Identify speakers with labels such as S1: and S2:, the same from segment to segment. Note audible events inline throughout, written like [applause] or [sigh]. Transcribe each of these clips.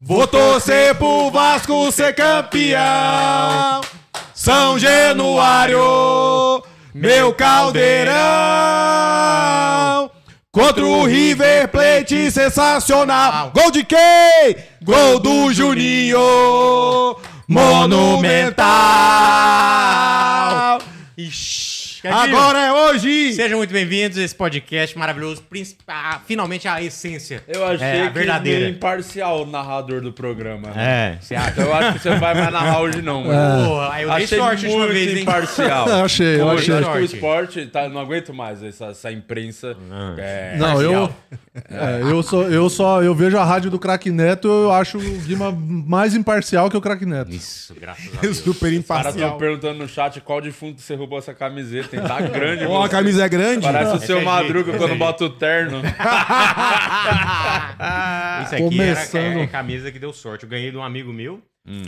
S1: Vou torcer pro Vasco ser campeão. São Januário, meu caldeirão. Contra o River Plate, sensacional. Gol de quem? Gol do Juninho. Monumental.
S2: Ixi, Cadinho,
S1: Agora é hoje.
S2: Sejam muito bem-vindos a esse podcast maravilhoso, principal, finalmente a essência.
S3: Eu
S2: é, a
S3: achei que ele meio
S2: verdadeira.
S3: imparcial o narrador do programa.
S1: É.
S3: né?
S2: Você acha?
S3: Então eu acho que você não vai mais narrar hoje não, mano.
S2: Pô, aí eu dei
S3: achei
S2: sorte a última
S3: muito
S2: vez, hein?
S3: imparcial.
S4: É, achei, É. [laughs] eu
S3: Pô,
S2: achei.
S3: acho que o
S2: Sorte.
S3: esporte, tá, não aguento mais essa, essa imprensa. É,
S4: Não, eu,
S2: Parcial.
S4: é, eu, só, eu só eu vejo a rádio do Crack Neto, eu acho o Guima mais imparcial que o Crack Neto.
S2: Isso, graças a Deus.
S1: Super
S3: os caras estão
S1: imparcial.
S3: perguntando no chat qual defunto você roubou essa camiseta, hein?
S2: [laughs]
S3: Tá grande,
S1: Ó, a
S3: você.
S1: camisa é grande.
S3: Parece o
S2: é
S3: seu
S2: jeito,
S3: Madruga
S2: esse é
S3: quando
S2: jeito.
S3: bota
S2: [laughs]
S3: o terno.
S2: Isso aqui
S4: Começando.
S2: era é, camisa que deu sorte. Eu ganhei de um amigo meu.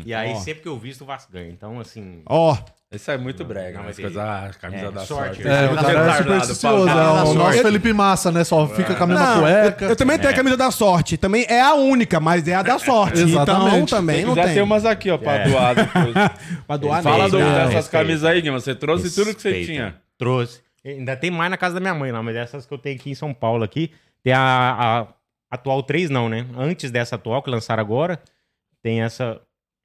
S2: e aí, sempre que eu visto, o Vasco ganha. Então, assim.
S4: Ó,
S3: Isso é muito brega,
S2: não,
S3: mas
S2: mas
S3: coisa,
S2: ele-
S3: ah, camisa
S2: é,
S3: da
S2: sorte.
S3: sorte. sorte.
S4: é, o
S3: Tá
S4: cara é
S3: retardado,
S4: supersticioso.
S3: Paulo.
S4: É, o
S1: Sorte.
S4: nosso Felipe Massa, né? Só fica com a mesma
S1: Não,
S4: cueca.
S1: Eu, eu também tenho a camisa da sorte. Também é a única, mas é a da
S4: [laughs]
S1: sorte. então
S4: Exatamente.
S1: também não
S3: Já
S1: tem.
S3: tem umas aqui, ó, pra doar depois.
S2: [laughs]
S1: Pra doar
S3: Fala
S2: Parabéns,
S3: do,
S2: É. não,
S3: dessas
S2: respeito.
S3: camisas aí, Guilherme. Você trouxe tudo que você
S2: respeita.
S3: tinha.
S2: né? Trouxe. Ainda tem mais na casa da minha mãe lá, mas essas que eu tenho aqui em São Paulo aqui. Tem a, a atual 3, não, né? Antes dessa atual que lançaram agora, tem essa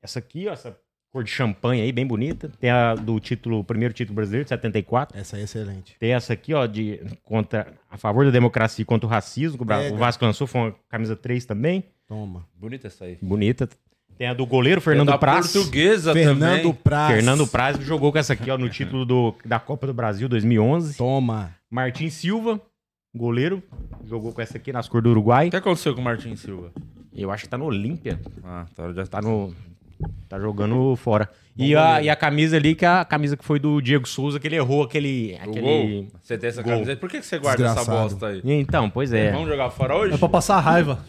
S2: essa aqui, ó, essa cor de champanhe aí, bem bonita. Tem a do título, primeiro título brasileiro, de 74.
S1: Essa é excelente.
S2: Tem essa aqui, ó, de contra a favor da democracia e contra o racismo. que O, Bra-
S3: É,
S1: Pega.
S2: o Vasco lançou, foi uma camisa 3 também.
S1: Toma.
S3: Bonita essa aí.
S2: Bonita. Tem a do goleiro Fernando
S3: É da
S2: Praz.
S3: portuguesa
S1: Fernando
S3: também.
S1: Praz.
S2: Fernando Praz que jogou com essa aqui, ó, no título do, da Copa do Brasil 2011.
S1: Toma.
S2: Martin Silva, goleiro, jogou com essa aqui nas cores do Uruguai.
S3: O que aconteceu com o Martin Silva?
S2: Eu acho que tá no Olímpia.
S3: Ah, tá, já
S2: Tá no. Tá jogando fora. E a, e a camisa ali, que é a camisa que foi do Diego Souza, que ele errou aquele.
S3: O
S2: aquele...
S3: gol. Você tem essa
S2: gol.
S3: camiseta? Por que que você guarda
S1: Desgraçado.
S3: essa bosta aí?
S2: Então, pois é.
S3: Vamos jogar fora hoje?
S4: É pra passar raiva.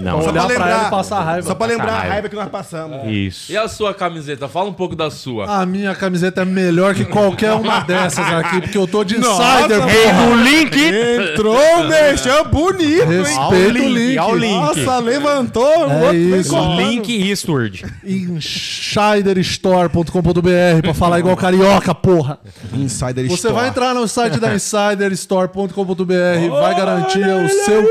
S2: Não,
S4: Olha-
S1: Só pra
S4: Olhar pra
S1: lembrar,
S4: ela e passar raiva.
S1: Só pra
S2: Passar
S1: lembrar a
S2: raiva.
S1: raiva que nós passamos.
S2: Isso.
S3: E a sua camiseta? Fala um pouco da sua.
S4: A minha camiseta é melhor que qualquer [laughs] uma dessas aqui, porque eu tô de
S1: Nossa,
S4: insider,
S1: mano.
S4: porra.
S2: O link!
S3: [laughs]
S1: Entrou, mexeu bonito, hein?
S4: Respeita
S2: Ao
S4: o
S2: link,
S4: link.
S2: ao link.
S1: Nossa, levantou.
S4: É isso.
S2: Link Eastward.
S4: Insiderstore.com.br pra falar igual carioca, porra.
S1: Insider
S4: Você vai entrar no site da InsiderStore.com.br, vai garantir o seu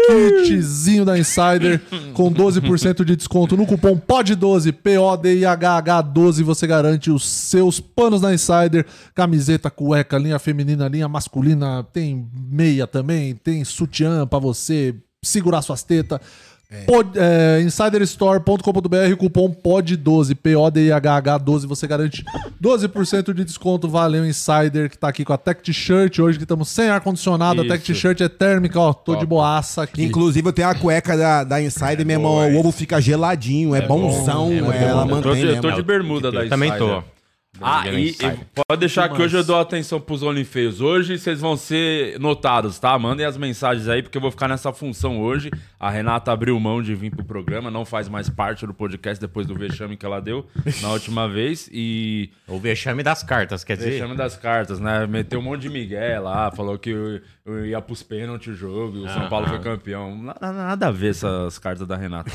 S4: kitzinho da Insider com 12% de desconto no cupom POD12, P-O-D-I-H-H-12. Você garante os seus panos da Insider, camiseta, cueca, linha feminina, linha masculina, tem meia também, tem sutiã pra você segurar suas tetas. Pod- é, insiderstore.com.br, cupom POD12, P-O-D-I-H-H-12, você garante 12% de desconto, valeu Insider, que tá aqui com a Tech T-Shirt, hoje que estamos sem ar-condicionado, a Tech
S3: Isso.
S4: T-Shirt é térmica, ó, tô de boaça aqui.
S1: Inclusive, eu tenho a cueca da, da Insider, meu irmão. O ovo fica geladinho, é, bonzão. é, ela
S3: eu tô
S1: mantém né,
S3: de, eu tô
S1: mesmo.
S3: de bermuda da
S2: Também
S3: Insider.
S2: tô.
S3: Ah,
S2: Bermuda
S3: e,
S2: Insider.
S3: e pode deixar que hoje eu dou atenção pros OnlyFans. Hoje vocês vão ser notados, tá? Mandem as mensagens aí, porque eu vou ficar nessa função hoje. A Renata abriu mão de vir pro programa, não faz mais parte do podcast depois do vexame que ela deu na última vez. E
S2: O vexame das cartas, quer dizer.
S3: vexame das cartas, né? Meteu um monte de migué lá, falou que eu, eu ia pros pênaltis o jogo, e o
S1: Ah,
S3: São Paulo foi campeão. Na- na- Nada, a ver essas cartas da Renata.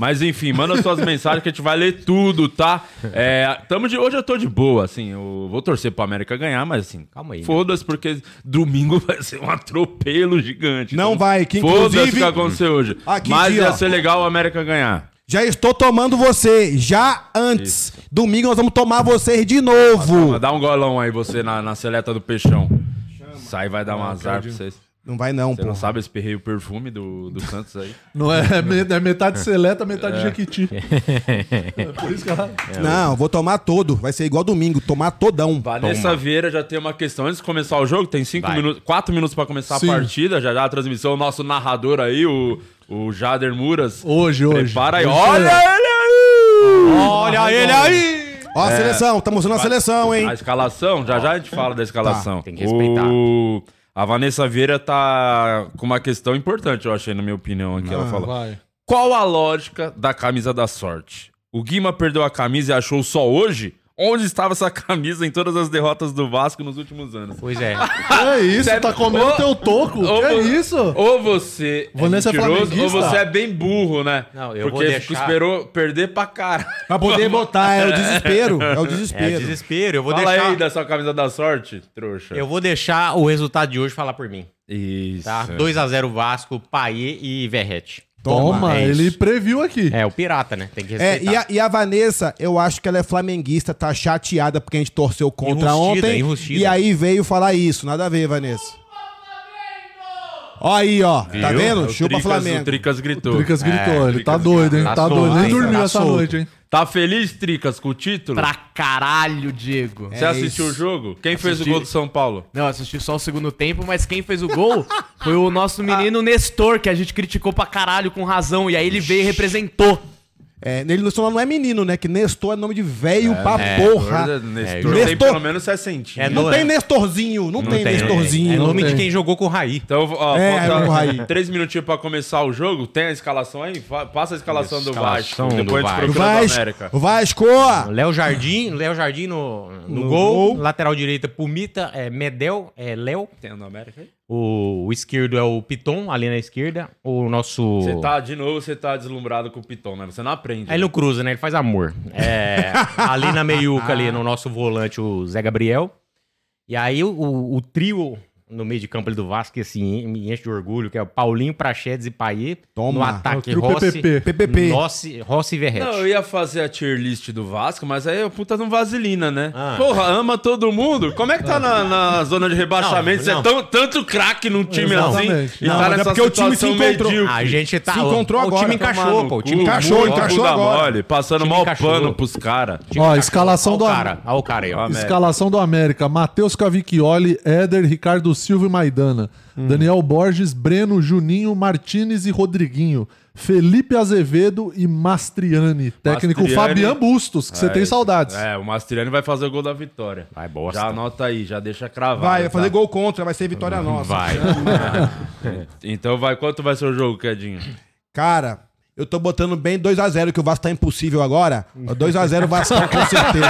S3: Mas enfim, manda suas [laughs] mensagens que a gente vai ler tudo, tá? É, tamo de, hoje eu tô de boa, assim. Eu vou torcer pro América ganhar, mas assim,
S2: Calma aí, né?
S3: Foda-se, porque domingo [laughs] vai ser um atropelo gigante. Então,
S1: Não vai, que
S3: Foda-se o
S1: inclusive-
S3: que aconteceu hoje.
S1: Ah, que
S3: mas
S1: dia, ó.
S3: ia ser legal o América ganhar.
S1: Já estou tomando você, já antes. Domingo nós vamos tomar vocês de novo.
S3: Dá um golão aí você na, na seleta do peixão. Sai, vai dar um azar pra vocês.
S1: Não vai não,
S3: Você
S1: pô.
S3: não sabe, eu espirrei o perfume do, do Santos aí.
S4: Não é, é me- é metade seleta, metade jequiti. É por isso que ela...
S1: Não, vou tomar todo. Vai ser igual domingo, tomar todão.
S3: [laughs] Vanessa Vieira já tem uma questão. Antes de começar o jogo, tem cinco
S2: Vai.
S3: minutos, quatro minutos pra começar
S4: Sim.
S3: a partida. Já já a transmissão, o nosso narrador aí, o, o Jader Muras.
S4: Hoje, hoje.
S3: Prepara aí.
S4: Hoje
S3: Olha
S4: é-
S3: ele aí! Olha ele aí!
S1: Ó, a seleção, tá mostrando a seleção, hein?
S3: A escalação, já já a gente fala da
S4: Tá,
S3: escalação.
S2: tem que respeitar.
S3: O- A Vanessa Vieira tá com uma questão importante, eu achei, na minha opinião, aqui. Ela falou.
S4: Ah, Vai.
S3: Qual a lógica da camisa da sorte? O Guima perdeu a camisa e achou só hoje? onde estava essa camisa em todas as derrotas do Vasco nos últimos anos.
S2: Pois é.
S4: Que isso,
S3: Sério?
S4: tá comendo
S3: Ô,
S4: teu toco?
S3: ô,
S4: que é
S3: ô,
S4: isso?
S3: Ou você é
S4: Vanessa é
S3: mentiroso, ou
S4: flamenguista.
S3: você é bem burro, né?
S2: Não, eu vou
S3: Porque
S2: deixar-
S3: esperou perder pra caralho.
S1: Pra poder botar, é o desespero. É o
S2: É
S1: desespero.
S2: desespero. Eu vou,
S3: Fala aí
S2: deixar,
S3: da sua camisa da sorte, trouxa.
S2: eu vou deixar o resultado de hoje falar por mim.
S3: Isso. É.
S2: Tá? 2x0 Vasco, Paê e Verrete.
S4: Toma,
S2: é isso.
S4: ele previu aqui.
S2: É, o pirata, né? Tem que
S1: É,
S2: respeitar.
S1: e, a, e a Vanessa, eu acho que ela é flamenguista, tá chateada porque a gente torceu contra
S2: Enrustida,
S1: ontem.
S2: enrustida.
S1: E aí veio falar isso. Nada a ver, Vanessa. Ó aí, ó. Tá
S3: Viu? É
S1: vendo?
S3: O
S1: Chupa
S3: Tricas- O
S1: Flamengo.
S3: Tricas gritou.
S4: Tricas gritou, ele tá
S3: é, Tricas
S4: doido, hein?
S2: tá
S4: Tá,
S2: solto,
S4: doido,
S2: hein?
S4: nem dormiu
S1: Tá
S4: essa
S1: solto.
S4: noite, hein?
S3: Tá feliz, Tricas, com o título?
S5: Pra caralho, Diego.
S3: Você
S1: É
S3: assistiu
S1: isso.
S3: o jogo? Quem fez
S5: Assisti.
S3: o gol do São Paulo?
S5: Não, assisti só o segundo tempo, mas quem fez o gol foi o [laughs] nosso menino Nestor, que a gente criticou pra caralho com razão. E aí ele veio e representou.
S1: É, ele não- só não é menino, né? Que Nestor é nome de velho pra porra.
S3: é, Nestor
S1: Nestor-
S3: tem pelo menos 60.
S2: É,
S1: Não
S2: Não
S1: tem Nestorzinho, não, tem, Nestorzinho. né?
S2: É
S1: não
S2: nome de
S1: tem.
S2: quem jogou com o Raí.
S3: Então, ó,
S1: É,
S3: falta
S1: o Raí.
S3: três minutinhos pra começar o jogo. Tem a escalação aí? Fa- Passa a escalação do
S2: Escalação do
S3: Vasco. Depois a gente
S2: Vasco.
S3: procura do América.
S1: Vasco, Vasco!
S2: Léo Jardim, Léo Jardim no, no,
S1: Ah. No
S2: gol.
S1: gol.
S2: Lateral direita, Pumita, é, Medel, é Léo.
S3: Tem no América aí?
S2: O, o esquerdo é o Piton, ali na esquerda. O nosso...
S3: Você tá, de novo, você tá deslumbrado com o Piton, né? Você não aprende.
S2: Aí ele não cruza, né? Ele faz amor. É, ali na meiuca, ali no nosso volante, o Zé Gabriel. E aí o, o- o trio no meio de campo ali do Vasco, que assim, me enche de orgulho, que é o Paulinho, Praxedes e Paê.
S1: Toma.
S2: No
S4: É o
S2: ataque,
S4: trio
S2: Rossi,
S4: PPP.
S1: PPP.
S2: Rossi, Rossi e Verrete.
S3: Não, eu ia fazer a tier list do Vasco, mas aí é o puta de um vaselina, né?
S2: Ah.
S3: Porra, ama todo mundo? Como é que tá na, na zona de rebaixamento?
S2: Não,
S3: Você é
S2: não.
S3: tão, tanto craque num time assim
S4: Exatamente.
S3: e
S1: Não,
S3: tá
S1: mas é
S3: nessa
S1: porque o time se
S3: situação
S1: encontrou.
S3: medíocre.
S2: A gente tá...
S1: Se
S2: o-
S1: encontrou
S2: o,
S1: agora.
S2: time encaixou,
S3: Tomar
S2: pô.
S3: no
S2: O time
S3: cu,
S1: encaixou,
S3: bunda
S1: encaixou agora.
S3: mole, passando
S2: Time
S3: mal
S2: encaixou.
S3: pano pros caras.
S2: time
S4: Ó,
S2: encaixou.
S4: escalação
S2: Ó o
S4: do-
S2: cara. Ó o cara aí, ó.
S3: América.
S4: Escalação do América: Matheus Cavicchioli, Éder, Ricardo Silva e Maidana.
S3: Hum.
S4: Daniel Borges, Breno, Juninho, Martinez e Rodriguinho. Felipe Azevedo e Mastriani. Técnico
S3: Mastriani.
S4: Fabian Bustos, que você tem saudades.
S3: É, o Mastriani vai fazer o gol da vitória.
S2: Vai, bosta.
S3: Já anota aí, já deixa cravado.
S1: Vai, vai
S3: tá?
S1: fazer gol contra, vai ser vitória nossa.
S2: Vai. [laughs]
S3: Então vai, quanto vai ser o jogo, Quedinho?
S1: Cara, eu tô botando bem 2x0, que o Vasco tá impossível agora. 2x0 Vasco tá com
S2: [laughs]
S1: certeza.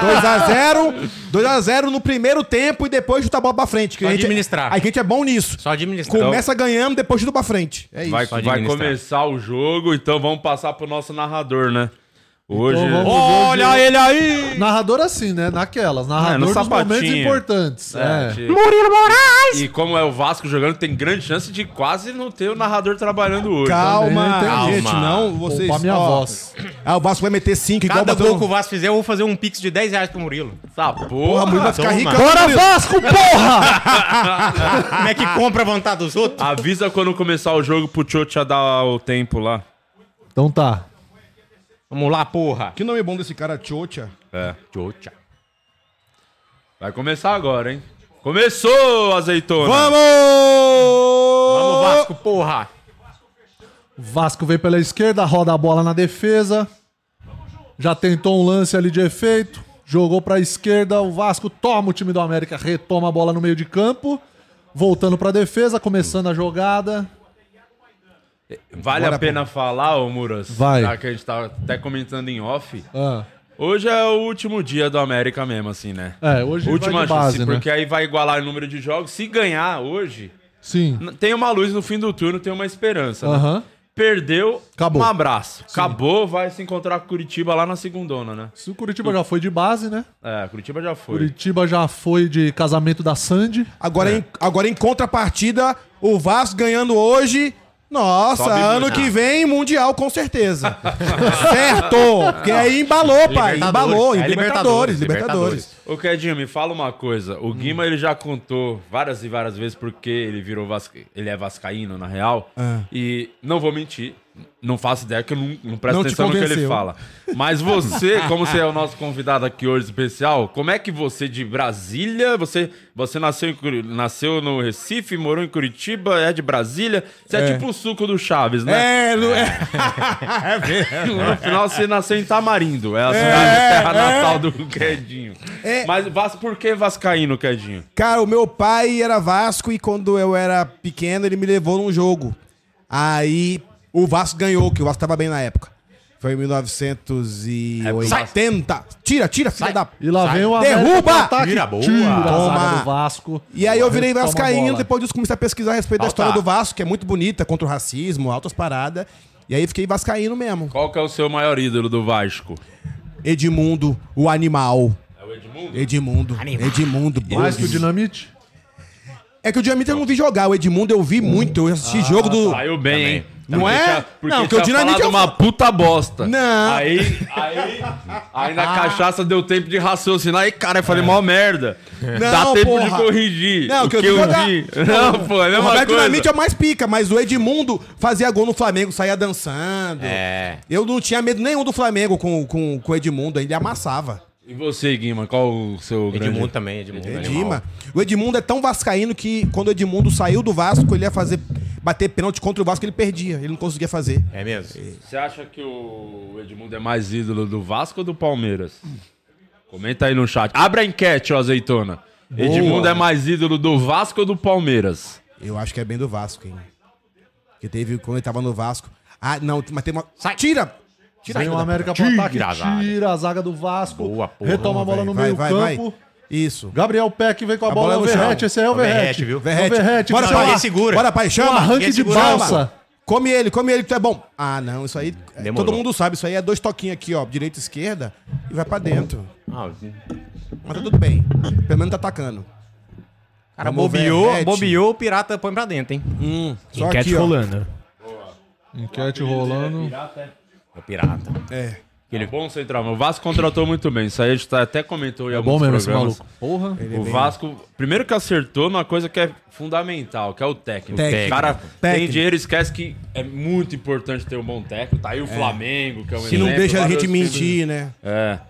S1: 2x0, 2x0 no primeiro tempo e depois chuta a bola pra frente. Que
S2: Só
S1: a gente,
S2: administrar. Então-
S1: A gente é bom nisso.
S2: Só administrar.
S1: Começa ganhando, depois chuta pra frente. É isso.
S3: vai
S2: só
S3: vai
S2: administrar.
S3: começar o jogo, então vamos passar pro nosso narrador, né?
S1: Então
S3: Hoje.
S4: vamos-
S3: Olha ele aí!
S4: Narrador assim, né? Naquelas.
S3: É,
S4: Narrador
S3: no
S4: dos momentos
S3: sapatinho. tipo,
S4: importantes. É.
S3: Murilo Moraes! E como é o Vasco jogando, tem grande chance de quase não ter o narrador trabalhando hoje.
S1: Calma,
S4: Também
S2: tem-
S1: gente, não. Vocês,
S4: Poupa minha
S1: ó,
S4: voz.
S1: Ah, o Vasco vai meter 5 igual
S2: Cada
S1: bateu
S2: gol
S1: no-
S2: que o Vasco fizer, eu vou fazer um pix de 10 reais pro Murilo. [laughs]
S3: Essa
S1: Porra,
S3: porra,
S1: Murilo vai ficar rico.
S4: Bora Vasco, porra!
S2: Como é que compra a vantagem dos outros?
S3: Avisa quando começar o jogo pro Tchotcha dar o tempo lá.
S4: então tá.
S2: Vamos lá, porra.
S1: Que nome bom desse cara, Tchotcha.
S3: É. Tchotcha. Vai começar agora, hein? Começou, azeitona!
S1: Vamos!
S2: Vamos, Vasco, porra.
S4: Vasco veio pela esquerda, roda a bola na defesa. Já tentou um lance ali de efeito. Jogou pra esquerda, o Vasco toma o time do América, retoma a bola no meio de campo. Voltando pra defesa, começando a jogada.
S3: Vale a pena falar, ô Muras?
S4: Vai.
S3: Já que a gente tá até comentando em off.
S4: Ah,
S3: Hoje é o último dia do América mesmo, assim, né?
S4: é, hoje vai
S3: Última
S4: de base,
S3: chance,
S4: né?
S3: porque aí vai igualar o número de jogos. Se ganhar hoje,
S4: Sim.
S3: n- tem uma luz no fim do turno, tem uma esperança. né?
S4: Aham.
S3: Perdeu,
S4: Acabou.
S3: um abraço. Acabou, vai se encontrar com Curitiba lá na segundona, né?
S4: Se o Curitiba já foi de base, né?
S3: É, Curitiba já foi.
S4: Curitiba já foi de casamento da Sandy.
S1: Agora, em, agora em contrapartida, o Vasco ganhando hoje. Nossa,
S3: Sobe
S1: ano
S3: muito.
S1: que vem, Mundial, com certeza. certo! Porque aí embalou, pai.
S2: Libertadores.
S1: Embalou.
S2: É,
S1: Em Libertadores,
S2: Libertadores,
S1: Libertadores.
S3: Ô, Quedinho, me fala uma coisa. O Guima, ele já contou várias e várias vezes porque ele virou Vasca... Ele é vascaíno, na real.
S1: É.
S3: E não vou mentir, não faço ideia que eu não, não presto
S1: Não te
S3: atenção no que ele
S1: convenceu.
S3: fala.
S1: [laughs]
S3: Mas você, como você é o nosso convidado aqui hoje especial, como é que você de Brasília, você, você nasceu, em Curi- nasceu no Recife, morou em Curitiba, é de Brasília. Você é, tipo o suco do Chaves, né?
S1: É, não é.
S3: No final você nasceu em Tamarindo, é a cidade terra natal do Quedinho.
S1: É.
S3: Mas Vas- por que Vascaíno, Quedinho?
S1: Cara, o meu pai era Vasco e quando eu era pequeno, ele me levou num jogo. Aí o Vasco ganhou, que o Vasco tava bem na época. Foi em 1980. Tira, tira, filha da...
S4: E lá
S2: Sai.
S4: vem o
S1: Derruba!
S4: pro ataque.
S2: Tira, boa.
S4: Tira, a
S1: Toma.
S4: zaga do Vasco.
S1: E aí eu virei
S4: Toma a
S1: vascaíno,
S4: bola.
S1: depois disso comecei a pesquisar a respeito da
S2: Falta.
S1: história do Vasco, que é muito bonita, contra o racismo, altas paradas. E aí fiquei vascaíno mesmo.
S3: Qual que é o seu maior ídolo do Vasco?
S1: Edmundo, o animal.
S3: É o Edmundo?
S1: Edmundo, Edmundo.
S4: Mais que o
S1: Bogues.
S4: Dinamite?
S1: É que o Dinamite eu não vi jogar, o Edmundo eu vi muito, eu assisti jogo do...
S3: Saiu bem, hein?
S1: Não é?
S3: tinha- Porque
S1: Não,
S3: não,
S1: porque
S3: porque
S1: o Dinamite é o-
S3: uma puta bosta.
S1: Não. Ah.
S3: Aí, aí, aí na cachaça deu tempo de raciocinar. Aí, cara, eu falei, mó merda. Dá tempo
S1: É. porra.
S3: de corrigir.
S1: Não,
S3: o
S1: que eu
S3: que,
S1: vi
S3: eu
S1: jogar-
S3: vi. [laughs] Não, pô, é a
S1: O
S3: mesma
S1: Roberto
S3: coisa.
S1: Dinamite é o mais pica, mas o Edmundo fazia gol no Flamengo, saía dançando.
S2: É.
S1: Eu não tinha medo nenhum do Flamengo com, com, com o Edmundo, ele amassava.
S3: E você, Guima, qual o seu
S2: Edmundo
S3: grande...
S2: também, Edmundo.
S1: Edima. O Edmundo é tão vascaíno que quando o Edmundo saiu do Vasco, ele ia fazer bater pênalti contra o Vasco, ele perdia, ele não conseguia fazer.
S2: É mesmo?
S3: Você acha que o Edmundo é mais ídolo do Vasco ou do Palmeiras? Comenta aí no chat. Abra a enquete, ó, azeitona. Edmundo é mais ídolo do Vasco ou do Palmeiras?
S1: Eu acho que é bem do Vasco, hein. Que teve quando ele tava no Vasco. Ah, não, mas tem uma Tira! Tira
S4: Vem o
S1: filha da-
S4: América pro ataque,
S2: a zaga.
S4: tira a zaga do Vasco.
S2: Boa, porra,
S4: retoma a bola no meio campo.
S1: Isso.
S4: Gabriel Peck vem com a,
S1: A
S4: bola,
S1: bola
S4: é o
S1: no chão.
S4: Verrete, esse aí é o
S2: É o Verrete,
S4: Verrete.
S2: viu?
S4: É o Verrete,
S1: Bora,
S4: cara.
S1: pai.
S2: Ele segura.
S1: Bora, pai. Chama.
S4: Um arranque
S1: Ele
S4: de
S1: segura.
S4: balsa.
S1: Chama. Come ele, come ele que tu é bom. Ah, não. Isso aí... é,
S2: Demorou.
S1: Todo mundo sabe. Isso aí é dois toquinhos aqui, ó. Direita e esquerda. E vai pra dentro.
S2: Ah,
S1: Mas tá tudo bem. Pelo menos tá atacando.
S2: cara,
S1: Vamos ver,
S2: bobeou,
S1: Red.
S2: bobeou, o pirata põe pra dentro, hein?
S1: Só
S5: Enquete
S1: aqui, ó.
S5: rolando.
S4: Enquete rolando.
S2: O pirata.
S1: É.
S3: Ele é bom centroavante. O Vasco contratou muito bem. Isso aí a gente tá- até comentou em
S4: É bom
S3: alguns
S4: mesmo esse
S3: programas.
S4: maluco. Porra. É
S1: é
S3: O Vasco, primeiro que acertou numa coisa que é fundamental, que é o técnico.
S1: Técnico.
S3: O cara tem
S1: Técnico.
S3: dinheiro, esquece que é muito importante ter um bom técnico. Tá aí o Flamengo, que é um
S1: Se não
S3: exemplo,
S1: deixa a
S3: vários
S1: gente
S3: times.
S1: mentir, né?
S3: É.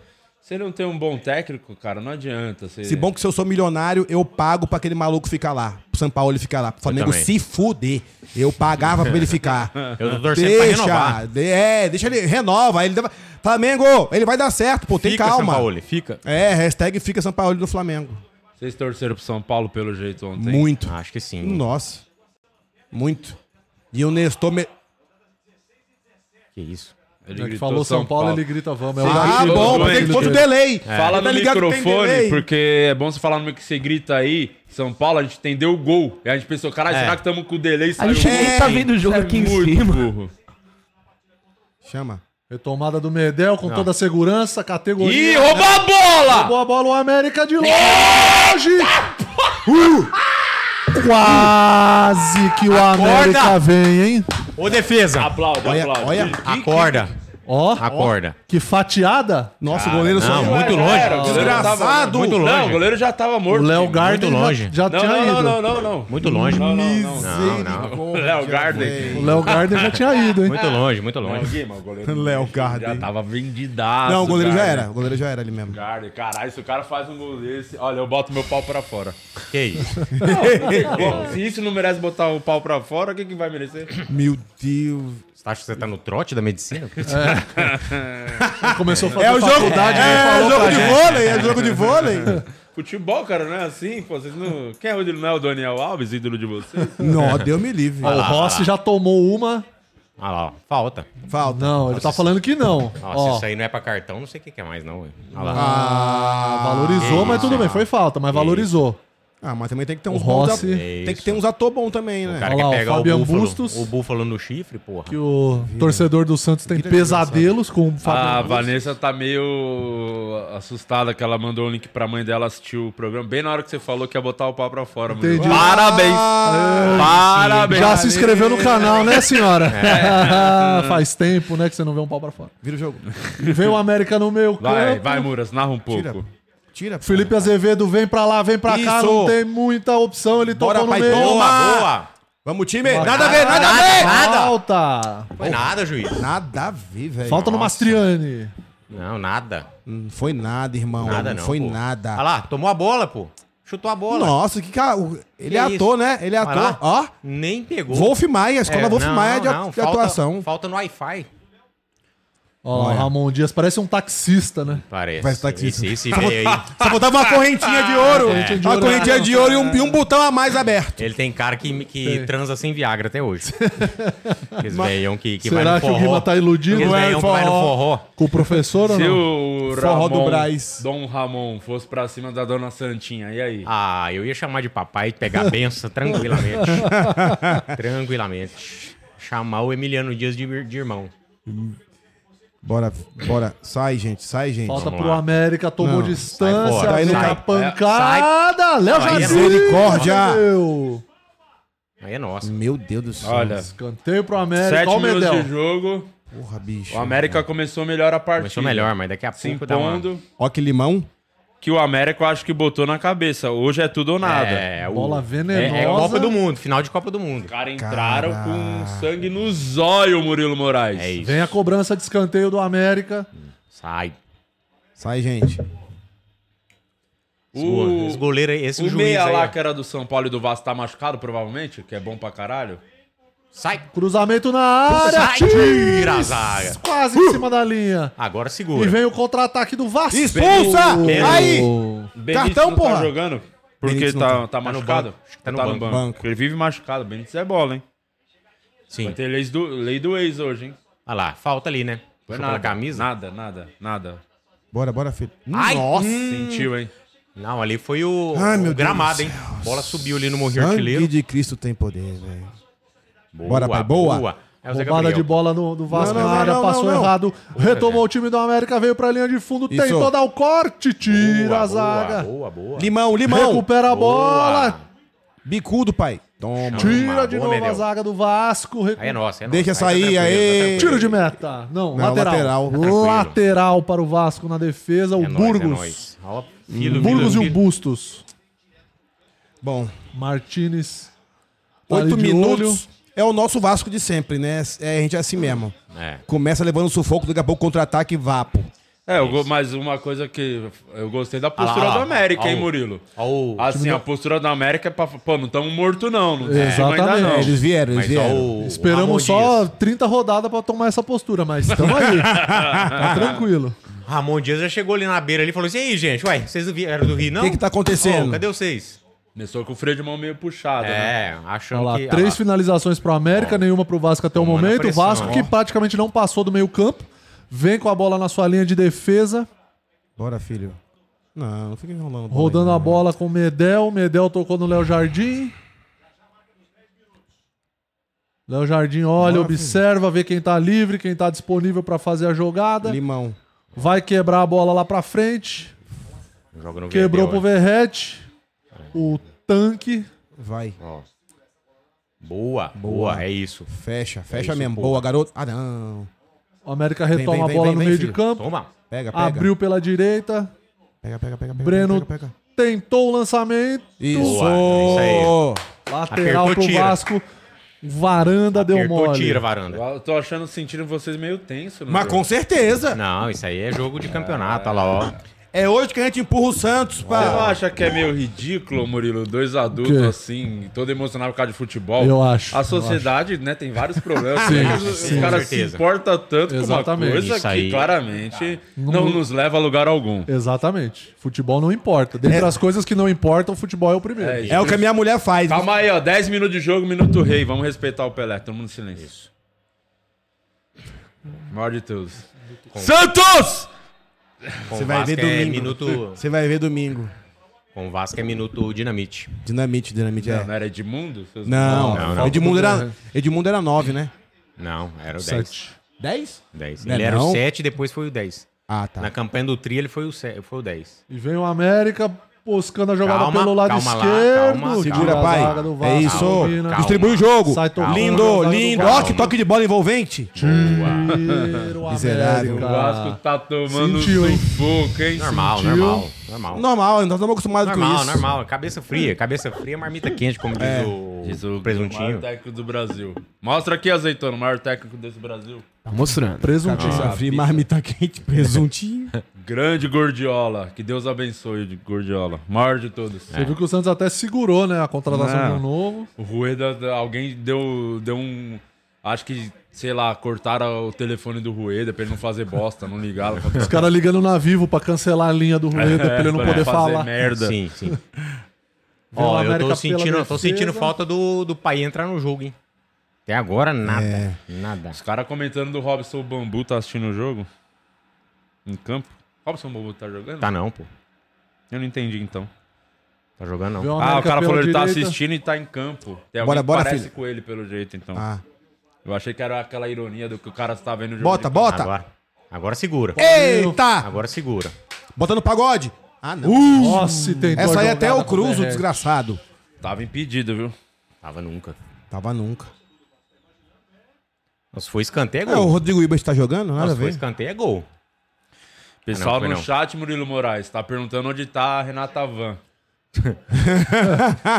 S3: Se não tem um bom técnico, cara, não adianta. Você...
S1: Se bom que se eu sou milionário, eu pago pra aquele maluco ficar lá. Pro São Paulo ele ficar lá. Pro Flamengo
S2: também.
S1: se fuder. Eu pagava pra ele
S2: [laughs]
S1: ficar.
S2: Eu tô torcendo pra renovar.
S1: Deixa. de- é, deixa ele. Renova. Ele dá- Flamengo, ele vai dar certo, pô. Tem
S2: Fica,
S1: calma.
S2: Sampaoli, fica.
S1: É, hashtag fica São Paulo no Flamengo.
S3: Vocês torceram pro São Paulo pelo jeito ontem.
S1: Muito.
S2: Ah, Acho que sim.
S1: Nossa. Muito. E o Nestor. Me...
S2: Que isso.
S3: Ele
S4: Já que
S3: gritou
S4: falou São Paulo, ele grita vamos. É o
S1: Ah,
S4: gatilho
S1: bom,
S4: do
S1: mas tem que
S4: gatilho
S1: pôr do
S4: dele.
S1: delay.
S3: Fala
S1: Tá
S3: no
S1: ligado que tem
S3: microfone,
S1: delay?
S3: porque é bom você falar no meio que você grita aí. São Paulo, a gente entendeu o gol. E a gente pensou, caralho, será que estamos com o delay?
S5: A
S3: Saiu
S5: gente
S3: o gol.
S5: nem tá vendo o jogo aqui em
S3: Muito
S5: cima.
S3: burro.
S1: Chama.
S4: Retomada do Medel com toda a segurança,
S3: Ih,
S4: categoria.
S3: roubou a bola!
S4: Boa bola, o América de longe! Uh! Quase que o América vem, hein?
S2: Ô, defesa!
S3: Aplauda,
S1: Olha,
S3: aplauda.
S1: olha.
S2: Acorda.
S4: Ó,
S2: Acorda.
S4: que fatiada!
S1: Nossa, o goleiro
S2: não,
S1: só.
S2: muito
S3: Já
S2: longe.
S3: era, o goleiro já tava-
S1: Desgraçado.
S2: Muito longe.
S3: Não, o goleiro já tava
S4: O
S3: morto.
S4: Léo
S3: time.
S4: Garden
S2: muito
S4: já-
S2: longe.
S4: já,
S3: Não,
S4: tinha
S3: não, não,
S4: ido.
S3: não, não, não.
S2: Muito longe.
S1: assim,
S2: Não, não.
S1: Misericórdia,
S3: Léo Garden.
S4: O Léo Garden já tinha ido, hein?
S2: Muito longe, muito
S3: Não,
S2: longe.
S3: Guima, o goleiro
S1: Léo
S3: já
S1: Garden.
S3: tava vendidaço.
S1: Não, o goleiro já
S3: Garden.
S1: era. O goleiro já era ali mesmo.
S3: Garden, caralho, se o cara faz um gol desse... Olha, eu boto meu pau pra fora.
S2: Que isso?
S3: Se isso não merece botar o pau pra fora, o que, que vai merecer?
S1: Meu Deus.
S2: Você acha que você tá no trote da medicina?
S4: Começou a fazer
S1: É o jogo,
S4: faculdade, né?
S1: é,
S4: Falou
S1: jogo
S4: pra
S1: de
S4: gente.
S1: vôlei, é jogo de [laughs] vôlei.
S3: Futebol, cara, não é assim, pô. Vocês não... Quem é o ídolo? Não é o Daniel Alves, ídolo de vocês?
S1: Não, Deus me livre.
S4: Ó, o Rossi já tomou uma.
S2: Olha lá, ó. falta.
S1: Falta.
S4: Não, ele tá falando que não.
S2: Nossa,
S4: Ó,
S2: isso aí não é pra cartão, não sei o que, que é mais, não. ué. Olha lá.
S1: Ah,
S4: valorizou, mas tudo bem, foi falta, mas valorizou.
S1: Ah, mas também tem que ter
S4: O
S1: uns bons.
S4: Rossi.
S1: ator- Tem que ter uns ator bom também,
S2: O
S1: né?
S2: cara
S4: Olha lá,
S2: quer
S4: o
S2: pegar o,
S4: Fabian
S2: búfalo,
S4: Bustos.
S2: o búfalo no chifre, porra.
S4: Que o torcedor do Santos tem pesadelos com o
S3: A
S4: Fábio.
S3: Vanessa tá meio assustada que ela mandou o link pra mãe dela assistir o programa. Bem na hora que você falou que ia botar o pau pra fora, mano.
S4: Entendi.
S3: Parabéns! Parabéns!
S4: Já se inscreveu no canal, né, senhora? [laughs] Faz tempo, né, que você não vê um pau pra fora.
S1: Vira o jogo.
S4: Vem o América no meio
S3: Vai,
S4: campo.
S3: vai, Muras, narra um
S1: Tira.
S3: pouco.
S1: Tira. pô.
S4: Felipe Azevedo vem pra lá, vem pra cá,
S1: Isso.
S4: não tem muita opção, ele
S1: Bora,
S4: tocou no
S1: pai,
S4: meio.
S1: toma.
S2: Boa, boa!
S1: Vamos, time. Nada a ver, nada a ver.
S4: Falta!
S2: Foi nada, juiz.
S1: Nada a ver, velho.
S4: Falta no
S1: Nossa.
S4: Mastriani.
S2: Não, nada.
S1: Não foi nada, irmão.
S2: Nada não,
S1: Foi
S2: pô.
S1: nada.
S2: Olha lá, tomou a bola, pô. Chutou a bola.
S1: Nossa, que cara. o- Ele
S2: Que
S1: é
S2: isso?
S1: ator, né? Ele é
S2: Vai lá.
S1: ator. Ó,
S2: Nem pegou.
S1: Wolf Maia, a escola
S2: É,
S1: Wolf
S2: não,
S1: Maia
S2: não,
S1: de,
S2: não,
S1: de
S2: falta-
S1: atuação.
S2: Falta no Wi-Fi.
S4: Ó, o Ramon Dias parece um taxista, né?
S2: Parece.
S1: Parece taxista.
S2: Esse, esse veio aí.
S1: Só botava uma correntinha de ouro.
S4: Correntinha de
S1: Uma
S4: ouro.
S1: correntinha de ouro e um, e um botão a mais aberto.
S2: Ele tem cara que, que transa sem Viagra até hoje. Aqueles velhão que, que vai
S4: Será
S2: no
S4: que
S2: forró.
S4: o Guima tá iludido?
S2: Aqueles velhão que vai no forró.
S4: Com o professor ou
S3: Se
S4: não?
S3: o
S1: Forró do
S3: Ramon,
S1: Brás.
S3: Dom Ramon fosse pra cima da Dona Santinha, e aí?
S2: Ah, eu ia chamar de papai e pegar a benção tranquilamente. tranquilamente. Chamar o Emiliano Dias de, de irmão.
S1: Bora, bora. Sai, gente, sai, gente.
S4: Falta
S2: Vamos
S4: pro
S2: lá.
S4: América, tomou
S1: Não,
S2: sai
S4: distância,
S2: fora,
S4: aí
S1: sai.
S4: a pancada, Léo
S2: Sai.
S4: Jardim!
S1: Misericórdia.
S4: meu.
S2: Aí é nossa.
S1: Meu Deus do céu.
S3: Olha,
S4: Escanteio pro América,
S3: sete
S4: ó o
S3: minutos
S4: Medel.
S3: de jogo.
S1: Porra, bicho.
S3: O América começou melhor a partida.
S2: Começou melhor, mas daqui a
S3: Se
S2: pouco dá uma...
S3: impondo.
S1: Ó que limão.
S3: Que o América eu acho que botou na cabeça. Hoje é tudo ou nada.
S2: É, o-
S4: Bola venenosa.
S2: É, é Copa do Mundo, final de Copa do Mundo.
S3: Os caras entraram com sangue no zóio, Murilo Moraes.
S2: É isso.
S4: Vem a cobrança de escanteio do América.
S2: Sai.
S1: Sai, gente.
S2: Esse go- Esse
S3: O,
S2: goleiro, aí, esse
S3: o
S2: juiz
S3: meia
S2: aí.
S3: lá
S2: ó.
S3: que era do São Paulo e do Vasco tá machucado, provavelmente, que é bom pra caralho.
S2: Sai.
S4: Cruzamento na área.
S2: Sai,
S4: Tires!
S2: tira a zaga.
S4: Quase em cima da linha.
S2: Agora segura.
S4: E vem o contra-ataque do Vasco.
S1: Expulsa!
S4: Pegou.
S1: Aí!
S3: Benítez
S1: Cartão,
S3: não
S1: porra!
S3: tá jogando? Porque
S1: Benítez
S3: tá,
S1: não
S3: tá,
S2: no
S3: machucado?
S2: banco. Acho que tá no banco.
S1: Banco.
S3: Ele vive machucado. Benítez é bola, hein? Vai
S2: Sim.
S3: ter lei do, lei do ex hoje, hein?
S2: Olha lá, falta ali, né?
S3: Foi
S2: Puxou pela camisa.
S3: Nada, nada, nada.
S1: Bora, bora, filho.
S2: Ai, hum.
S1: Nossa.
S3: Sentiu, hein?
S2: Não, ali foi o,
S1: Ai,
S2: o
S1: meu Deus
S2: gramado,
S1: do
S2: hein?
S1: céu.
S2: Bola subiu ali no Morrinho
S1: Sangue
S2: Artilheiro.
S1: de Cristo tem poder, velho. Bora, pai, boa.
S2: É o Zé
S4: Roubada
S2: Gabriel.
S4: de bola no, do Vasco
S1: Não,
S4: na
S1: não,
S4: área,
S1: não,
S4: passou
S1: não, não.
S4: errado. Retomou o time do América, veio pra linha de fundo,
S1: Isso.
S4: tentou dar o corte, tira
S2: Boa,
S4: a zaga.
S2: Boa, boa.
S1: Limão, limão.
S4: Recupera a bola,
S2: Boa.
S1: Bicudo, pai. Toma.
S2: Chama.
S4: tira
S2: Boa,
S4: de novo
S2: Medel.
S4: a zaga do Vasco. recu-
S2: Aí é nossa, é nossa.
S1: Deixa
S2: tá
S1: sair,
S2: tranquilo,
S1: aê.
S2: tranquilo.
S4: Tiro de meta. Não,
S1: Não, lateral.
S4: lateral.
S1: Tá
S2: tranquilo.
S4: Lateral. para o Vasco na defesa, o
S2: É nóis,
S4: Burgos.
S2: é nóis. Ó, filho,
S4: Burgos e
S2: filho,
S4: o Bustos.
S1: Bom,
S4: Martinez. tá ali
S1: oito
S4: de
S1: minutos
S4: olho.
S1: é o nosso Vasco de sempre, né? É, a gente é assim mesmo.
S2: É.
S1: Começa levando sufoco, daqui a pouco contra-ataque vapo.
S3: É, eu go- mas uma coisa que eu gostei da postura
S2: Ah lá,
S3: do América,
S2: ó,
S3: hein,
S2: ó,
S3: Murilo?
S2: Ó, o-
S3: Assim, a postura do América é pra. Pô, não estamos morto não. Não tem time ainda
S4: Exatamente.
S3: não.
S1: Eles vieram, eles
S2: mas ó,
S1: vieram.
S2: o- o Ramon
S4: Esperamos só 30 rodadas pra tomar essa postura, mas
S2: [laughs]
S4: estamos aí. tá tranquilo.
S2: Dias. Ramon Dias já chegou ali na beira ali e falou assim: "E aí, gente, ué, vocês não vieram do Rio não?
S1: O que que tá acontecendo?"
S2: Ô, cadê vocês?"
S3: Começou com o freio de mão meio puxado, né?
S2: É, achando
S4: Olha lá,
S2: que ah
S4: três
S2: lá,
S4: finalizações pro América, nenhuma pro Vasco até o
S2: Tomando
S4: momento. O
S2: pressão,
S4: Vasco
S2: ó.
S4: que praticamente não passou do meio campo. Vem com a bola na sua linha de defesa,
S1: Bora, filho. Não, não fica enrolando. bola
S4: rodando
S1: aí,
S4: a
S1: não.
S4: bola com o Medel. Medel tocou no Léo Jardim. Léo Jardim olha,
S1: Bora,
S4: observa, vê quem tá livre, quem tá disponível pra fazer a jogada.
S1: Limão.
S4: Vai quebrar a bola lá pra frente.
S2: joga no
S4: Quebrou pro
S2: Verdeu,
S4: Verrete. O tanque.
S1: Vai.
S2: ó. Boa, boa, é isso.
S1: Fecha, fecha
S2: isso,
S1: mesmo.
S2: pô.
S1: Boa, garoto. Ah, não.
S4: O América retoma
S1: vem,
S4: a
S1: vem,
S4: bola
S1: vem,
S4: no
S1: vem,
S4: meio
S1: filho.
S4: de campo.
S2: Toma.
S1: Pega, pega.
S4: Abriu pela direita.
S1: Pega, pega, pega. pega
S4: Breno
S1: Pega, pega.
S4: tentou o lançamento.
S1: Isso.
S2: Boa, é
S4: Lateral
S2: Apertou,
S4: pro
S2: tira.
S4: Vasco. Varanda deu
S2: Apertou,
S4: mole.
S2: tira, varanda.
S3: Eu tô achando, sentindo vocês meio tenso. né? não
S1: Mas
S3: sei.
S1: com certeza.
S2: Não, isso aí é jogo de campeonato, olha lá, ó.
S1: É hoje que a gente empurra o Santos,
S3: Você não
S1: pá.
S3: acha que é meio ridículo, Murilo? Dois adultos
S4: quê?
S3: assim, todo emocionado por causa de futebol.
S4: Eu acho,
S3: A
S4: eu
S3: sociedade, né, tem vários problemas.
S4: Sim,
S3: Os- os
S2: sim. Com
S3: caras se
S2: certeza.
S3: importam tanto com
S4: Exatamente.
S3: uma coisa
S2: Isso
S3: que
S2: aí.
S3: claramente não nos leva a lugar algum.
S4: Exatamente. Futebol não importa. Dentre as coisas que não importam, o futebol é o primeiro.
S3: É isso.
S1: É o que a minha mulher faz.
S3: Calma aí, ó. 10 minutos de jogo, minuto rei. Vamos respeitar o Pelé. Todo mundo em silêncio. Isso. Maior de todos. Santos!
S2: Com
S1: Você
S2: o
S1: vai
S2: Vasco
S1: ver
S2: é
S1: domingo.
S2: minuto.
S1: Você vai ver domingo.
S2: Com o Vasco é minuto dinamite.
S1: Dinamite, dinamite,
S3: Não
S1: é.
S3: era Edmundo? Seus-
S1: Não,
S2: Não, não.
S1: Edmundo, era, Edmundo era 9, né?
S2: Não, era
S1: é
S2: o 10.
S4: Sete.
S1: 10?
S2: 10.
S1: Não é
S2: Ele era
S1: não?
S2: o 7 depois foi o 10.
S1: Ah,
S2: Na
S1: tá.
S2: campanha do Tri ele foi o, se- foi o 10.
S4: E vem o América buscando a jogada
S2: Calma,
S4: pelo lado
S2: calma lá,
S4: esquerdo.
S2: calma,
S4: tira
S1: Segura,
S4: a
S1: pai.
S4: zaga do Vasco,
S1: é isso.
S4: combina.
S2: Calma.
S1: Distribui o jogo.
S4: Sai tocando na
S1: Lindo,
S4: zaga do
S1: lindo. Ó,
S4: Vasco.
S1: que toque de bola envolvente.
S2: Boa.
S4: Tira o
S1: Miserável.
S3: O
S4: América.
S3: Vasco tá tomando
S4: Ah, Sentiu, hein?
S3: sufoco, hein?
S2: Normal,
S4: Sentiu?
S2: normal, normal.
S1: Normal, nós estamos acostumados com
S2: Normal,
S1: é isso. É.
S2: normal. Cabeça fria, cabeça fria, é marmita quente, como diz, o,
S3: Diz o
S2: presuntinho.
S3: maior técnico do Brasil. Mostra aqui, Azeitona, o maior técnico desse Brasil.
S5: Tá mostrando.
S4: Presuntinho.
S1: Cabeça fria, marmita quente, presuntinho.
S3: Grande Gordiola. Que Deus abençoe de Gordiola. Maior de todos.
S4: Você viu que o Santos até segurou, né? A contratação
S3: Não.
S4: de um novo.
S3: O Rueda, alguém deu, deu um, Acho que, sei lá, cortaram o telefone do Rueda pra ele não fazer bosta, não ligaram.
S2: [laughs]
S4: Os caras ligando na vivo pra cancelar a linha do Rueda pra
S2: É,
S4: ele não poder
S3: É, fazer
S4: falar.
S3: merda.
S2: Sim,
S1: [laughs]
S2: sim.
S4: Vila
S2: Ó, eu
S4: América
S2: tô
S4: pela
S2: sentindo, tô sentindo
S4: defesa.
S2: falta do, do pai entrar no jogo, hein? Até agora, nada.
S1: É.
S2: Nada.
S3: Os caras comentando do Robson Bambu tá assistindo o jogo? Em campo? Robson Bambu tá jogando?
S2: Tá não, pô.
S3: Eu não entendi então.
S2: Tá jogando não.
S4: Viu?
S3: Ah, o
S4: América
S3: cara
S4: né, pela
S3: falou ele tá
S4: direita.
S3: assistindo e tá em campo. Tem alguém
S1: Bora,
S3: que
S1: bora,
S3: parece
S1: filho.
S3: com ele pelo jeito, então.
S1: Ah.
S3: Eu achei que era aquela ironia do que o cara tá vendo o jogo.
S1: Bota,
S3: de-
S1: bota.
S2: Agora, agora segura.
S1: É. Eita!
S2: Agora segura.
S1: Bota no pagode. Ah, não.
S4: Nossa, e tentou
S1: Essa aí
S4: a
S1: até é
S4: jogada
S1: o Cruz,
S4: Uh, com
S1: o
S4: Verret.
S1: desgraçado.
S3: Tava impedido, viu?
S2: Tava nunca.
S1: Tava nunca.
S2: Mas foi escanteio, é
S1: É, o
S2: gol.
S1: Rodrigo Ibas tá jogando, nada a
S2: Mas foi
S1: ver.
S2: escanteio, é gol.
S3: Pessoal
S2: Ah, não, foi
S3: no
S2: não.
S3: chat, Murilo Moraes, tá perguntando onde tá a Renata Van.
S1: [laughs]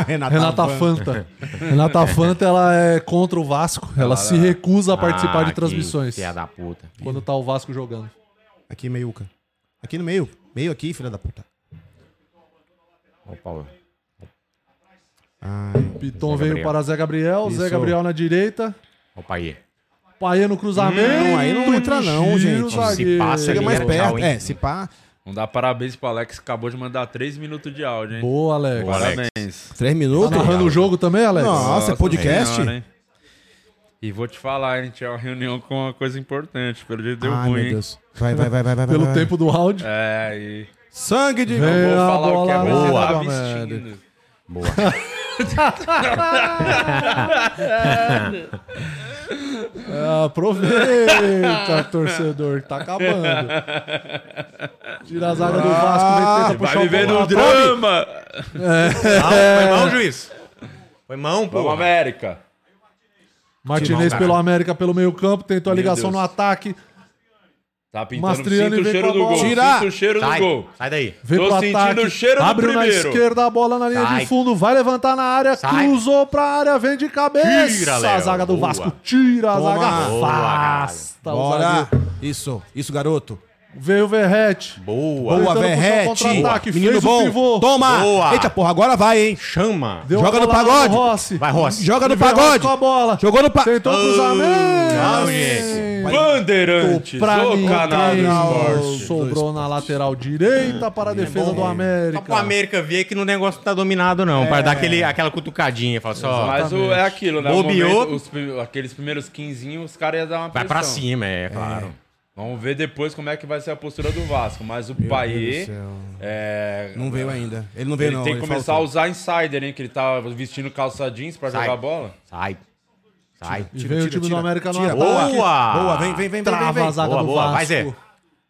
S1: Renata,
S4: Renata
S1: Van.
S4: Fanta. Renata Fanta, ela é contra o Vasco. Ela, se recusa a participar
S2: Ah,
S4: de
S2: que
S4: transmissões
S2: Filha da puta.
S4: quando tá o Vasco jogando.
S1: Aqui, meiuca. Aqui no meio. Meio aqui, filha da puta.
S2: Ó, o Paulo.
S1: Ai,
S4: Piton
S2: Zé
S4: veio
S2: Gabriel.
S4: para Zé Gabriel, Zé
S1: Isso.
S4: Gabriel na direita.
S2: Ó, o pai.
S4: Paia no cruzamento.
S1: Não, aí não entra não,
S4: Giro,
S1: gente. Se
S4: zagueiro.
S2: passa
S1: chega
S2: ali,
S1: mais
S2: é
S1: perto.
S2: tchau, hein?
S1: é, se pá.
S3: Vamos dar parabéns pro Alex, que acabou de mandar 3 minutos de áudio, hein?
S4: Boa, Alex.
S2: Boa, Alex.
S3: Parabéns.
S1: Três
S4: Tá
S1: minutos.
S4: narrando o jogo também, Alex?
S1: Não. é Nossa, é podcast?
S3: hein? E vou te falar, hein? Tinha uma reunião com uma coisa importante. Pelo jeito deu
S1: Ai,
S3: ruim,
S1: meu
S3: hein?
S1: Deus. Vai, vai, vai, vai, vai.
S4: Pelo
S1: vai.
S4: tempo do round.
S3: É, e.
S1: né? Sangue de.
S4: Vem.
S3: Vou
S4: a
S3: falar o que é,
S4: bola
S3: mas você
S4: boa
S3: tá
S4: do
S3: vestindo.
S2: Boa.
S4: É, aproveita, torcedor, que tá acabando. Tira a zaga do Vasco, vem tenta puxar
S3: Vai um viver
S4: o
S3: no
S4: bola.
S3: drama!
S2: Mão, Ah,
S4: É.
S2: foi mão, juiz. Foi mão, pô.
S3: Vamos, América!
S4: Martinez
S2: Timão,
S4: pelo
S2: cara.
S4: América pelo meio campo, tentou a
S3: Meu
S4: ligação
S3: Deus.
S4: no ataque,
S3: Tá pintando.
S4: Mastriani
S3: Sinto o
S4: vem
S3: cheiro
S4: com a
S3: do gol.
S4: bola.
S1: Tira!
S3: Sinto o cheiro
S2: Sai,
S3: do gol.
S2: sai daí.
S4: veio
S3: Tô
S4: pro
S3: sentindo
S4: ataque.
S3: o cheiro do
S4: abriu na
S3: primeiro.
S4: esquerda a bola na linha de
S2: Sai.
S4: fundo, vai levantar na área,
S2: Sai.
S4: cruzou pra área, vem de cabeça.
S2: Tira,
S4: a
S2: Léo.
S4: zaga do
S2: Boa.
S4: Vasco, tira a
S1: Toma.
S4: zaga,
S2: Boa, caralho.
S4: afasta o
S1: Bora.
S4: zagueiro.
S1: Isso, isso, garoto.
S4: Veio o Verrete.
S2: Boa.
S1: Boa,
S4: Tentando puxar o
S1: Verrete.
S4: contra-ataque,
S1: Menino
S4: fez o
S1: bom.
S4: pivô.
S1: Toma.
S2: Boa.
S1: Eita porra, agora vai, hein?
S2: Chama.
S4: Deu
S1: Joga
S4: a
S1: no
S4: bola lá
S1: pagode.
S4: Rossi.
S2: Vai, Rossi.
S1: Joga no
S4: Ele veio
S1: pagode.
S4: com a bola.
S1: Jogou no pagode.
S4: Tentou o cruzamento.
S2: Não, gente.
S3: Bandeirantes,
S4: Pra
S3: o
S4: ninguém,
S3: canal do
S4: não.
S3: esporte.
S4: sobrou na lateral direita para a defesa do
S2: Só
S4: América.
S2: pro América ver que o negócio não tá dominado, não.
S4: É.
S2: Pra dar aquele, aquela cutucadinha. Fala só,
S3: Mas o- é aquilo, né? O
S2: Bobeou.
S3: momento, os prim- aqueles primeiros 15, os caras iam dar uma
S2: vai
S3: pressão.
S2: pra cima, é claro.
S3: Vamos ver depois como é que vai ser a postura do Vasco. Mas o Paê. É,
S1: Não veio ainda. Ele não veio,
S3: ele
S1: não.
S3: tem que começar
S1: faltou.
S3: a usar insider, hein? Que ele tá vestindo calça jeans pra
S2: Sai.
S3: jogar bola.
S2: Sai. Sai.
S4: E veio o time do América no
S1: tira,
S4: ataque.
S1: boa.
S2: Boa.
S1: Boa, vem, vem, vem, vem,
S4: Trava
S1: vem,
S4: a
S1: vem.
S4: zaga
S2: Boa,
S4: do
S2: boa.
S4: Vasco.
S2: Vai, Zé. Vai,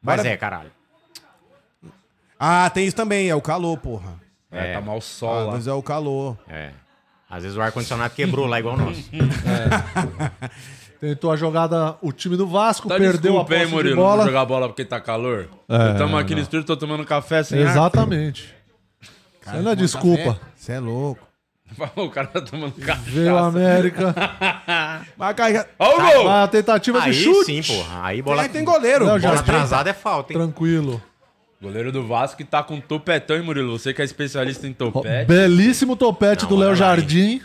S1: Bora.
S2: Zé, caralho.
S1: Ah, tem isso também, é o calor, porra.
S3: É,
S2: É.
S3: tá mal
S1: Ah,
S3: sol lá.
S1: mas é o calor.
S2: É. Às vezes o ar-condicionado quebrou lá, igual o nosso.
S4: Tentou a jogada o time do Vasco,
S3: Tá
S4: perdeu a
S3: desculpa, hein,
S4: posse de
S3: Murilo, não
S4: bola.
S3: jogar bola porque tá calor?
S4: É,
S3: eu tamo aqui no estúdio, tô tomando café sem ar. [laughs]
S4: Exatamente. Isso não é desculpa.
S1: Você é louco.
S3: O cara tá tomando
S4: Veio a
S3: cachaça.
S2: [laughs]
S4: América.
S1: Mas cara, já-
S3: Ó o gol!
S4: Vai a tentativa
S2: Aí
S4: de chute.
S2: sim, porra. Aí bola,
S1: Aí tem goleiro.
S4: Não, já-
S2: bola atrasada é falta, hein?
S4: Tranquilo.
S3: Goleiro do Vasco que tá com topetão, hein, Murilo? Você que é especialista em
S4: Ó,
S3: topete.
S4: Belíssimo topete
S2: Não,
S4: do Léo
S2: olha lá, hein.
S4: Jardim.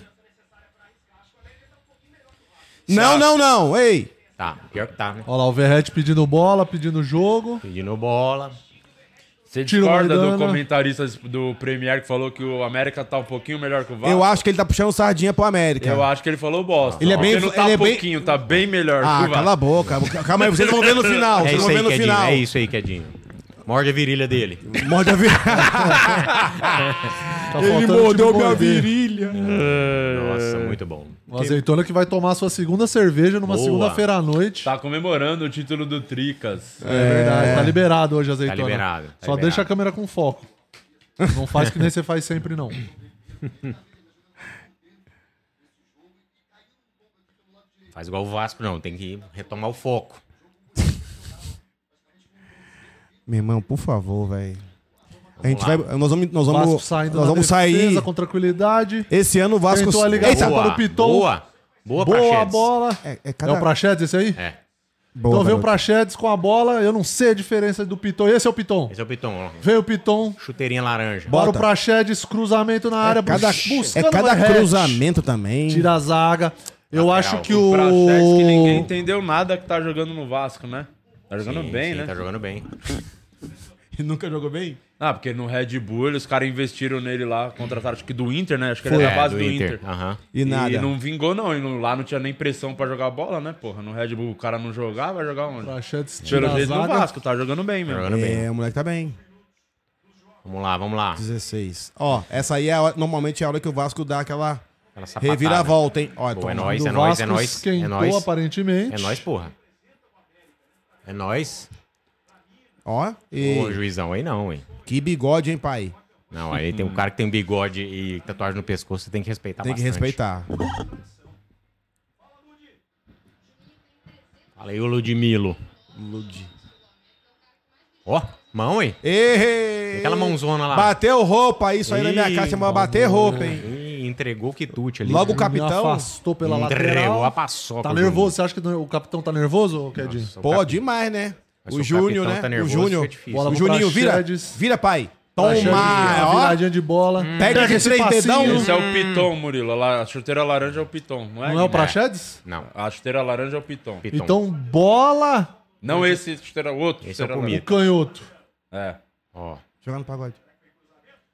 S1: Não, não, não. Ei.
S2: Tá, pior que tá, né?
S4: Olha lá, o Verrete pedindo bola, pedindo jogo.
S2: Pedindo bola.
S3: Você
S4: Tiro
S3: discorda do
S4: Maidana.
S3: comentarista do Premier que falou que o América tá um pouquinho melhor que o Vasco?
S1: Eu acho que ele tá puxando sardinha pro América.
S3: Eu acho que ele falou bosta.
S1: Ele é
S3: Porque
S1: bem-
S3: não tá
S1: ele é bem-
S3: pouquinho, tá bem melhor que
S1: Ah,
S3: o Vasco.
S1: cala a boca. Calma aí, vocês vão ver no final.
S2: É
S1: Vocês
S2: isso
S1: vão ver
S2: aí,
S1: no
S2: Quedinho.
S1: final.
S2: É isso aí, Quedinho. Morde a virilha dele.
S1: Morde a virilha.
S4: [laughs] Tá
S1: Ele
S4: faltando o
S1: mordeu
S4: time
S1: minha
S4: morder.
S1: virilha.
S2: Nossa, muito bom.
S4: O azeitona que vai tomar sua segunda cerveja numa
S2: Boa.
S4: segunda-feira à noite.
S3: Tá comemorando o título do Tricas.
S4: É verdade, tá liberado hoje, azeitona.
S2: liberado, tá
S4: Só
S2: liberado.
S4: deixa a câmera com foco. Não faz que nem você faz sempre, não.
S2: Faz igual o Vasco, não. Tem que retomar o foco.
S1: Meu irmão, por favor, velho. A gente
S2: lá.
S1: vai. Nós vamos, nós
S4: Vasco
S1: vamos,
S4: saindo
S1: nós
S4: na
S1: vamos
S4: defesa
S1: sair.
S4: com tranquilidade.
S1: Esse é ano o Vasco.
S4: Tentou a ligação.
S1: Eita,
S4: para o Piton.
S2: Boa. Boa,
S4: Boa
S2: Praxedes.
S4: bola.
S1: É,
S4: É,
S1: é cada-
S4: o Prachedes esse aí?
S2: É.
S1: Boa,
S4: Então veio o
S1: garoto.
S4: Prachedes com a bola. Eu não sei a diferença do Piton. Esse é o Piton.
S2: Esse é o Piton. ó.
S4: Veio o Piton.
S2: Chuteirinha laranja.
S4: Bora o
S1: Bota. É
S4: Prachedes, cruzamento na área.
S1: Cada,
S4: bus-
S1: é
S4: o
S1: cada
S4: Verrete.
S1: cruzamento também.
S4: Tira a zaga. Eu
S2: Lateral.
S4: acho que
S3: O
S4: o.
S3: Praxedes, que ninguém entendeu nada que tá jogando no Vasco, né? Tá jogando
S2: Sim,
S3: bem,
S2: sim,
S3: né?
S2: Tá jogando bem.
S4: [laughs]
S1: E nunca jogou bem?
S3: Ah, porque no Red Bull os caras investiram nele lá, contrataram acho que do Inter, né? Acho que ele
S2: É,
S3: era da base do, Inter.
S2: Aham. Tá
S1: E nada.
S3: E não vingou, não. E não- lá não tinha nem pressão pra jogar bola, né? Porra, no Red Bull o cara não jogar, vai jogar onde?
S4: Praxedes tira
S3: Pelo
S4: a
S3: jeito no
S4: zaga.
S3: Vasco, tá jogando bem
S2: Tá
S3: mesmo.
S2: jogando bem.
S1: É, o moleque tá bem.
S2: Vamos lá, vamos lá.
S1: 16. Ó, essa aí é a hora- normalmente é a hora que o Vasco dá aquela
S2: Aquela sapatada.
S1: reviravolta, hein? Ó, então,
S2: Boa, né? é
S1: tomando-
S2: nóis,
S4: Do
S2: é nóis, é
S4: Vasco
S2: nóis. É
S4: esquentou,
S2: nóis.
S4: aparentemente.
S2: É nóis, porra. É nóis.
S1: Ó, e
S2: Ô, juizão aí não, hein.
S1: que bigode, hein, pai?
S2: Não, aí tem um cara que tem bigode e tatuagem no pescoço, você tem que respeitar
S1: Tem que
S2: bastante.
S1: respeitar.
S2: Fala aí, ô Ludmilo.
S1: Lud.
S2: Ó, mão, hein.
S1: Errei!
S2: Aquela mãozona lá.
S1: Bateu roupa, isso aí na minha
S2: Ih,
S1: casa chama bater roupa, hein?
S2: Ih, entregou o quitute ali. né?
S1: Logo o
S4: Me
S1: capitão.
S4: afastou pela
S2: Entregou a
S4: lateral.
S2: paçoca.
S4: Tá
S2: o
S4: nervoso? Você acha que o capitão tá nervoso, Kedinho?
S2: Júnior.
S1: Pô, demais, né?
S2: Mas
S1: o
S2: o
S1: Júnior,
S2: capitão
S1: né?
S2: tá
S1: o
S2: nervoso,
S1: Júnior.
S2: fica difícil.
S1: O
S4: Bola pro
S1: Juninho, vira.
S4: Praxedes.
S1: Vira, pai.
S4: Praxedes, a
S1: Toma!
S4: é Viradinha de bola.
S1: Ó, pega
S4: Pega
S1: esses
S4: esse
S1: três
S4: passinho.
S1: dedão.
S3: Esse é o Piton, Murilo. lá, A chuteira laranja é o Piton, não é?
S4: Não é o
S3: Guilherme?
S4: Praxedes?
S2: Não,
S3: A chuteira laranja é o Piton.
S2: Piton.
S4: Então, bola,
S3: Não esse chuteira, o outro.
S2: Esse é o
S3: chuteira
S2: comido.
S4: canhoto.
S3: laranja. É.
S2: Ó,
S1: Jogar no pagode.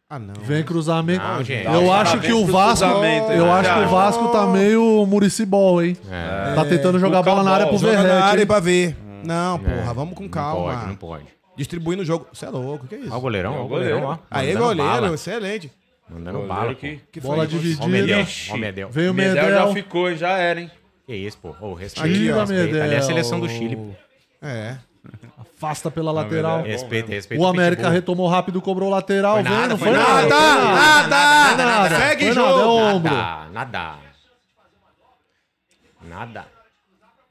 S1: Ah, não.
S4: Vem cruzamento.
S2: Não, gente.
S4: eu
S2: Parabéns
S4: acho que o
S3: pro
S4: Vasco.
S3: cruzamento, hein,
S4: Eu acho que
S3: cara.
S4: o Vasco tá meio Murici Ball, hein?
S2: é.
S4: Tá tentando jogar
S3: Cuca
S4: bola na área pro
S3: Ball.
S1: Joga na área
S4: Verrete. hein?
S1: pra ver. Não, porra,
S2: É,
S1: vamos com
S2: Não
S1: calma.
S2: pode, não pode.
S1: Distribuindo o jogo. Você é louco, que
S2: Ó o
S1: isso?
S2: goleirão, ó o goleirão, ó.
S1: Aí,
S2: Mandando
S1: goleiro,
S2: bala,
S1: excelente.
S2: Mandando
S3: Goleiro
S2: bala,
S3: que-
S2: pô.
S1: Que
S4: Bola
S1: foi?
S2: Ó o Medel,
S4: dividida.
S2: ó o Medel.
S4: Vem o
S3: Medel já
S4: Medel.
S3: ficou, hein? Já era, hein?
S2: Que isso, pô. Ô, respeito,
S1: Aqui, ó.
S2: respeito. Ali é a seleção do Chile, pô.
S1: É.
S4: Afasta pela lateral.
S2: Respeita, respeita.
S4: O América
S2: Pitbull.
S4: retomou rápido, cobrou lateral.
S2: Foi
S4: Vem,
S2: nada,
S4: não
S2: foi
S4: foi
S2: nada,
S4: nada.
S1: Nada, nada, nada, Segue
S4: Foi nada, é
S1: jogo.
S4: ombro.
S2: Nada, nada. Nada.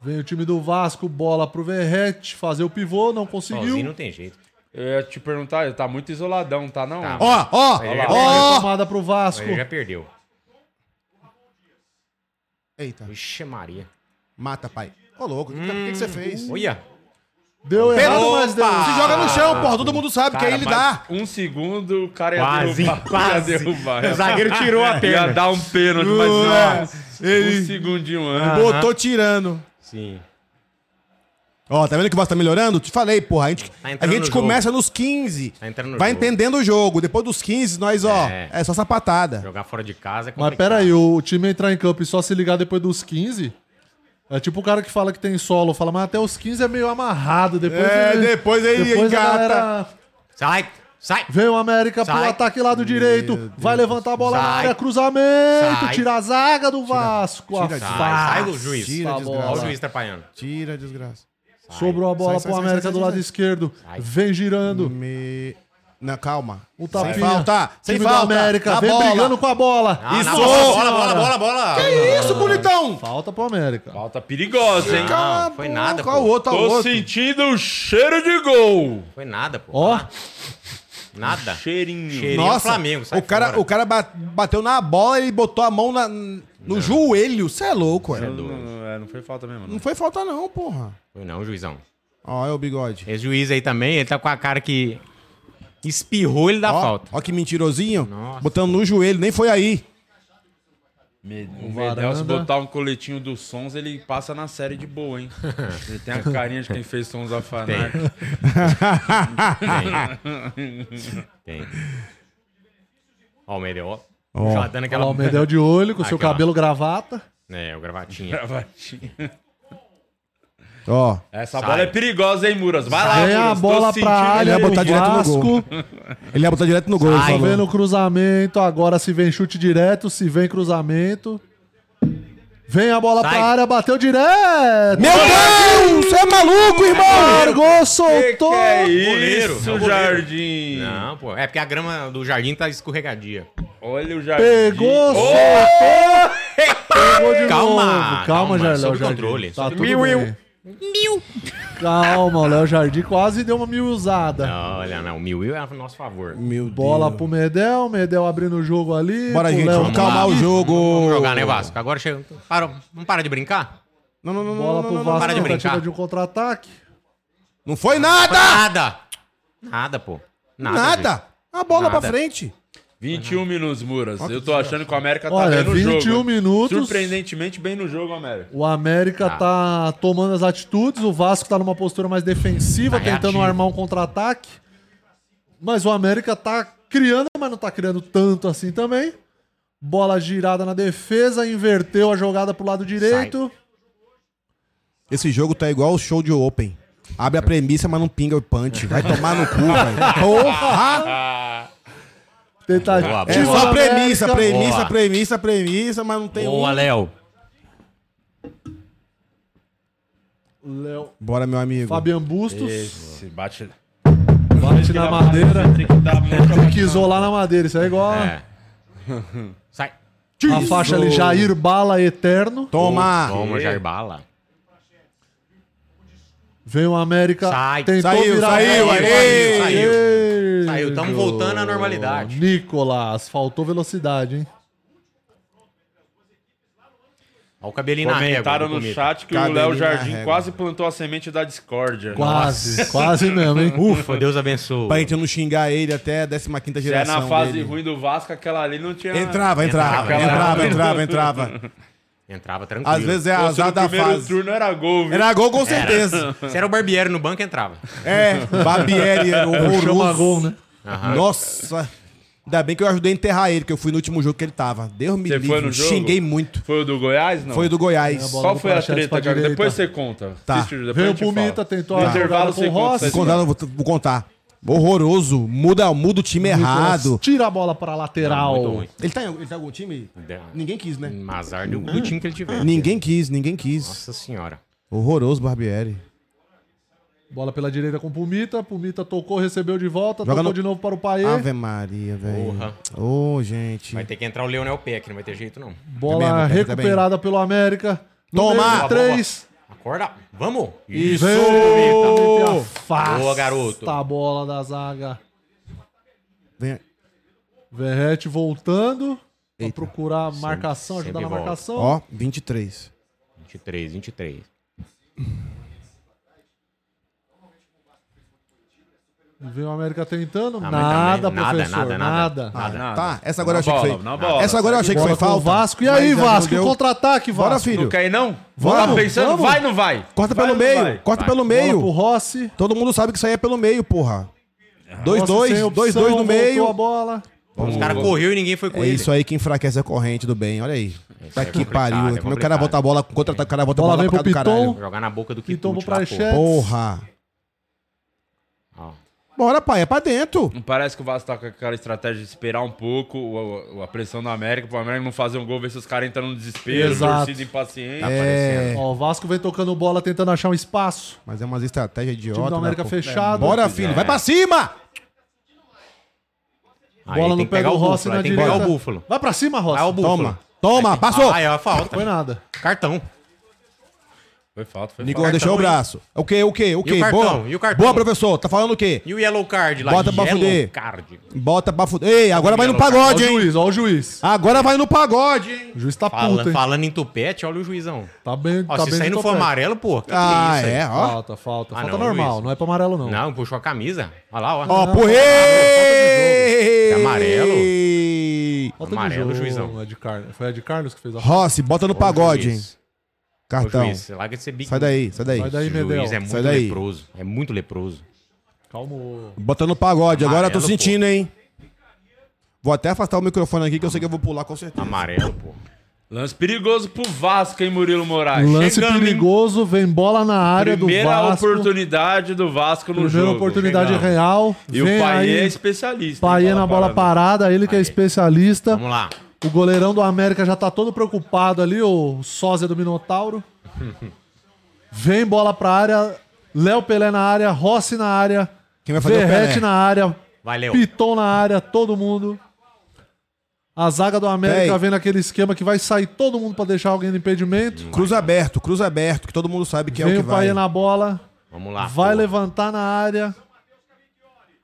S4: Vem o time do Vasco, bola pro Verrete, fazer o pivô, não
S2: Sozinho
S4: conseguiu.
S2: não tem jeito.
S3: Eu ia te perguntar, ele tá muito isoladão, tá não?
S2: Tá.
S1: Ó, ó,
S2: Olha
S1: ó.
S4: Tomada pro Vasco.
S2: Mas ele já perdeu.
S1: Eita,
S2: Vixe Maria.
S1: mata, pai. Ô, louco, o que, que que
S2: Hum,
S1: você fez?
S2: Olha.
S4: Deu errado, mas deu.
S1: Se joga no chão, porra. Todo mundo sabe que
S3: Cara,
S1: aí ele
S3: mas
S1: dá.
S3: Um segundo, o cara ia
S2: Quase,
S3: derrubar. [laughs]
S2: quase.
S3: Ia derrubar.
S2: O zagueiro tirou a
S3: Ia
S2: perna.
S3: dar um pênalti, mas não. Um segundinho
S2: Ah.
S3: antes.
S1: Botou tirando.
S2: Sim.
S1: Ó, tá vendo que o Vasco tá melhorando? Te falei, porra. A gente, a
S2: Tá entrando
S1: gente
S2: no
S1: começa nos 15.
S2: Tá entrando no
S1: vai
S2: jogo.
S1: entendendo o jogo. Depois dos 15, nós, ó, é,
S2: É.
S1: só sapatada.
S2: Jogar fora de casa é
S4: Mas
S2: complicado.
S4: pera aí, o time entrar em campo e só se ligar depois dos 15. É tipo o cara que fala que tem solo, fala, mas até os 15 é meio amarrado. Depois
S1: É, depois ele
S4: depois a
S1: engata.
S4: galera-
S2: Sai, sai.
S4: Vem o América pro
S2: Sai.
S4: ataque lá do direito. vai levantar a bola na
S2: Sai.
S4: área, cruzamento.
S2: Sai.
S4: Tira a zaga do Vasco. Ah,
S1: tira,
S2: Sai,
S4: afasta.
S2: sai do juiz.
S1: Tira,
S2: Tá bom.
S1: desgraça.
S2: Olha o juiz atrapalhando.
S1: Tira, desgraça.
S4: Sobrou a bola
S1: Sai, sai,
S4: pro
S1: sai,
S4: América
S1: sai,
S4: do
S1: sai,
S4: lado
S1: sai.
S4: esquerdo. Vem girando.
S1: Me... Não, calma. sem
S4: O tapinha.
S1: falta, sem
S4: Time do
S1: falta.
S4: América.
S1: Dá
S4: Vem
S1: bola.
S4: brigando com a bola.
S2: Ah, não,
S1: Isso!
S2: bola, bola, bola, bola, bola.
S1: Que isso, bonitão?
S4: Falta pro América.
S3: Falta perigosa, hein?
S2: Não, foi nada,
S1: Qual o
S2: pô.
S1: outro? Qual o
S3: Tô
S1: outro?
S3: sentindo o cheiro de gol.
S2: Foi nada, pô.
S4: Ó,
S2: Nada.
S3: Cheirinho.
S2: Cheirinho
S1: Nossa,
S2: Flamengo, sai
S1: o cara,
S2: fora.
S1: o cara ba- bateu na bola e botou a mão na- no joelho. Você é louco,
S2: Cê é
S1: velho.
S2: doido.
S3: Não, não, é, não foi falta mesmo, não.
S1: Não foi falta não, porra.
S2: Foi não, juizão.
S1: Ó, é o bigode.
S2: Esse juiz aí também, ele tá com a cara que espirrou, ele dá
S1: Ó,
S2: falta.
S1: ó que mentirosinho.
S2: Nossa.
S1: Botando no joelho, nem foi aí.
S3: Me- O
S4: Varanda.
S3: Medel, se botar um coletinho dos sons, ele passa na série de boa,
S2: [laughs]
S3: hein? Ele tem a carinha de quem fez sons da Fanart.
S2: Tem. Ó, o Medel, ó.
S1: Ó.
S2: Já dando aquela...
S4: Olha lá o Medel de olho, com seu
S2: Aqui, ó.
S4: cabelo gravata.
S2: É, o gravatinha.
S3: Gravatinha.
S1: Ó.
S3: [laughs] Essa
S2: Sai.
S3: bola é perigosa, hein, Muras? Vai lá,
S4: Vem a
S3: Muras. tô
S4: bola
S3: sentindo
S4: pra área
S1: Ele ia
S4: do
S1: botar direto no gol.
S4: Vasco.
S1: Ele ia botar direto no gol. ele
S4: Tá
S1: falou.
S2: né?
S4: vendo o cruzamento. Agora se vem chute direto, se vem cruzamento. Vem a bola
S2: Sai.
S4: pra área, bateu direto.
S1: Meu Deus! Você é maluco, irmão!
S4: Largou,
S3: Que
S4: soltou.
S3: que é
S2: Goleiro,
S3: isso,
S2: é o goleiro.
S3: Jardim?
S2: Não, pô. É porque a grama do jardim tá escorregadia.
S3: Olha o Jardim.
S4: Pegou, soltou. Pegou de
S2: Calma,
S4: novo. Calma,
S2: calma,
S4: Jair, Léo
S2: sob
S4: Jardim.
S2: controle,
S4: Tá
S2: sob-
S4: tudo bem. Calma, o Léo Jardim quase deu uma milzada.
S2: Olha, não. O Mil Will é a nosso favor.
S1: Meu Deus.
S4: Bola pro Medel, Medel abrindo o jogo ali.
S1: Bora,
S4: pro
S1: gente.
S4: Léo
S1: Vamos calmar o
S4: Jardim.
S1: jogo.
S2: Vamos jogar, né, Vasco? Agora chega... Parou. Não para de brincar?
S1: Não, não, não, não,
S4: Bola
S1: não,
S4: pro
S1: não, não.
S4: Vasco,
S2: para de
S4: tentativa
S2: brincar.
S4: de um contra-ataque.
S1: Não foi nada!
S2: Nada! Nada, pô. Nada.
S1: Nada!
S2: gente.
S1: A bola
S2: Nada.
S1: pra frente.
S3: 21 minutos, Muras. Eu tô achando que o América tá
S4: Olha,
S3: bem no
S4: 21
S3: jogo.
S4: minutos.
S3: Surpreendentemente bem no jogo, América.
S4: O América
S3: Ah.
S4: tá tomando as atitudes, o Vasco tá numa postura mais defensiva,
S5: Tá
S4: tentando
S5: reativo.
S4: armar um contra-ataque. Mas o América tá criando, mas não tá criando tanto assim também. Bola girada na defesa, inverteu a jogada pro lado direito.
S1: Esse jogo tá igual o show de Open. Abre a premissa, mas não pinga o punch. Vai tomar no cu, velho. Porra!
S4: Tentativa.
S1: É só
S4: do
S1: premissa,
S4: América.
S1: premissa,
S5: Boa.
S1: premissa, premissa, mas não tem um.
S5: Léo.
S4: Léo-
S1: Bora, meu amigo.
S4: Fabian Bustos
S3: Esse bate...
S4: bate na madeira.
S3: Tem que dar muita...
S4: [laughs] Tem que isolar na madeira, isso é igual a-
S3: [laughs]
S2: Sai.
S4: a faixa ali, Jair Bala Eterno.
S1: Toma!
S2: Toma, Jair Bala.
S4: Vem o América.
S2: Sai.
S1: Saiu, saiu,
S4: Saiu,
S1: aê!
S2: Saiu.
S4: Ei,
S2: Saiu, tá estamos voltando à normalidade.
S4: Nicolas, faltou velocidade, hein?
S2: Olha o cabelinho
S1: Ah,
S2: na
S1: é,
S2: régua.
S3: Comentaram
S2: do
S3: no
S2: Cometa.
S3: chat que o
S1: Cabelinho
S3: Léo
S1: na
S3: Jardim
S1: régua.
S3: quase plantou a semente da discórdia.
S4: Quase, quase mesmo,
S2: [laughs]
S4: hein?
S2: Ufa, Deus abençoe.
S1: Pra gente não xingar ele até a 15
S3: Se é
S1: geração.
S3: na fase
S1: dele.
S3: ruim do Vasco, aquela ali não tinha...
S1: Entrava, entrava,
S2: Entrava.
S1: entrava, entrava, entrava.
S2: Entrava tranquilo.
S1: Às vezes é
S3: Se fosse
S1: azar
S3: no
S1: da
S3: primeiro
S1: fase.
S3: turno era gol, viu?
S1: Era gol com
S3: [laughs]
S1: certeza.
S2: Se era o Barbieri no banco, entrava.
S1: É, Barbieri
S3: um
S1: era
S4: Chama
S1: horroroso.
S4: gol, né?
S1: Nossa. Ainda bem que eu ajudei a enterrar ele, que eu fui no último jogo que ele tava. Deus me
S3: Você foi
S1: livre,
S3: no jogo?
S1: xinguei muito.
S3: Foi o do Goiás, não?
S1: Foi do Goiás.
S4: bola
S3: Qual
S4: do
S3: foi a
S4: Prachedes pra
S3: treta, cara?
S4: direita.
S3: Depois você conta.
S1: Tá.
S3: Assiste, depois
S4: Veio
S3: a gente
S4: pro
S3: fala.
S4: Mita, tentou
S3: No
S4: a jogada
S3: intervalo
S4: com o
S3: você conta.
S4: Rossi.
S1: Vou contar, não, vou, vou contar. Horroroso. Muda, muda o time errado.
S4: Nicolas Tira a bola pra
S2: Muito
S4: lateral.
S2: ruim.
S1: Ele tá, em, ele tá em algum time? Ninguém quis, né?
S2: Um Azar do, do time que ele tiver.
S1: Ninguém quis, ninguém quis.
S2: Nossa senhora.
S1: Horroroso Barbieri.
S4: Bola pela direita com o Pumita. Pumita tocou, recebeu de volta.
S1: Joga
S4: tocou
S1: no- Ah,
S4: de novo para o Paê.
S1: Ave Maria, velho.
S2: Porra.
S1: Ô, gente.
S2: Vai ter que entrar o Leonel Peck, não vai ter jeito não.
S4: bola
S1: mesmo, pega
S4: recuperada pelo América. No
S1: Toma!
S4: meio de Três.
S2: Acorda. Vamos.
S1: Isso!
S4: Eita, meteu a
S2: Boa,
S4: face
S2: garoto.
S4: da bola da zaga.
S1: Vem-
S4: Verrete voltando. Pra
S1: Eita.
S4: procurar a marcação,
S2: sempre
S4: ajudar na
S2: volta.
S4: marcação.
S1: Ó, 23.
S2: 23, 23.
S4: Vem o América tentando.
S2: Ah, mas
S4: nada,
S2: também, nada,
S4: professor. Nada.
S2: nada, nada.
S1: Ah,
S3: nada.
S1: Tá, essa agora
S3: Na
S1: eu achei
S3: bola,
S1: que foi.
S3: na bola.
S1: Essa agora é eu achei que foi
S4: Bola com
S1: falta.
S4: o Vasco. E
S1: Mas
S4: aí,
S1: ainda não
S4: Vasco?
S1: deu.
S4: Contra-ataque, Vasco.
S1: Bora,
S3: Não
S1: filho.
S3: quer ir, não?
S1: Vamos,
S3: tá pensando,
S1: vamos.
S3: vai ou não vai?
S1: Corta
S3: Vai
S1: pelo
S3: ou não
S1: meio.
S3: vai?
S1: Corta
S3: Vai.
S1: pelo
S4: Bola pro
S1: meio.
S4: Rossi.
S1: Todo mundo sabe que isso aí é pelo meio, porra. 2-2, dois,
S4: Rossi sem
S1: dois,
S4: é opção,
S1: dois, dois no
S4: voltou a
S1: meio.
S4: bola.
S2: Os caras correu e ninguém foi com
S1: É
S2: ele.
S1: isso aí que enfraquece a corrente do bem, olha aí. Tá que
S2: complicado, é
S1: pariu. Como o cara
S2: complicado.
S1: bota a bola, contra-ataque, o cara bota a
S4: Bola
S1: bola
S4: vem
S1: pra
S4: pro
S1: cá do caralho.
S4: Piton.
S2: Jogar na boca do
S4: Que
S2: que
S1: Então
S4: tomou pra Xé.
S1: Porra.
S2: Ó.
S1: Bora, pai, é pra dentro.
S3: Parece que o Vasco tá com aquela estratégia de esperar um pouco o- o- a pressão do América, pro América não fazer um gol, ver se os caras entram no desespero,
S4: Exato.
S3: torcida impaciente.
S1: É.
S4: Ó, o Vasco vem tocando bola, tentando achar um espaço.
S1: Mas é umas estratégias
S4: O time
S1: idiotas.
S4: do América
S1: né, pô?
S4: fechado.
S1: Bora, filho, vai pra cima!
S2: Aí
S4: Bola
S2: tem
S4: no
S2: que
S4: pé
S2: pegar
S4: do
S2: o
S4: Rossi
S2: Búfalo.
S4: na
S2: aí Tem que pegar
S4: direita.
S2: o Búfalo.
S4: Vai pra cima, Rossi.
S2: Vai o Búfalo.
S1: Toma, toma, passou!
S2: Ah, é uma falta.
S4: Foi nada.
S2: Cartão.
S3: Foi falta, foi
S1: Nicolas
S3: falta.
S1: deixou o braço. O que, o que, o que?
S2: E o cartão?
S1: Boa.
S2: E o cartão?
S1: Boa, professor, tá falando o quê?
S2: E o Yellow Card lá.
S1: Bota pra
S2: yellow
S1: fuder.
S2: Card.
S1: Bota pra fuder. Ei, agora vai no
S4: Ó o
S1: pagode, hein?
S4: juiz, ó o juiz.
S1: Agora vai no pagode, hein?
S4: O juiz tá
S2: Fala-
S4: puto, hein?
S2: falando em tupete, olha o juizão.
S4: Tá bem,
S2: Ó,
S4: tá
S2: se
S4: bem
S2: isso aí
S4: de
S2: não for
S4: topete.
S2: amarelo, pô, que que
S1: Ah,
S2: isso aí?
S1: é, ó.
S4: Falta, falta.
S2: Ah,
S4: falta
S2: não,
S4: normal,
S2: Luiz.
S4: não é pra amarelo, não.
S2: Não, puxou a camisa. Olha lá, ó.
S1: Ó,
S4: Não,
S1: porrê!
S2: É amarelo?
S4: Falta de
S2: É Amarelo,
S4: jogo,
S2: juizão.
S4: Ed Carlos. Foi Ed Carlos que fez a
S1: Rossi, bota no
S2: Ô,
S1: pagode, hein?
S2: juiz. Ô,
S1: Cartão.
S2: juiz, larga de ser bico.
S1: Então, Sai daí, sai daí.
S4: Sai daí,
S2: Esse
S4: Medel.
S2: juiz é muito
S1: Sai daí.
S2: leproso. É muito leproso.
S4: Calmo.
S1: Bota no pagode, agora eu tô
S2: Amarelo,
S1: sentindo, hein? Vou até afastar o microfone aqui que eu sei que eu vou pular com certeza.
S2: Amarelo, pô.
S3: Lance perigoso pro Vasco, hein, Murilo Moraes?
S4: Um Lance
S3: Chegamos, hein?
S4: perigoso, vem bola na área
S3: Primeira
S4: do Vasco.
S3: oportunidade do Vasco no
S4: Primeira
S3: jogo.
S4: oportunidade
S3: Chegamos.
S4: real.
S3: E
S4: vem
S3: o Paiê é
S4: aí,
S3: especialista.
S4: Paê
S3: em
S4: na bola parada, ele que é especialista.
S2: Vamos lá.
S4: O goleirão do América já tá todo preocupado ali, o sósia
S3: [laughs]
S4: do Minotauro. Vem bola pra área, Léo Pelé na área, Rossi na área,
S1: Quem vai fazer o
S4: Verrete
S1: Pelé?
S4: na área,
S2: Valeu.
S4: Piton na área, todo mundo. A zaga do América
S1: Peraí.
S4: vem naquele esquema que vai sair todo mundo pra deixar alguém no impedimento.
S1: Cruz aberto, cruz aberto, Hum, que todo mundo sabe que é
S4: Vem
S1: o
S4: o
S1: que vai.
S4: Paê na bola,
S2: Vamos lá.
S4: vai
S2: pô.
S4: levantar na área.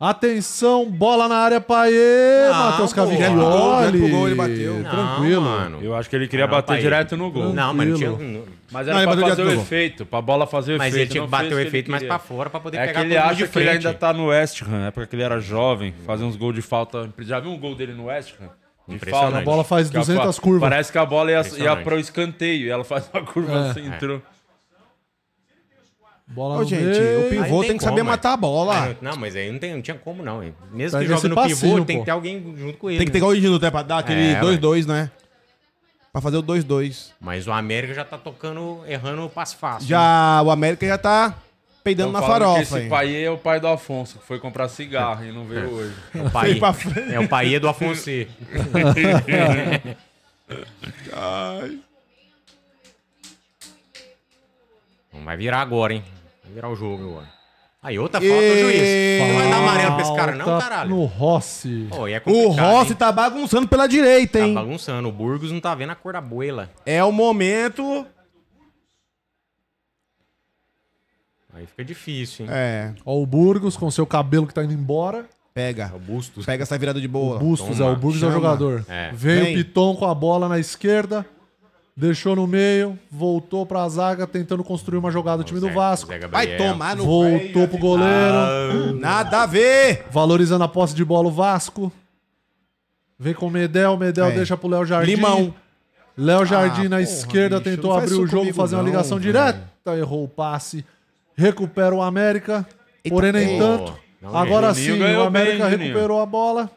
S4: Atenção, bola na área, Paê,
S2: Não,
S4: Matheus
S2: pô.
S1: Direto
S4: Caviglioli.
S1: pro gol, ele bateu.
S2: Não,
S4: Tranquilo.
S2: mano.
S3: Eu acho que ele queria
S2: Não,
S3: bater
S2: pai,
S3: direto no gol.
S2: Não, mas ele tinha. um-
S4: Tranquilo.
S3: Mas
S1: Não,
S3: era
S1: ele bateu
S3: pra fazer o
S1: direto no gol.
S3: efeito, pra bola fazer o
S2: Mas
S3: efeito.
S2: ele tinha
S3: não
S2: que bater
S3: fez
S2: o
S3: que ele
S2: efeito mais
S3: queria.
S2: pra fora pra poder
S3: É que
S2: pegar
S3: ele
S2: todo mundo
S3: acha
S2: de
S3: que ele
S2: frente.
S3: ainda tá no West Ham, é porque ele era jovem, fazia uns gols de falta. Já viu um gol dele no West Ham? De
S2: Impressionante.
S3: falta.
S2: A
S4: bola faz
S3: Que a
S4: 200
S3: bola-
S4: curvas.
S3: Parece que a bola ia, ia
S2: Impressionante.
S3: pro escanteio e ela faz uma curva assim, entrou.
S4: Bola
S1: Ô,
S4: no
S1: gente,
S4: meio.
S1: o pivô
S2: Aí
S1: tem,
S2: tem
S1: que saber
S2: como,
S1: matar a bola.
S2: Aí não- Não, mas aí não, tem, não tinha como, não. hein?
S1: Tá
S2: Mesmo
S4: Pega
S2: que jogue
S4: esse
S2: no
S4: passinho,
S2: pivô, tem
S4: pô.
S2: que ter alguém junto com ele.
S1: é Tem que ter
S2: né?
S1: igual o Edino, né? Pra dar aquele
S2: É,
S1: 2-2, né? Pra fazer o 2-2.
S2: Mas o América já tá tocando, errando o passo fácil. né?
S1: Já o América já tá peidando na
S3: Tão falando que
S1: farofa,
S3: Esse
S1: hein?
S3: pai é o pai do Afonso, que foi comprar cigarro e
S2: É.
S3: não veio hoje.
S2: O Paê.
S1: Foi pra frente.
S2: É o Paê do Afonso. Não vai virar agora, hein? Vai virar o jogo agora. Aí, outra falta do
S1: tá
S2: juiz. Não vai dar amarelo pra esse cara, não,
S4: Falta
S2: caralho.
S4: No Rossi.
S2: Pô, e é
S1: O
S2: complicado,
S1: Rossi
S2: hein?
S1: tá bagunçando pela direita,
S2: tá
S1: hein?
S2: bagunçando. O Burgos não tá vendo a cor da boela.
S1: É o momento.
S2: Aí fica difícil, hein?
S1: É,
S4: Ó, o Burgos com seu cabelo que tá indo embora.
S1: pega.
S2: O Bustos.
S1: Pega essa virada de boa.
S4: Bustos,
S2: toma,
S4: é, o Burgos é o
S1: chama.
S4: jogador.
S2: É.
S4: Veio
S1: Vem.
S4: o Piton com a bola na esquerda. Deixou no meio, voltou pra zaga, tentando construir uma jogada do time do
S2: Zé-
S4: Vasco.
S2: Zé Gabriel.
S1: Vai tomar Tá no
S4: Voltou pro goleiro,
S1: Nada a ver.
S4: valorizando a posse de bola o Vasco. Vem com o Medel, Medel
S1: É.
S4: deixa pro Léo Jardim.
S1: Limão. Ah,
S4: Léo Jardim na
S1: porra,
S4: esquerda
S1: bicho,
S4: tentou
S1: não faz
S4: abrir
S1: isso
S4: o jogo,
S1: comigo
S4: fazer uma
S1: não,
S4: ligação
S1: velho.
S4: direta, errou o passe, recupera o América. porém, nem
S2: pô.
S4: tanto.
S2: Não,
S4: Agora
S3: Juninho
S4: sim,
S3: ganhou
S4: o América
S3: bem, Juninho.
S4: recuperou a bola,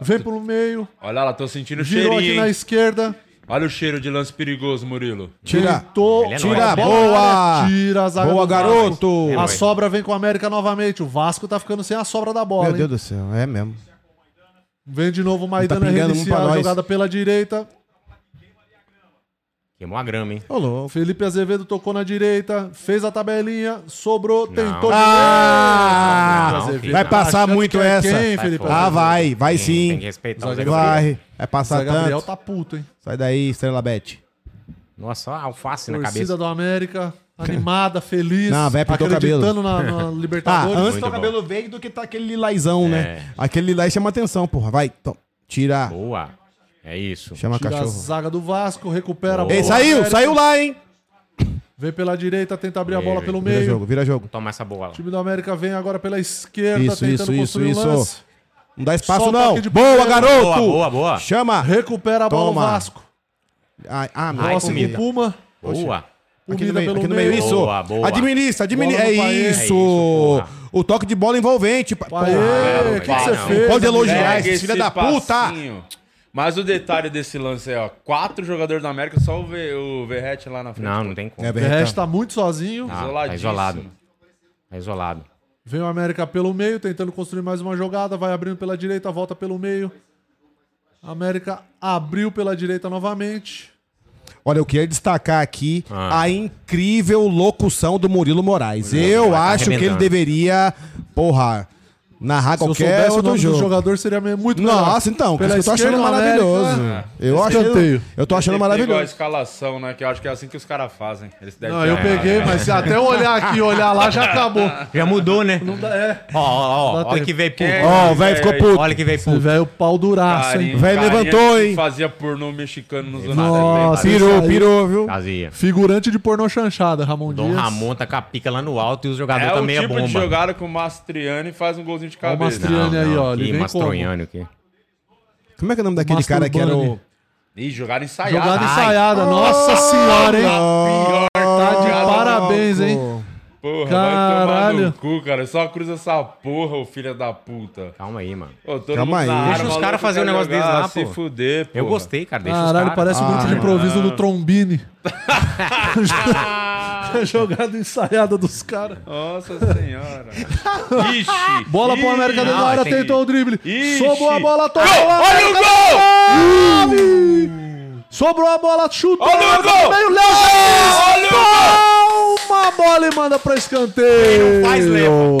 S4: vem pro meio,
S3: Olha lá, tô sentindo o
S4: girou aqui
S3: cheirinho,
S4: na
S3: hein?
S4: esquerda,
S3: Olha o cheiro de lance perigoso, Murilo.
S1: Tira.
S4: tentou,
S2: Ele é
S1: Tira a
S2: nóis.
S1: boa.
S4: tira a zaga
S1: Boa,
S4: do Vasco. É,
S1: garoto.
S4: A
S2: nóis.
S4: sobra vem com o América novamente. O Vasco tá ficando sem a sobra da bola.
S1: Meu
S4: hein?
S1: Deus do céu, é mesmo.
S4: Vem de novo o Maidana
S1: Tá pingando um
S4: reinicia
S1: pra
S4: a
S1: nós.
S4: jogada pela direita.
S2: Queimou a grama, hein?
S1: Ô,
S4: O
S1: louco.
S4: Felipe Azevedo tocou na direita, fez a tabelinha, sobrou, tentou.
S1: Ah!
S2: Não, não, filho,
S1: Vai
S2: não.
S1: passar
S4: Achando
S1: muito
S4: que é
S1: essa.
S4: Quem, Felipe?
S1: Ah, vai, vai
S2: Tem-
S1: sim.
S2: Tem que respeitar o Zé Gabriel.
S1: Vai, vai
S4: O Zé
S1: passar
S4: Gabriel
S1: tanto.
S4: tá puto, hein?
S1: Sai daí, Estrela Bet.
S2: Nossa, só alface na
S4: Torcida
S2: cabeça.
S4: do América, animada, feliz,
S1: Não, vai pintar o
S4: acreditando na,
S1: [laughs]
S4: na
S1: Ah,
S4: Libertadores.
S1: antes
S2: Muito
S1: tá o
S2: bom.
S1: cabelo verde do que tá aquele lilaizão, né?
S2: É.
S1: Aquele lilás chama atenção, porra. Vai, to- tira.
S2: Boa. É isso.
S1: Chama
S4: Tira a
S1: cachorro.
S4: zaga do Vasco, recupera a bola.
S1: Ei,
S4: do
S1: saiu,
S4: América,
S1: saiu lá, hein?
S4: Vem pela direita, tenta abrir a
S2: Ei,
S4: bola
S2: vem.
S4: pelo
S1: Vira
S4: meio.
S1: jogo, vira jogo.
S2: Toma essa bola.
S4: O time do América vem agora pela esquerda,
S1: Isso,
S4: tentando
S1: isso,
S4: construir
S1: isso,
S4: o lance.
S1: Não dá espaço,
S4: Solta
S1: não.
S4: aqui de
S1: Boa,
S4: primeira.
S1: garoto.
S2: Boa, boa, boa.
S1: Chama.
S4: Recupera a bola o
S1: Toma.
S4: Vasco.
S1: Ah, ah,
S2: Ai,
S1: nossa,
S4: Próximo
S2: comida.
S4: Puma.
S2: Boa.
S1: Aqui no
S4: Comida
S1: meio,
S4: pelo
S1: aqui no
S4: meio.
S1: meio, isso.
S2: Boa, boa.
S1: Administra, administra.
S4: Bola
S1: É
S4: no
S1: isso.
S4: Paê.
S2: É isso, porra.
S1: o toque de bola envolvente. pa-
S4: Paê,
S1: porra.
S4: o é, que que você
S2: não.
S4: fez?
S1: Pode
S4: amigo?
S1: elogiar.
S3: Pega
S1: esse
S3: esse
S1: filho da puta!
S3: passinho. Mas o detalhe desse lance é, ó, quatro jogadores da América, só o, Ve- o Verrete lá na frente.
S2: Não, não tem como.
S1: É
S4: O
S1: verdade.
S4: Verrete tá muito sozinho.
S1: Ah.
S2: Tá, tá
S3: Isoladíssimo.
S2: isolado. Tá isolado.
S4: Vem o América pelo meio, tentando construir mais uma jogada. Vai abrindo pela direita, volta pelo meio. América abriu pela direita novamente.
S1: Olha, eu queria destacar aqui
S2: Ah.
S1: a incrível locução do Murilo Moraes. Eu
S2: Moraes tá
S1: acho que ele
S2: arrebentando.
S1: deveria, porra, narrar
S4: Se eu
S1: qualquer
S4: soubesse o
S1: outro
S4: nome do
S1: jogo.
S4: jogador, seria me- muito melhor.
S1: Nossa, então, por isso que eu tô
S4: esquerda,
S1: achando
S4: o América- né?
S1: maravilhoso. Eu, acho,
S4: Escanteio.
S1: eu tô achando
S3: Tem que ter igual a
S1: maravilhoso.
S3: escalação, né? Que eu acho que é assim que os caras fazem. Eles
S1: É.
S3: devem
S4: Não, eu
S3: ter-
S4: peguei, mas se até olhar aqui e olhar lá, já acabou. É.
S2: Já mudou, né? Não dá, é. Ó, ó,
S4: Dá
S2: ó. Olha
S4: tempo.
S2: que veio puto.
S3: É,
S1: Ó, o velho ficou
S3: é,
S1: puto.
S2: Olha que veio
S4: Esse
S2: puto.
S4: velho pau duraço,
S3: Carinha-
S4: hein?
S1: Velho
S3: carinha
S1: levantou,
S3: que
S1: hein?
S3: Fazia pornô mexicano nos anos
S4: Nossa,
S3: 80.
S4: Isso
S1: Pirou,
S4: aí.
S1: pirou, viu?
S2: Fazia.
S4: Figurante de pornô chanchada, Ramon
S2: Dom
S4: Dias.
S2: Ramon tá com a pica lá no alto e o jogador
S3: É o
S2: também é
S3: tipo
S2: bomba.
S3: de jogada que o Mastriani faz um golzinho de
S4: Ó o
S3: cabeça.
S4: Mastriani. Adriane aí, ó, ele
S2: que
S4: vem
S2: Mastroianni aqui.
S1: Como é que é o nome daquele cara que era o.
S4: Masturbani.
S3: Ih, jogada ensaiada.
S4: Jogada
S3: Ai,
S4: ensaiada. Nossa senhora, hein?
S1: Pior,
S4: Oh, Tá de parabéns, hein?
S3: Porra, vai
S4: Caralho.
S3: tomar no cu, cara. Só cruza essa porra, ô filho da puta.
S2: Calma aí, mano.
S3: Ô, todo
S1: Calma
S3: mundo
S1: aí.
S3: na área,
S1: Deixa
S2: os
S3: maluco,
S2: caras fazer um
S3: quer
S2: negócio
S3: jogar,
S2: deles lá,
S3: Se
S2: pô.
S3: fuder, pô.
S2: Eu gostei, cara. Deixa os
S4: Caralho,
S2: caras.
S4: parece um grupo de improviso do Trombini.
S3: [laughs]
S4: [laughs] Jogada ensaiada dos caras.
S3: Nossa
S4: [laughs]
S3: senhora. Ixi.
S4: Bola pro América dentro da
S2: não,
S4: área,
S2: entendi.
S4: tentou o drible.
S3: Ixi.
S4: Sobrou a bola, tocou
S3: Olha o
S4: tá
S3: gol!
S4: Sobrou a bola, chutou.
S3: Olha o gol!
S4: Meio Léo Jardim.
S3: Olha o
S4: Uma bola e manda pra escanteio.
S2: faz, leva.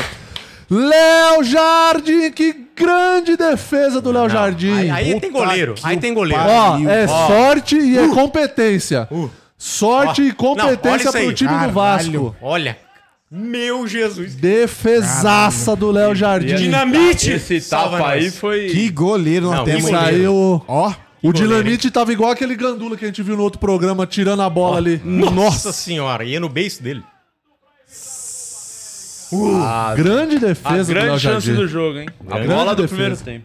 S4: Léo Jardim, que grande defesa do Léo
S2: Aí,
S4: Jardim.
S2: aí tem goleiro. Aí tem goleiro.
S4: Ó,
S1: Pariu.
S4: é sorte e
S3: Uh.
S4: é competência. Sorte e
S2: Não, olha
S4: competência
S2: isso
S4: pro
S2: aí.
S4: time do
S1: Caralho.
S4: Vasco.
S2: Olha. Meu Jesus.
S4: Defesaça do Léo Jardim.
S2: Dinamite!
S3: Esse
S2: Salva
S3: tapa aí
S2: nós.
S3: foi.
S1: Que goleiro nós
S2: Não,
S1: temos.
S2: que goleiro.
S4: Saiu.
S1: Ó,
S4: O Dinamite tava igual aquele gandula que a gente viu no outro programa, tirando a bola ali.
S2: Nossa, senhora, ia no beijo dele.
S4: Uh. Grande
S3: A
S4: defesa do Léo
S3: grande chance
S4: Jardim.
S3: do jogo, hein? A
S4: Grande
S3: bola do
S4: defesa.
S3: primeiro tempo.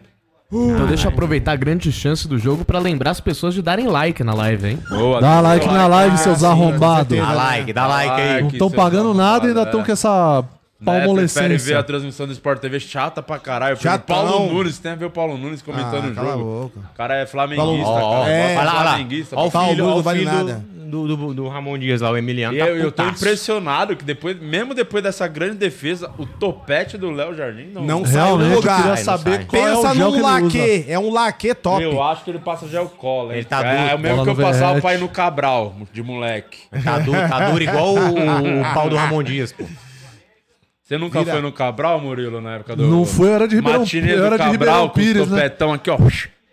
S5: Então deixa eu aproveitar a grande chance do jogo pra lembrar as pessoas de darem like na live, hein?
S3: Boa,
S4: Dá like na live, seus
S3: né?
S4: arrombados.
S2: Dá like, dá like aí.
S4: Não
S3: que
S4: estão
S3: seus
S4: pagando nada e ainda
S3: arrombados,
S4: estão
S3: é.
S4: com essa
S3: Prefere ver a
S4: palmolescência.
S3: transmissão do Sport TV chata pra caralho. Foi
S1: Chatão.
S3: O Paulo Nunes, tem a ver o Paulo Nunes comentando
S1: Ah,
S3: o
S1: cala a
S3: jogo.
S1: boca.
S3: O cara é flamenguista,
S1: Paulo-
S3: cara.
S1: Ó, ó,
S2: É,
S3: Gosta
S2: olha
S3: de
S2: lá, olha
S3: flamenguista. tá
S2: lá. Olha o
S1: Paulo
S2: filho,
S1: Nunes
S2: olha o
S1: vale
S2: filho
S1: nada.
S2: Do, do, do Ramon Dias lá, o Emiliano.
S3: E
S2: tá
S3: eu, eu tô
S2: putaço.
S3: impressionado que depois, mesmo depois dessa grande defesa, o topete do Léo Jardim não.
S1: Não saiu do
S4: Realmente, eu
S1: lugar.
S4: queria
S1: Ai, não
S4: saber
S2: sai.
S4: qual é
S1: Pensa
S4: o gel que
S1: num
S4: ele usa.
S1: laque. É um laque top.
S3: eu acho que ele passa gel cola. hein?
S2: Ele tá
S3: é,
S2: duro.
S3: é o mesmo
S4: Bola
S3: que eu
S4: no
S3: passava
S4: Verrete.
S3: pra ir no Cabral, de moleque.
S2: Tá duro, tá duro igual o, o- o pau do Ramon Dias, pô.
S3: Você nunca
S1: Vira.
S3: foi no Cabral, Murilo, na época do.
S4: Não foi, eu era de Ribeirão,
S3: Matinê
S4: eu
S3: do
S4: era de
S3: Cabral
S4: Ribeirão
S3: com
S4: Pires,
S3: o
S4: né?
S3: topetão aqui, ó.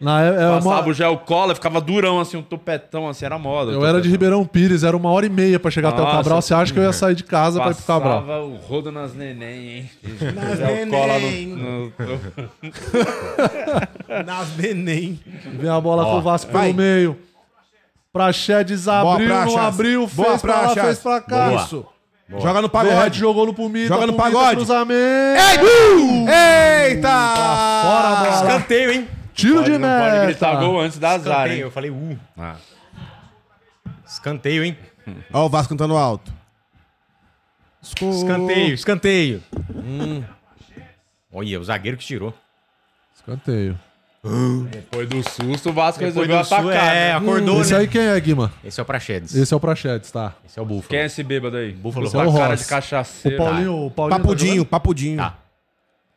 S4: Na, é- é uma-
S3: Passava o gel cola, ficava durão assim, um topetão assim, era moda.
S4: eu era de Ribeirão Pires, era uma hora e meia pra chegar até o
S3: Nossa,
S4: Cabral. Você acha que eu ia sair de casa pra ir pro Cabral?
S3: Passava o rodo nas neném,
S2: [laughs]
S3: hein?
S1: Nas
S3: Gel cola
S1: neném.
S4: [laughs]
S3: no- no-
S1: Nas neném.
S4: Vem a bola com o Vasco
S1: vai.
S4: pelo meio. Praxedes
S1: Boa,
S4: abriu, não
S1: Praxas.
S4: abriu, fez
S1: Boa,
S4: pra lá,
S1: Praxas.
S4: fez pra cá.
S1: Boa.
S4: Isso.
S1: Joga no
S4: Verrete
S2: é
S1: pagode.
S4: jogou no Pumita,
S1: Joga no
S4: Pumita,
S1: pagode.
S4: cruzamento.
S1: Ei, gol! Eita!
S4: Tá fora, bola.
S2: Escanteio, hein?
S4: Tiro de
S3: Não
S4: meta.
S3: pode gritar gol antes da azar,
S2: Escanteio,
S3: hein?
S2: eu falei, uh.
S3: Ah.
S2: Escanteio, hein?
S1: Ó o Vasco cantando alto.
S2: Uh. Escanteio, escanteio. Hum. Olha, o zagueiro que tirou.
S4: Escanteio.
S3: Depois do susto, o Vasco
S2: Depois
S3: resolveu
S2: do sul,
S3: atacar.
S2: é,
S3: né?
S2: acordou,
S4: Esse
S2: né?
S4: aí quem é, Guima?
S2: Esse é o Praxedes. Esse,
S4: Esse é o Praxedes, tá?
S2: é o Búfalo.
S3: Quem é esse bêbado aí? Tá
S2: Búfalo
S4: Esse é o
S3: Com a cara
S4: Ross.
S3: de
S4: O
S3: cachaceiro.
S4: Paulinho, o Paulinho. tá
S1: Papudinho,
S4: jogando?
S1: papudinho.
S2: Tá.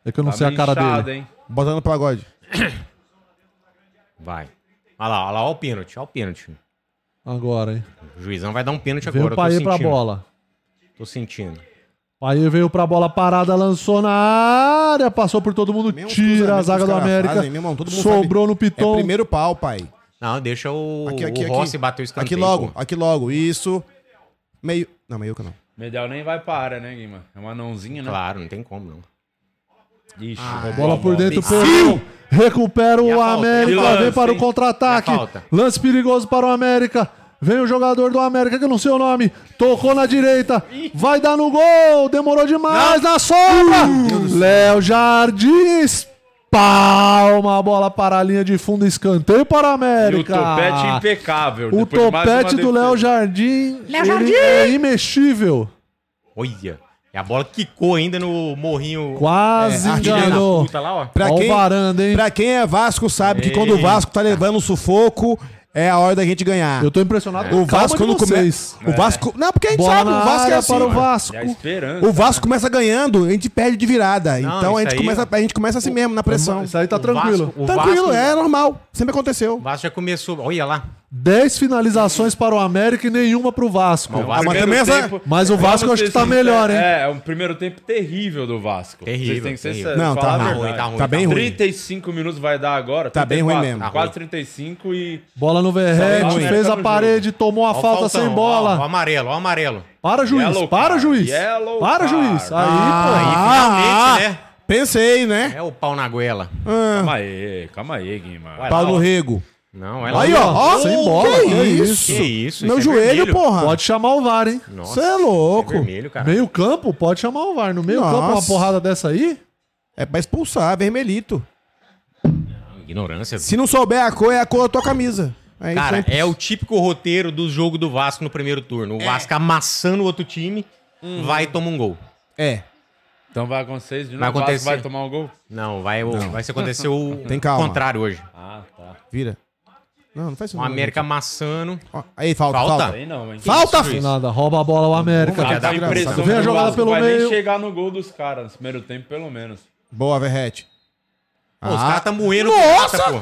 S4: é que eu não
S3: Tá
S4: sei a cara
S3: inchado,
S4: dele.
S3: Hein?
S1: Botando no pagode.
S2: Vai. Olha lá, olha lá, olha o pênalti, olha o pênalti.
S4: Agora, hein?
S2: O juizão vai dar um pênalti
S4: Veio
S2: agora,
S4: o
S2: eu tô
S4: Paê pra
S2: sentindo.
S4: bola.
S2: Tô sentindo.
S4: Aí veio pra bola parada, lançou na área, passou por todo mundo,
S1: Mesmo os
S4: tira a
S1: cruzamentos que
S4: zaga
S1: os
S4: do
S1: caras
S4: América.
S1: fazem, é meu irmão, todo mundo
S4: sobrou
S1: sabe.
S4: no Piton.
S1: É primeiro pau, pai.
S2: Não, deixa o,
S1: Aqui, aqui,
S2: o
S1: aqui.
S2: Rossi bater o escanteio.
S1: Aqui logo,
S2: pô.
S1: aqui logo. Isso. Meio. Não, meio que não.
S3: Medel nem vai pra área, né, Guima? É um anãozinho, né?
S2: Claro, Ah, não tem como, não.
S3: Ixi,
S4: Bola por dentro,
S2: Imbecil!
S4: perdeu. Recupera
S2: E a
S4: o
S2: falta?
S4: América,
S3: E lance,
S4: vem para o
S3: hein?
S4: contra-ataque.
S2: E a falta?
S4: Lance perigoso para o América. Vem o jogador do América, que eu não sei o nome. Tocou na direita. Vai dar no gol. Demorou demais na sobra. Léo Jardim espalma a bola para a linha de fundo. Escanteio para
S3: E
S4: o
S3: o
S4: América.
S3: topete impecável.
S4: O
S3: Depois de mais
S4: topete
S3: uma
S4: do Léo
S3: defesa.
S4: Jardim, ele é imexível.
S2: Olha. E a bola quicou ainda no morrinho.
S4: Quase
S1: É, artilheiro da
S4: enganou.
S2: puta lá, ó.
S1: Pra
S4: Ó o
S1: quem,
S4: varanda, hein?
S1: pra quem é Vasco, sabe que quando o Vasco tá levando um sufoco, é a hora da gente ganhar.
S4: Eu tô impressionado com
S1: O
S4: a calma
S1: Vasco
S4: de
S1: quando
S4: vocês.
S1: começa. O Vasco. Não, porque a gente
S4: Bola
S1: sabe,
S4: na
S1: o Vasco é
S4: área
S1: assim.
S4: para o
S1: mano.
S4: Vasco.
S3: É a esperança.
S1: O Vasco começa ganhando, a gente perde de virada.
S2: Não,
S1: então a
S2: isso
S1: gente,
S2: aí,
S1: começa, a gente começa assim mesmo, na pressão.
S4: Isso aí tá
S2: O
S4: tranquilo.
S2: Vasco- o
S1: Tranquilo,
S2: Vasco-
S1: é normal. Sempre
S2: O
S1: aconteceu.
S2: Vasco já começou. Olha lá.
S4: 10 finalizações para o América e nenhuma para o Vasco.
S2: Mas o Vasco-
S1: mas
S3: Primeiro
S1: também essa-
S3: tempo-
S4: Mas o Vasco
S3: Vamos
S4: acho que
S3: ser
S4: tá
S3: sinceros,
S4: melhor, hein?
S3: É, é um primeiro tempo terrível do Vasco.
S2: Terrível,
S3: Vocês têm que
S2: terrível.
S3: ser
S1: Não, tá
S3: falar a
S1: ruim,
S3: verdade.
S2: tá ruim,
S1: tá bem ruim.
S3: 35 minutos vai dar agora.
S1: Tá bem ruim
S3: 34,
S1: mesmo.
S3: Quase 35 e.
S4: Bola no
S3: Tá
S4: Verrete,
S3: bem,
S4: fez
S3: tá
S4: a
S3: no
S4: parede, tomou a
S2: Ó o
S4: falta
S2: Falcão,
S4: sem
S2: Ó, ó o
S4: bola.
S2: amarelo, ó o amarelo.
S4: Para, juiz,
S3: Yellow
S4: para,
S3: card,
S4: juiz.
S3: yellow
S4: Para,
S3: card.
S4: juiz. Aí,
S2: Ah,
S4: pô.
S1: Ah!
S2: Aí, finalmente, né?
S1: Pensei, né?
S2: É o pau na goela.
S3: Calma aí, calma aí, Guima.
S2: Vai lá,
S1: Paulo
S2: ó.
S1: Rego.
S2: Não, é lá.
S1: Aí, ó. ó
S4: Sem
S1: que
S4: bola, que
S1: isso?
S2: Que isso?
S1: Meu
S2: isso é
S1: joelho,
S2: vermelho.
S1: porra.
S4: Pode chamar o VAR, hein?
S2: Nossa,
S1: Cê é
S2: isso
S1: louco.
S2: vermelho, cara.
S4: Meio campo, pode chamar o VAR. No meio campo, uma
S1: Nossa.
S4: porrada dessa aí?
S1: É pra expulsar, vermelhito.
S2: Ignorância.
S1: Se não souber a cor, é a cor da tua camisa. É isso
S2: Cara,
S1: aí.
S2: é o típico roteiro do jogo do Vasco no primeiro turno.
S3: É.
S2: O Vasco amassando o outro time,
S3: Uhum.
S2: vai e toma um gol.
S1: É.
S3: Então vai acontecer de novo.
S2: Vai
S3: o Vasco
S2: acontecer.
S3: vai tomar um gol?
S2: Não, vai, o- vai se acontecer o
S1: [laughs] Tem calma.
S2: contrário hoje.
S3: Ah, tá.
S1: Vira. Não, não faz isso.
S2: O
S1: não.
S2: América amassando.
S1: Ó, Aí, falta,
S2: Um Falta?
S1: falta.
S3: Aí não, hein?
S1: Falta!
S2: Isso.
S4: Nada, rouba a bola o América.
S2: Vamos
S3: Dá
S2: dar
S3: a impressão
S4: Vem a
S3: que o
S4: jogada
S3: Vasco
S4: pelo
S3: vai
S4: meio.
S3: nem chegar no gol dos caras no primeiro tempo, pelo menos.
S1: Boa, Verrete.
S2: Pô, os caras tá moendo.
S1: Ah. Nossa!
S2: pirata, pô.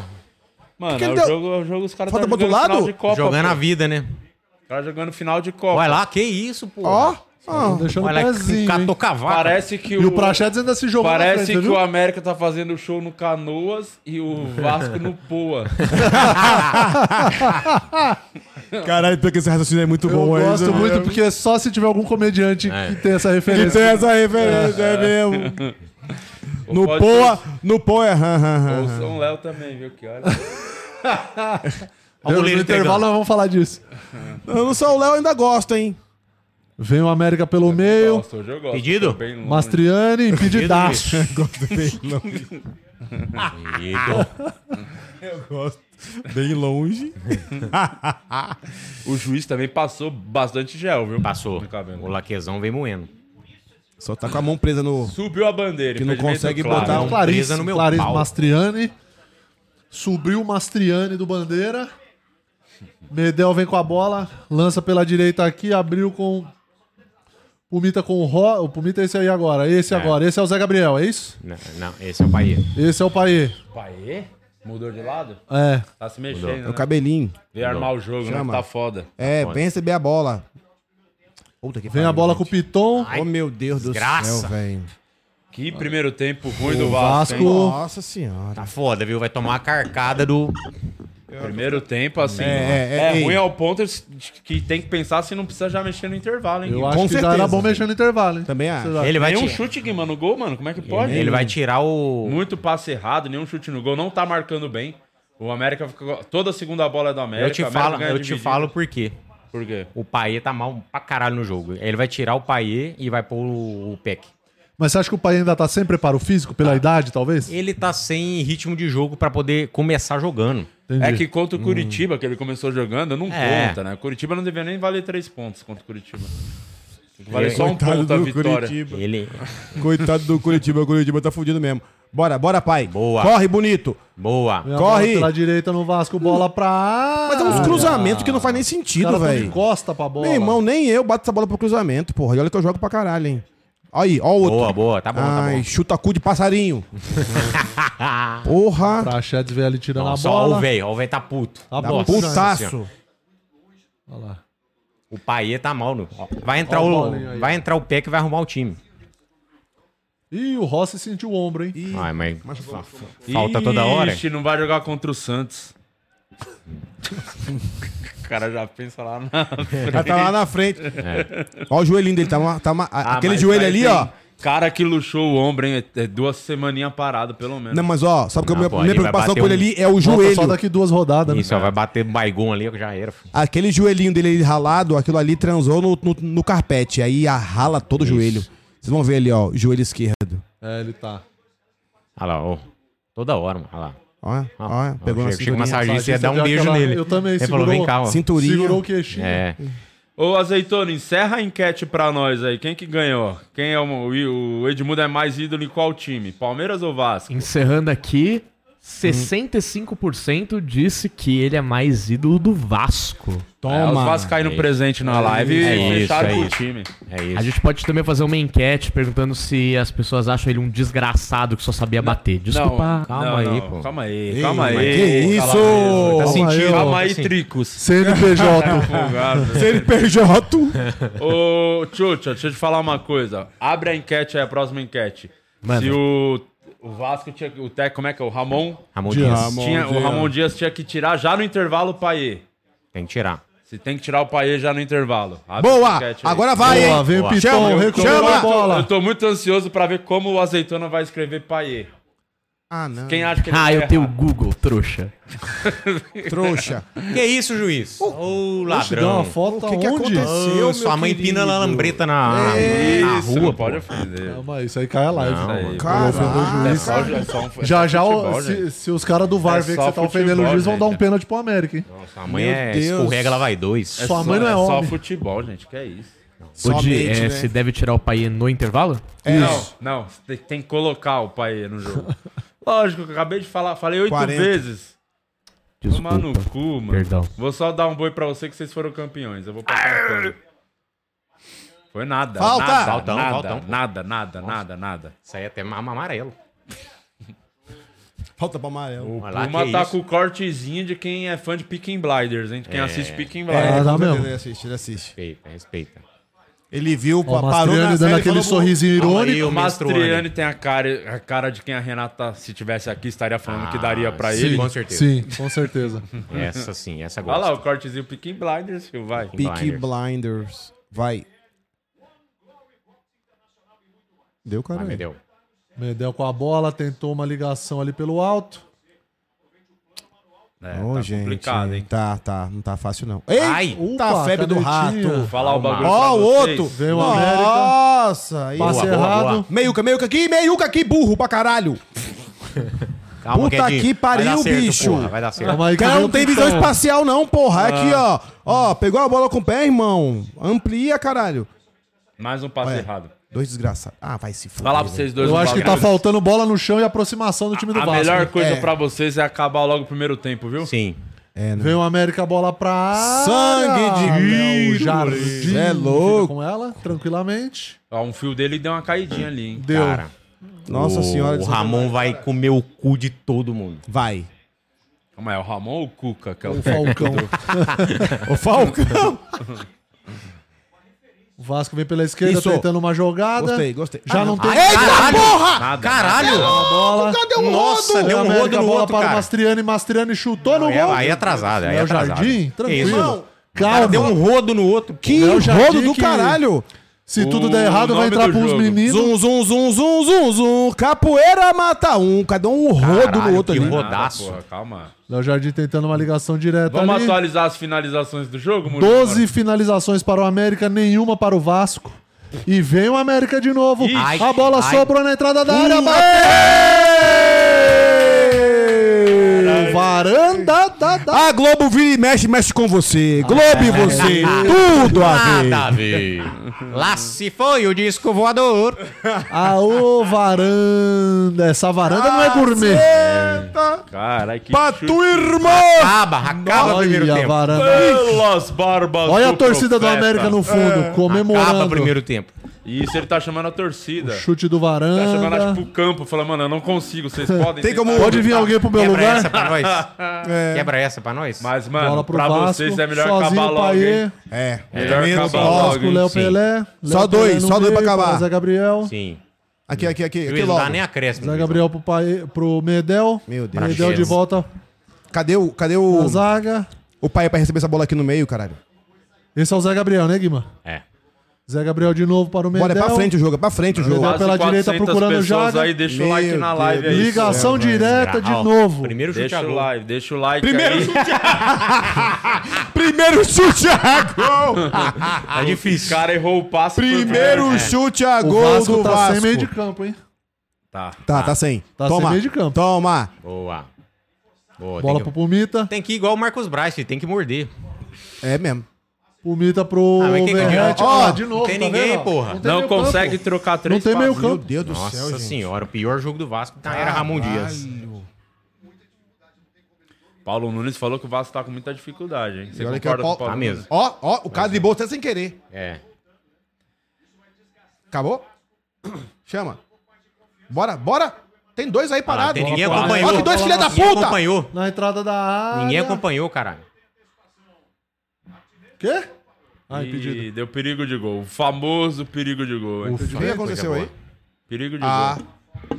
S3: Mano,
S1: que
S3: é
S1: ele
S3: o
S1: deu?
S3: jogo, é o jogo os caras
S1: Falta
S3: estão
S1: pro outro
S3: jogando final
S1: lado?
S3: de Copa.
S2: Jogando
S3: pô.
S2: a vida, né?
S3: Os caras jogando final de Copa.
S2: Vai lá, que isso, pô.
S1: Ó. um
S3: Os
S4: Tão deixando o
S2: Olha,
S4: pezinho, hein?
S2: catou cavaco.
S3: Parece que
S4: E o Prachetes ainda se jogou na
S3: Parece
S4: frente,
S3: que
S4: viu?
S3: o América tá fazendo show no Canoas e o Vasco no Poa.
S1: [laughs] Caralho, porque esse raciocínio é muito
S4: Eu
S1: bom. hein,
S4: gosto
S1: Zé?
S4: muito, porque é só se tiver algum comediante
S3: É.
S4: que tem essa
S1: Que
S4: referência.
S1: tem essa referência, é mesmo. No
S3: Pode
S1: Poa, no Poa é... hã, hã,
S3: ser
S1: hã.
S3: O São Léo também, viu? Que olha.
S4: Eu- no intervalo nós vamos falar disso.
S1: Eu não sou o Léo, ainda gosto, hein?
S4: Vem o América pelo meio.
S3: Nossa, hoje eu gosto.
S2: Pedido?
S3: tô bem longe.
S4: Mastriani, impedidaço.
S1: [laughs] Gosto bem longe. [laughs] Eu gosto bem longe.
S3: O juiz também passou bastante gel, viu?
S2: Passou.
S3: No cabelo.
S2: O laquezão vem moendo.
S1: Só tá com a mão presa no...
S3: Subiu a bandeira.
S1: Que não
S3: impedimento
S1: consegue
S3: claro.
S1: botar um-
S2: presa
S4: Clarice,
S2: no meu
S4: Clarice
S2: pau.
S4: Tá Mastriani. Subiu o Mastriani do Bandeira. Medel vem com a bola, lança pela direita aqui, abriu com Pumita com o Ro... O Pumita é esse aí agora, esse agora. Esse é o Zé Gabriel, é isso?
S2: Não, não, esse é o Bahia.
S4: Esse é o Paê.
S3: Paê? Mudou de lado?
S4: É.
S3: Tá se mexendo,
S1: É o
S3: né?
S1: cabelinho.
S3: Veio armar o jogo,
S1: Chama.
S3: né? Tá foda.
S1: É, vem receber a bola. Puta que
S4: Vem a bola com o Piton.
S1: Oh, meu Deus do
S2: desgraça.
S1: céu, velho.
S3: Que primeiro tempo ruim do
S4: O
S3: Vasco, hein?
S4: Vasco-
S1: Nossa senhora.
S2: Tá foda, viu? Vai tomar a carcada do.
S3: Primeiro tempo,
S1: É,
S3: assim.
S1: é,
S3: É,
S1: é,
S3: ruim
S1: ei.
S3: ao ponto de que tem que pensar se não precisa já mexer no intervalo, hein?
S4: Eu
S3: Guima?
S4: acho que já
S1: certeza.
S4: era bom mexer no intervalo, hein?
S1: Também acho.
S4: Vocês acham?
S2: Ele vai,
S3: Nenhum
S2: ti-
S3: chute, Guima, no gol, mano. Como é que pode?
S2: ele vai tirar o.
S3: Muito passe errado, nenhum chute no gol. Não tá marcando bem. O América fica... Toda segunda bola é do América.
S2: eu te
S3: o América
S2: falo,
S3: ganha
S2: eu te
S3: dividido.
S2: falo por quê.
S3: Por quê?
S2: O Paê tá mal pra caralho no jogo. Ele vai tirar o Paê e vai pôr o, o Peck.
S4: Mas você acha que o Paê ainda tá sem preparo físico, pela idade, talvez?
S2: Ele tá sem ritmo de jogo pra poder começar jogando.
S4: Entendi.
S3: É que contra o Curitiba, que ele começou jogando, não
S2: Hum. É.
S3: conta, né? O Curitiba não devia nem valer três pontos contra o Curitiba. Vale só um
S1: Coitado
S3: ponto a
S1: do
S3: vitória.
S1: Curitiba.
S2: Ele.
S1: Coitado do Curitiba, o Curitiba tá fudido mesmo. Bora, bora, pai.
S2: Boa.
S1: Corre, bonito.
S2: Boa.
S4: Vem a bola
S1: corre.
S4: Pela direita no Vasco, bola pra área.
S1: Mas é
S2: Ah.
S1: uns cruzamentos que não faz nem
S4: O cara
S1: sentido,
S4: tá de
S1: velho.
S4: costa pra bola.
S1: Meu irmão, nem eu bato essa bola pro cruzamento, porra. E olha que eu jogo pra caralho, hein. Aí, ó o outro.
S2: Boa, boa. Tá bom, tá
S1: Ai,
S2: bom. Ah.
S1: chuta cu de passarinho. Porra.
S4: Prachedes vem ali tirando
S2: Nossa,
S4: a
S2: ó o
S4: Tá bola.
S2: velho. Ó o velho tá puto.
S4: Tá
S1: Dá
S4: bom.
S1: um putaço.
S4: Olha lá.
S2: O Paê tá mal, no. ó, Vai entrar
S4: Ó o bolinho aí.
S2: o. Vai entrar o Peck e vai arrumar o time.
S4: Ih, o Rossi sentiu o ombro, hein?
S2: Ai, mas. fa- fa- Falta toda hora.
S3: Ixi, não vai jogar contra o Santos. o cara já pensa lá na
S1: Já tá lá na frente.
S2: É.
S1: Ó o joelhinho dele. Tá, uma- tá uma-
S3: Ah,
S1: aquele
S3: mas
S1: joelho
S3: aí
S1: ali,
S3: tem
S2: um-
S1: ó.
S3: Cara que luxou o ombro, hein? É duas semaninhas parado, pelo menos.
S1: Não, mas ó, sabe que é a
S2: Não,
S1: minha,
S2: Ah, pô,
S1: minha
S2: ali vai
S1: preocupação
S2: bater
S1: com ele
S2: um-
S1: ali é o
S4: Volta Só
S1: joelho.
S4: daqui duas rodadas, né?
S2: Isso, ó, vai bater o Baigon ali, que já era. filho.
S1: Aquele joelhinho dele ali ralado, aquilo ali transou no, no, no carpete. Aí a rala todo o joelho. Vocês vão ver ali, ó, o joelho esquerdo.
S4: É, ele tá.
S2: Olha lá, ó. Toda hora, mano. Olha lá.
S1: Ó,
S2: Ah,
S1: ó, pegou uma
S2: chega- chega o
S1: cinturinha.
S2: massagista e ia dar um
S4: deu
S2: beijo
S4: aquela-
S2: nele.
S4: eu também,
S2: Ele falou,
S4: segurou.
S2: vem cá, ó.
S1: Cinturinha.
S4: Segurou o queixinho.
S2: É.
S3: Ô, Azeitona, encerra a enquete pra nós aí. Quem que ganhou? Quem é o, o o Edmundo é mais ídolo em qual time? Palmeiras ou Vasco?
S5: Encerrando aqui, 65% disse que ele é mais ídolo do Vasco.
S3: É, os
S1: Toma.
S3: vascaínos presente na live
S2: É
S3: e
S2: isso,
S3: fecharam
S2: é
S3: com o
S2: isso.
S3: time.
S2: É isso.
S5: A gente pode também fazer uma enquete perguntando se as pessoas acham ele um desgraçado que só sabia bater. Desculpa.
S2: calma aí, pô.
S3: Calma aí,
S1: Ei,
S3: calma aí.
S1: mas que
S3: Calma
S1: isso?
S3: aí,
S1: Tá
S4: sentindo?
S3: Calma aí,
S2: Assim.
S3: Tricos. [laughs]
S4: [laughs] CNPJ.
S3: Folgado.
S1: CNPJ.
S3: Ô, Tchutcha, deixa eu te falar uma coisa. Abre a enquete aí, a próxima enquete. Se o, o Vasco tinha. O Tec, como é que é? O Ramon.
S2: Ramon Dias.
S1: Ramon
S3: tinha, o
S1: Dias.
S3: Ramon Dias tinha que tirar já no intervalo o Paê.
S2: Tem que tirar.
S3: Se tem que tirar o Paê já no intervalo. Abre essa
S1: Boa.
S3: enquete aí.
S1: Agora vai,
S4: Boa,
S1: hein.
S4: vem o
S2: Boa.
S4: Piton,
S1: Chama,
S4: recuperou
S1: chama.
S4: a
S3: Eu
S4: bola.
S3: tô muito ansioso pra ver como o Azeitona vai escrever Paê.
S1: Ah, não. [laughs]
S3: Quem acha que ele
S5: Ah,
S3: vai
S5: eu
S3: errar?
S5: tenho o Google, trouxa.
S1: Trouxa.
S2: Que isso, juiz? Ô,
S4: Te deu
S2: ladrão.
S4: uma foto
S1: O que que
S4: aonde?
S1: aconteceu?
S2: Ô,
S1: meu
S2: sua mãe
S1: querido.
S2: pina na lambreta na, na
S3: É Isso,
S2: rua,
S3: não
S2: pô.
S3: pode ofender.
S4: Calma aí, isso aí cai a live.
S3: Isso aí.
S1: Caraca.
S3: É só- é só um- é
S4: Já
S3: só
S4: já,
S3: futebol,
S4: o-
S3: gente.
S4: se, se os caras do VAR
S3: É
S4: verem que
S3: só
S4: você tá ofendendo o
S3: futebol,
S4: juiz, vão
S3: gente.
S4: dar um pênalti pro América, hein?
S2: Sua mãe
S1: Meu
S2: é
S1: Deus.
S2: escorrega, ela vai dois.
S4: Sua mãe
S3: só-
S4: não é
S3: só
S4: homem.
S3: futebol, gente, que é isso.
S5: Hoje,
S1: Somente, né?
S5: se deve tirar o pai no intervalo?
S1: É,
S3: Não, não, tem, tem que colocar o pai no jogo. Lógico, eu acabei de falar, falei oito
S1: 40.
S3: vezes.
S5: Desculpa.
S3: Tomar no cu, mano.
S5: Perdão.
S3: Vou só dar um boi pra você que vocês foram campeões. Eu vou passar a câmera. Foi nada.
S1: Falta!
S3: Nada,
S2: Faltão,
S3: nada,
S2: faltão.
S3: nada, nada, nada, nada.
S2: Isso aí é até ama- amarelo.
S1: Falta pra amarelo.
S3: O
S2: Olha lá,
S3: Puma
S2: que
S3: tá
S2: isso.
S3: com o cortezinho de quem é fã de Peaky Blinders, hein? De quem assiste Peaky
S1: É,
S3: Blinders.
S4: dá
S1: com
S4: tá mesmo.
S1: certeza, Ele assiste, ele assiste.
S2: Respeita, respeita.
S1: Ele Ele viu,
S4: Ó, o
S1: parou na
S4: Mastriani
S1: série
S4: dando
S1: e falou,
S4: aquele sorrisinho
S2: Aí
S4: irônico.
S2: o
S3: O Mastriani
S2: Mastriani.
S3: tem a cara, a cara de quem a Renata, se tivesse aqui, estaria falando que daria pra
S2: sim.
S3: ele.
S2: com certeza.
S4: Sim, com certeza.
S2: Essa sim, essa
S3: Olha lá
S2: gosta.
S3: o cortezinho Peaky Blinders, filho, vai.
S1: Peaky Blinders. Vai. Deu, cara.
S2: Ah,
S1: aí.
S2: me deu.
S4: Medel com a bola, tentou uma ligação ali pelo alto.
S3: É,
S1: Ô,
S3: tá
S1: gente.
S3: complicado, hein?
S1: Tá, tá. Não tá fácil, não. Eita,
S2: Ai,
S4: Opa,
S1: febre do
S4: canetinha.
S1: rato.
S3: Falar o bagulho pra
S1: Ó, o
S3: vocês.
S1: outro.
S4: Veio o América.
S1: Nossa. aí-
S4: Passe
S2: boa,
S4: errado.
S2: boa.
S1: Meiuca, meiuca aqui, meiuca aqui, burro pra caralho.
S2: Calma,
S1: Puta
S2: Guedinho.
S1: que pariu,
S2: Vai dar certo,
S1: bicho.
S2: porra, vai dar certo.
S4: Calma aí
S1: O
S4: que
S1: cara
S4: vem
S1: não
S4: o
S1: tem
S4: Pitão.
S1: visão espacial, não, porra. É aqui, ó. Ó, pegou a bola com o pé, irmão. Amplia, caralho.
S3: Mais um passo
S1: Olha.
S3: errado.
S1: Dois desgraçados. Ah, vai se fuder.
S3: Falar pra vocês dois
S4: Eu
S3: um
S4: acho que tá
S3: bagulho.
S4: faltando bola no chão e aproximação do time do
S3: A
S4: Vasco. né?
S3: melhor coisa
S1: É.
S3: pra vocês é acabar logo o primeiro tempo, viu?
S2: Sim.
S1: É, né?
S4: Vem o América, a bola pra área.
S1: Sangue de
S4: Léo
S1: vidro,
S4: Jardim.
S1: moleque. É louco.
S4: Fica Com ela, tranquilamente.
S3: Ó, um fio dele deu uma caidinha ali, hein?
S4: Deu.
S2: Cara,
S1: Nossa
S2: o,
S1: senhora.
S2: O
S4: é
S2: Ramon vai comer o cu de todo mundo.
S1: Vai.
S3: Calma aí, é o Ramon ou o Cuca? Que é o
S4: O Falcão.
S1: Ô, Falcão.
S4: O Vasco vem pela esquerda
S1: Isso.
S4: tentando uma jogada.
S1: Gostei, gostei.
S4: Já não tem
S1: Eita, porra!
S3: Nada.
S2: Caralho!
S4: a bola.
S1: Cadê o
S2: Nossa,
S1: rodo?
S2: deu um
S4: O América,
S2: rodo no
S4: bola
S2: outro,
S4: para
S2: cara.
S4: o Mastriani. Mastriani chutou no
S2: Aí,
S4: gol.
S2: aí é atrasado, aí é
S4: Léo
S2: atrasado.
S4: Jardim,
S2: Que isso,
S4: tranquilo.
S2: irmão?
S4: Calma.
S2: Cara, deu um rodo no outro.
S1: Que
S4: Léo
S1: rodo
S4: Jardim
S1: do
S4: que-
S1: caralho.
S4: Se tudo
S3: O
S4: der errado, vai
S3: nome
S4: entrar
S3: do
S4: pros
S3: jogo.
S4: meninos.
S1: Zum, zum, zum, zum, zum, zum. Capoeira mata um. Cada um rodo
S2: Caralho,
S1: no outro
S2: que
S1: ali.
S2: rodo.
S3: Nada,
S2: Rodaço.
S3: porra, calma.
S4: Léo Jardim tentando uma ligação direta
S3: Vamos
S4: Tá ali.
S3: atualizar as finalizações do jogo, Murilo?
S4: 12 finalizações para o América, nenhuma para o Vasco. E vem o América de novo.
S3: Ih,
S2: ai,
S4: a bola
S2: ai.
S4: sobrou na entrada da área. bateu! Varanda da, da.
S1: A Globo vira e mexe, mexe com você. Globo
S2: É.
S1: e
S2: [laughs]
S1: você. Tudo a ver.
S2: Nada a ver. Lá se foi o disco voador.
S4: Aô, varanda. Essa varanda não é gourmet. Tá.
S3: Caralho, que
S1: Pra
S3: chute.
S1: tu, irmão!
S2: Acaba, acaba o primeiro
S4: Olha a
S2: tempo.
S4: varanda.
S3: Pelas barbas
S4: Olha a
S3: do
S4: torcida do
S3: profeta.
S4: América no fundo,
S2: Acaba o
S4: comemorando.
S2: primeiro tempo.
S3: Isso, ele tá chamando a torcida.
S4: Chute do varanda.
S3: Tá chamando, acho, pro campo. Fala, mano, eu não consigo,
S4: [laughs]
S3: vocês podem...
S1: Tem como-
S3: tentar?"
S4: Pode vir alguém pro meu
S2: Quebra
S4: lugar? É.
S2: essa pra
S4: [laughs]
S2: nós. Quebra essa pra nós.
S3: Mas,
S4: Bola
S3: mano,
S4: pro
S3: pra
S4: Vasco.
S3: vocês é melhor
S4: sozinho
S3: acabar
S4: o
S3: logo,
S4: Paiê.
S3: hein?
S1: É,
S3: Melhor
S1: primeiro
S3: acabar
S1: bloco.
S3: logo.
S4: Vasco, Léo
S2: Sim.
S4: Pelé. Léo
S1: Só
S4: Pelé
S1: dois,
S4: no
S1: só dois pra
S4: meio,
S1: acabar.
S4: para Zé Gabriel.
S2: Sim.
S1: Aqui, aqui, aqui. aqui
S2: Juiz não
S1: logo.
S2: dá nem acréscimo.
S4: Zé
S2: juiz.
S4: Gabriel pro, Paê- pro Medel.
S1: Meu Deus.
S4: Medel de
S2: Jesus.
S4: volta
S1: Cadê o, cadê
S4: na
S1: o,
S4: zaga.
S1: o pai pra receber essa bola aqui no meio, caralho?
S4: Esse é o Zé Gabriel, né, Guima?
S2: É.
S4: Zé Gabriel de novo para o Medel.
S1: Bora, é pra frente o jogo, é pra frente o jogo.
S4: Medel pela direita
S3: 400
S4: procurando o
S3: pessoas
S4: Jaga.
S3: aí, deixa o
S1: Meu
S3: like na
S1: Deus.
S3: live aí.
S4: Ligação
S1: É,
S4: direta de
S2: Ah, ó,
S4: novo.
S2: Primeiro chute
S3: Deixa
S2: a
S3: o
S2: gol.
S3: like, deixa o like Primeiro
S1: Primeiro chute a gol!
S3: Tá difícil. O cara errou o passe. por
S2: É.
S1: Primeiro chute a
S4: O
S1: gol
S4: Vasco
S1: do
S4: tá sem meio de
S1: Vasco.
S4: campo, hein?
S3: Tá.
S1: Tá, tá sem.
S4: Tá sem
S1: Toma.
S4: meio de campo.
S1: Toma.
S2: Boa. Boa.
S4: Bola
S2: tem,
S4: pro
S2: que...
S4: Pumita.
S2: tem que ir igual o Marcos Braz, filho, tem que morder.
S1: É mesmo.
S4: Pumita pro
S2: Ah, mas quem que é?
S4: Verrete.
S1: Ó,
S4: Olha lá, de novo.
S2: tem
S4: tá
S2: ninguém,
S4: vendo, ó?
S2: porra.
S4: tem
S3: Não
S4: meio campo.
S3: consegue trocar três
S4: Não tem meio
S3: passes.
S1: Meu
S4: campo.
S1: Deus do
S2: Nossa
S1: céu, gente.
S2: senhora, o pior jogo do Vasco tá, era Ramon Dias.
S3: Paulo Nunes falou que o Vasco tá com muita dificuldade, hein? Você
S1: E olha que
S3: concorda
S1: é o Paulo-
S3: com o Paulo
S2: Tá
S3: Nunes?
S2: mesmo.
S1: Ó, ó, o cara de bolsa é sem querer.
S2: É.
S1: Acabou? Chama. Bora, bora. Tem dois aí
S2: Ah,
S1: parados.
S2: tem ninguém
S4: bola,
S2: acompanhou.
S1: bola, bola, bola,
S2: Ninguém
S3: tá.
S1: puta!
S2: acompanhou.
S4: Na entrada da área.
S2: Ninguém é acompanhou, caralho.
S4: Quê? Ah, impedido.
S3: E deu perigo de gol. O famoso perigo de gol, hein?
S1: O que aconteceu aí?
S3: Perigo de
S1: Ah,
S3: gol.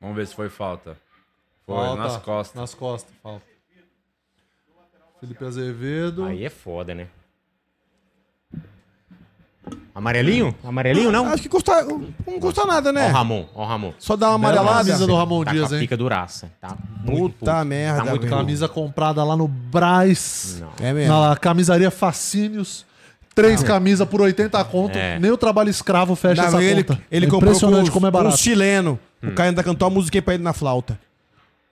S3: Vamos ver se foi falta. Foi,
S4: Falta.
S3: nas costas.
S4: Nas costas, falta. Felipe Azevedo.
S2: Aí é foda, né? Amarelinho? Amarelinho não? Ó
S1: acho que custa, não custa nada,
S2: o
S1: né?
S2: Ramon, ó o Ramon.
S1: Só dá uma
S4: Bela
S1: amarelada.
S4: camisa do Ramon
S2: Tá
S4: Dias,
S2: com a
S4: hein?
S2: pica duraça. Tá muito puto.
S1: Puta merda.
S2: Tá muito
S1: meu.
S4: Camisa comprada lá no Braz.
S2: Não.
S1: É mesmo.
S4: Na camisaria Facínios. Três camisas por 80 conto.
S2: É.
S4: Nem o trabalho escravo fecha
S1: Ah. Não,
S4: essa
S1: ele,
S4: conta.
S1: ele
S4: É
S1: comprou com,
S4: Impressionante
S1: os-
S4: como é
S1: com
S4: barato. Hum.
S1: os chileno. O cara ainda cantou a música pra ele na flauta.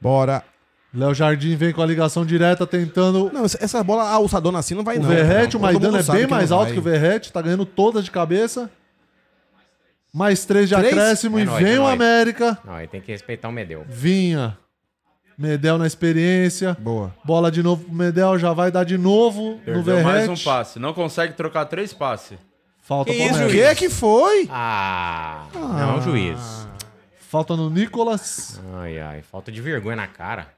S1: Bora.
S4: Léo Jardim vem com a ligação direta tentando...
S1: Não, essa- essa bola alçadona assim não vai
S4: o
S1: não.
S4: Verrete,
S1: Todo
S4: o Maidana
S1: mundo
S4: é
S1: sabe
S4: bem
S1: que não
S4: mais alto
S1: vai.
S4: que o Verrete. Tá ganhando todas de cabeça. Mais três de
S1: Três?
S4: acréscimo.
S2: É
S4: e
S2: nóis,
S4: vem
S2: é
S4: o
S2: nóis.
S4: América.
S2: Não, aí tem que respeitar o Medel.
S4: Vinha. Medel na experiência.
S1: Boa.
S4: Bola de novo pro Medel, já vai dar de novo no
S3: Perdeu
S4: Verrete.
S3: mais um passe. Não consegue trocar três passes.
S4: Falta
S2: Que
S4: pro
S2: isso,
S1: O que
S4: América.
S1: que foi?
S2: Ah, não, juiz.
S4: Falta no Nicolas.
S2: Ai, ai, falta de vergonha na cara.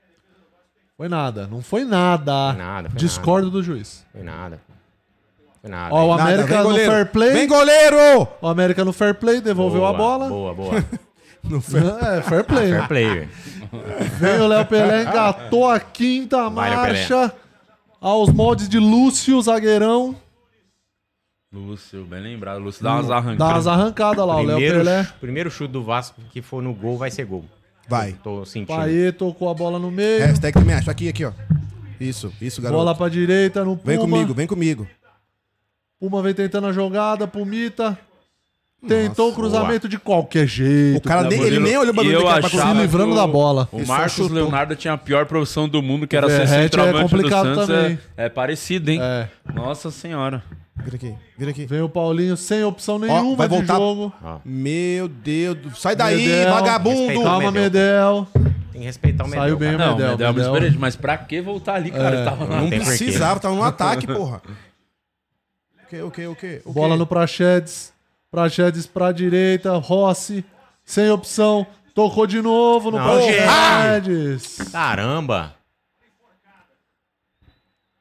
S4: Foi nada, não foi nada.
S2: Foi nada, foi
S4: Discordo do juiz.
S2: Foi nada. pô. Foi nada.
S4: Ó, o
S1: Nada,
S4: América
S1: vem
S4: no
S1: goleiro.
S4: fair play.
S1: Vem goleiro!
S4: O América no fair play devolveu
S2: Boa,
S4: a bola.
S2: Boa, boa.
S1: No fair-
S4: [laughs] É, fair play.
S2: Fair play, velho.
S4: Vem o Léo Pelé, engatou a quinta
S2: Vai, Léo Pelé.
S4: marcha. Aos moldes de Lúcio, zagueirão.
S3: Lúcio, bem lembrado. Lúcio dá umas arrancadas.
S4: Dá umas arrancadas lá, o Léo
S2: Primeiro,
S4: Pelé.
S2: primeiro chute do Vasco que for no gol vai ser gol.
S1: Vai.
S2: Tô sentindo.
S4: Paê tocou a bola no meio.
S1: Hashtag também acho. Aqui, aqui, ó. Isso, isso, garoto.
S4: bola pra direita no Puma.
S1: Vem comigo, vem comigo.
S4: Puma vem tentando a jogada, Pumita. Tentou o
S1: Nossa,
S4: cruzamento de qualquer jeito.
S1: O cara Ah, nem, ele
S3: Danilo,
S1: nem olhou pra
S3: tá e
S1: dentro
S3: eu
S1: que era pra
S3: achava
S1: conseguir.
S4: Se livrando
S3: que
S4: da bola.
S3: O
S1: Ele só
S3: Marcos
S1: chutou.
S3: Leonardo tinha a pior profissão do mundo, que era
S4: O
S3: ser
S4: Verratti é
S3: centroavante do
S4: complicado
S3: Santos.
S4: também.
S3: É, é parecido, hein?
S4: É.
S3: Nossa senhora.
S1: Vira aqui, vira aqui.
S4: Vem o Paulinho sem opção nenhuma
S1: vai
S4: de
S1: voltar.
S4: jogo.
S1: Meu Deus. do- Sai daí,
S4: Medel.
S1: vagabundo!
S2: Respeita.
S4: Calma, Medel.
S2: Tem que respeitar o Medel.
S4: Saiu
S2: cara.
S4: bem o
S3: Não,
S4: Medel.
S3: Medel, é muito
S4: Medel. É.
S3: experiente, mas pra que voltar ali, cara? Ele tava na
S2: Não tem porquê.
S1: Precisava,
S4: [laughs]
S1: tava num ataque, porra. O que, o que, o que?
S4: Bola no Praxedes. Praxedes pra direita. Rossi. Sem opção. Tocou de novo no
S2: Não,
S4: Praxedes.
S2: Caramba.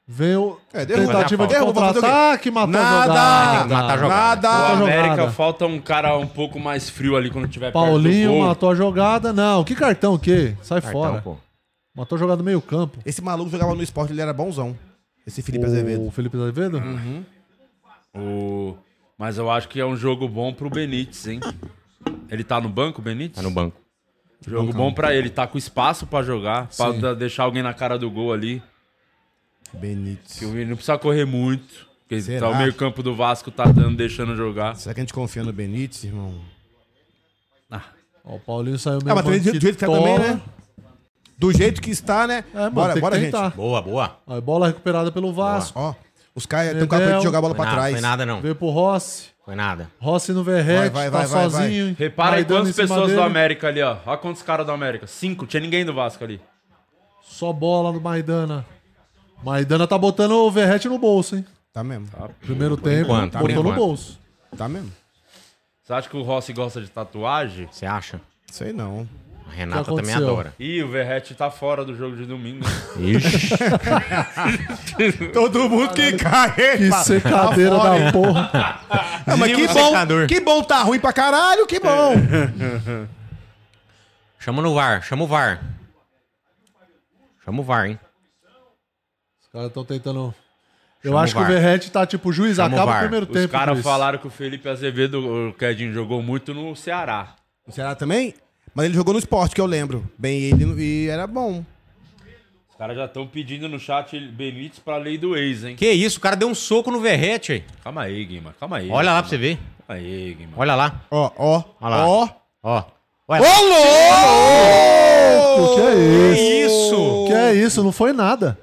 S4: Vem o...
S1: É, derruba.
S4: tentativa de
S1: Fazer a falta.
S4: contra-ataque. Matou a
S1: Nada!
S4: jogada.
S2: Matar a jogada.
S1: Nada!
S4: Boa
S3: O América
S4: tá jogada.
S3: falta um cara um pouco mais frio ali quando tiver perto
S4: Paulinho
S3: do gol.
S4: matou a jogada. Não, que cartão o quê? Sai
S2: Cartão,
S4: fora.
S2: pô.
S4: Matou a jogada no meio campo.
S1: Esse maluco jogava no esporte, ele era bonzão. Esse Felipe Azevedo.
S4: O Felipe Azevedo?
S2: Uhum.
S3: O- Mas eu acho que é um jogo bom pro Benítez, hein? Ele tá no banco, o Benítez?
S2: Tá no banco.
S3: Jogo bom pra ele, tá com espaço pra jogar, pra
S1: Sim.
S3: da- deixar alguém na cara do gol ali.
S4: Oh.
S1: Benítez.
S3: Que o Benítez não precisa correr muito. Porque
S1: Será?
S3: tá, o meio-campo do Vasco tá dando, deixando jogar.
S1: Será que a gente confia no Benítez, irmão?
S4: Ó, o Paulinho saiu meio
S1: Ah, mas também do
S4: banco de
S1: jeito que tá
S4: tola.
S1: também, né? Do jeito que está, né?
S4: É, mano,
S1: bora,
S4: tem
S1: bora,
S4: que
S1: gente.
S4: tentar.
S2: Boa, boa.
S4: Aí, bola recuperada pelo Vasco.
S1: Ó, os caras têm um capacete
S4: Medel.
S1: de jogar a bola
S2: Foi
S1: pra
S2: nada,
S1: trás.
S2: foi nada, não.
S4: Veio pro Rossi.
S2: Foi nada.
S4: Rossi no Verrete,
S1: Vai, vai,
S4: tá
S1: vai, vai,
S4: sozinho.
S3: Repara aí
S4: Maidana
S3: quantas
S4: em cima
S3: pessoas
S4: dele.
S3: do América ali, ó. Olha quantos caras do América. Cinco, tinha ninguém do Vasco ali.
S4: Só bola do Maidana. Maidana tá botando o Verrete no bolso, hein?
S1: Tá mesmo,
S4: Primeiro tempo,
S2: enquanto, tá, por
S4: botou no
S2: enquanto.
S4: bolso.
S1: tá mesmo.
S3: Você acha que o Rossi gosta de tatuagem?
S2: Você acha?
S1: Sei não.
S2: A Renata também
S4: aconteceu?
S2: adora.
S3: Ih, o Verrete tá fora do jogo
S2: [laughs]
S3: de domingo.
S2: Ixi.
S1: Todo mundo que cai,
S4: Que
S2: Tá
S4: secadeira da porra.
S1: Ah, mas que
S2: Desliga o
S1: bom,
S2: secador.
S1: que bom tá ruim pra caralho, que bom.
S2: chama no VAR, chama o VAR. Chama o VAR, hein?
S4: Os caras estão tentando. Eu
S2: Chama
S4: acho
S2: o
S4: que o
S2: VAR.
S4: Verrete tá tipo, juiz,
S2: Chama o
S4: acaba o,
S2: VAR.
S4: primeiro
S3: Os
S4: tempo.
S3: caras
S4: juiz.
S3: falaram que o Felipe Azevedo, o Quedinho, jogou muito no Ceará.
S1: O Ceará também? Mas ele jogou no esporte, que eu lembro. Bem, ele e era bom.
S3: Os caras já estão pedindo no chat Benítez pra lei do ex, hein?
S2: Que isso, o cara deu um soco no Verrete. aí.
S3: Calma aí, Guima. Calma aí.
S2: Olha lá pra você ver.
S3: Calma aí, Guima.
S2: Olha lá.
S1: Ó, ó,
S2: Olha lá.
S1: ó.
S2: Ó. Olha
S1: Ô,
S2: lá.
S1: louco!
S4: O que é isso?
S2: isso?
S4: O que é isso? Não foi nada.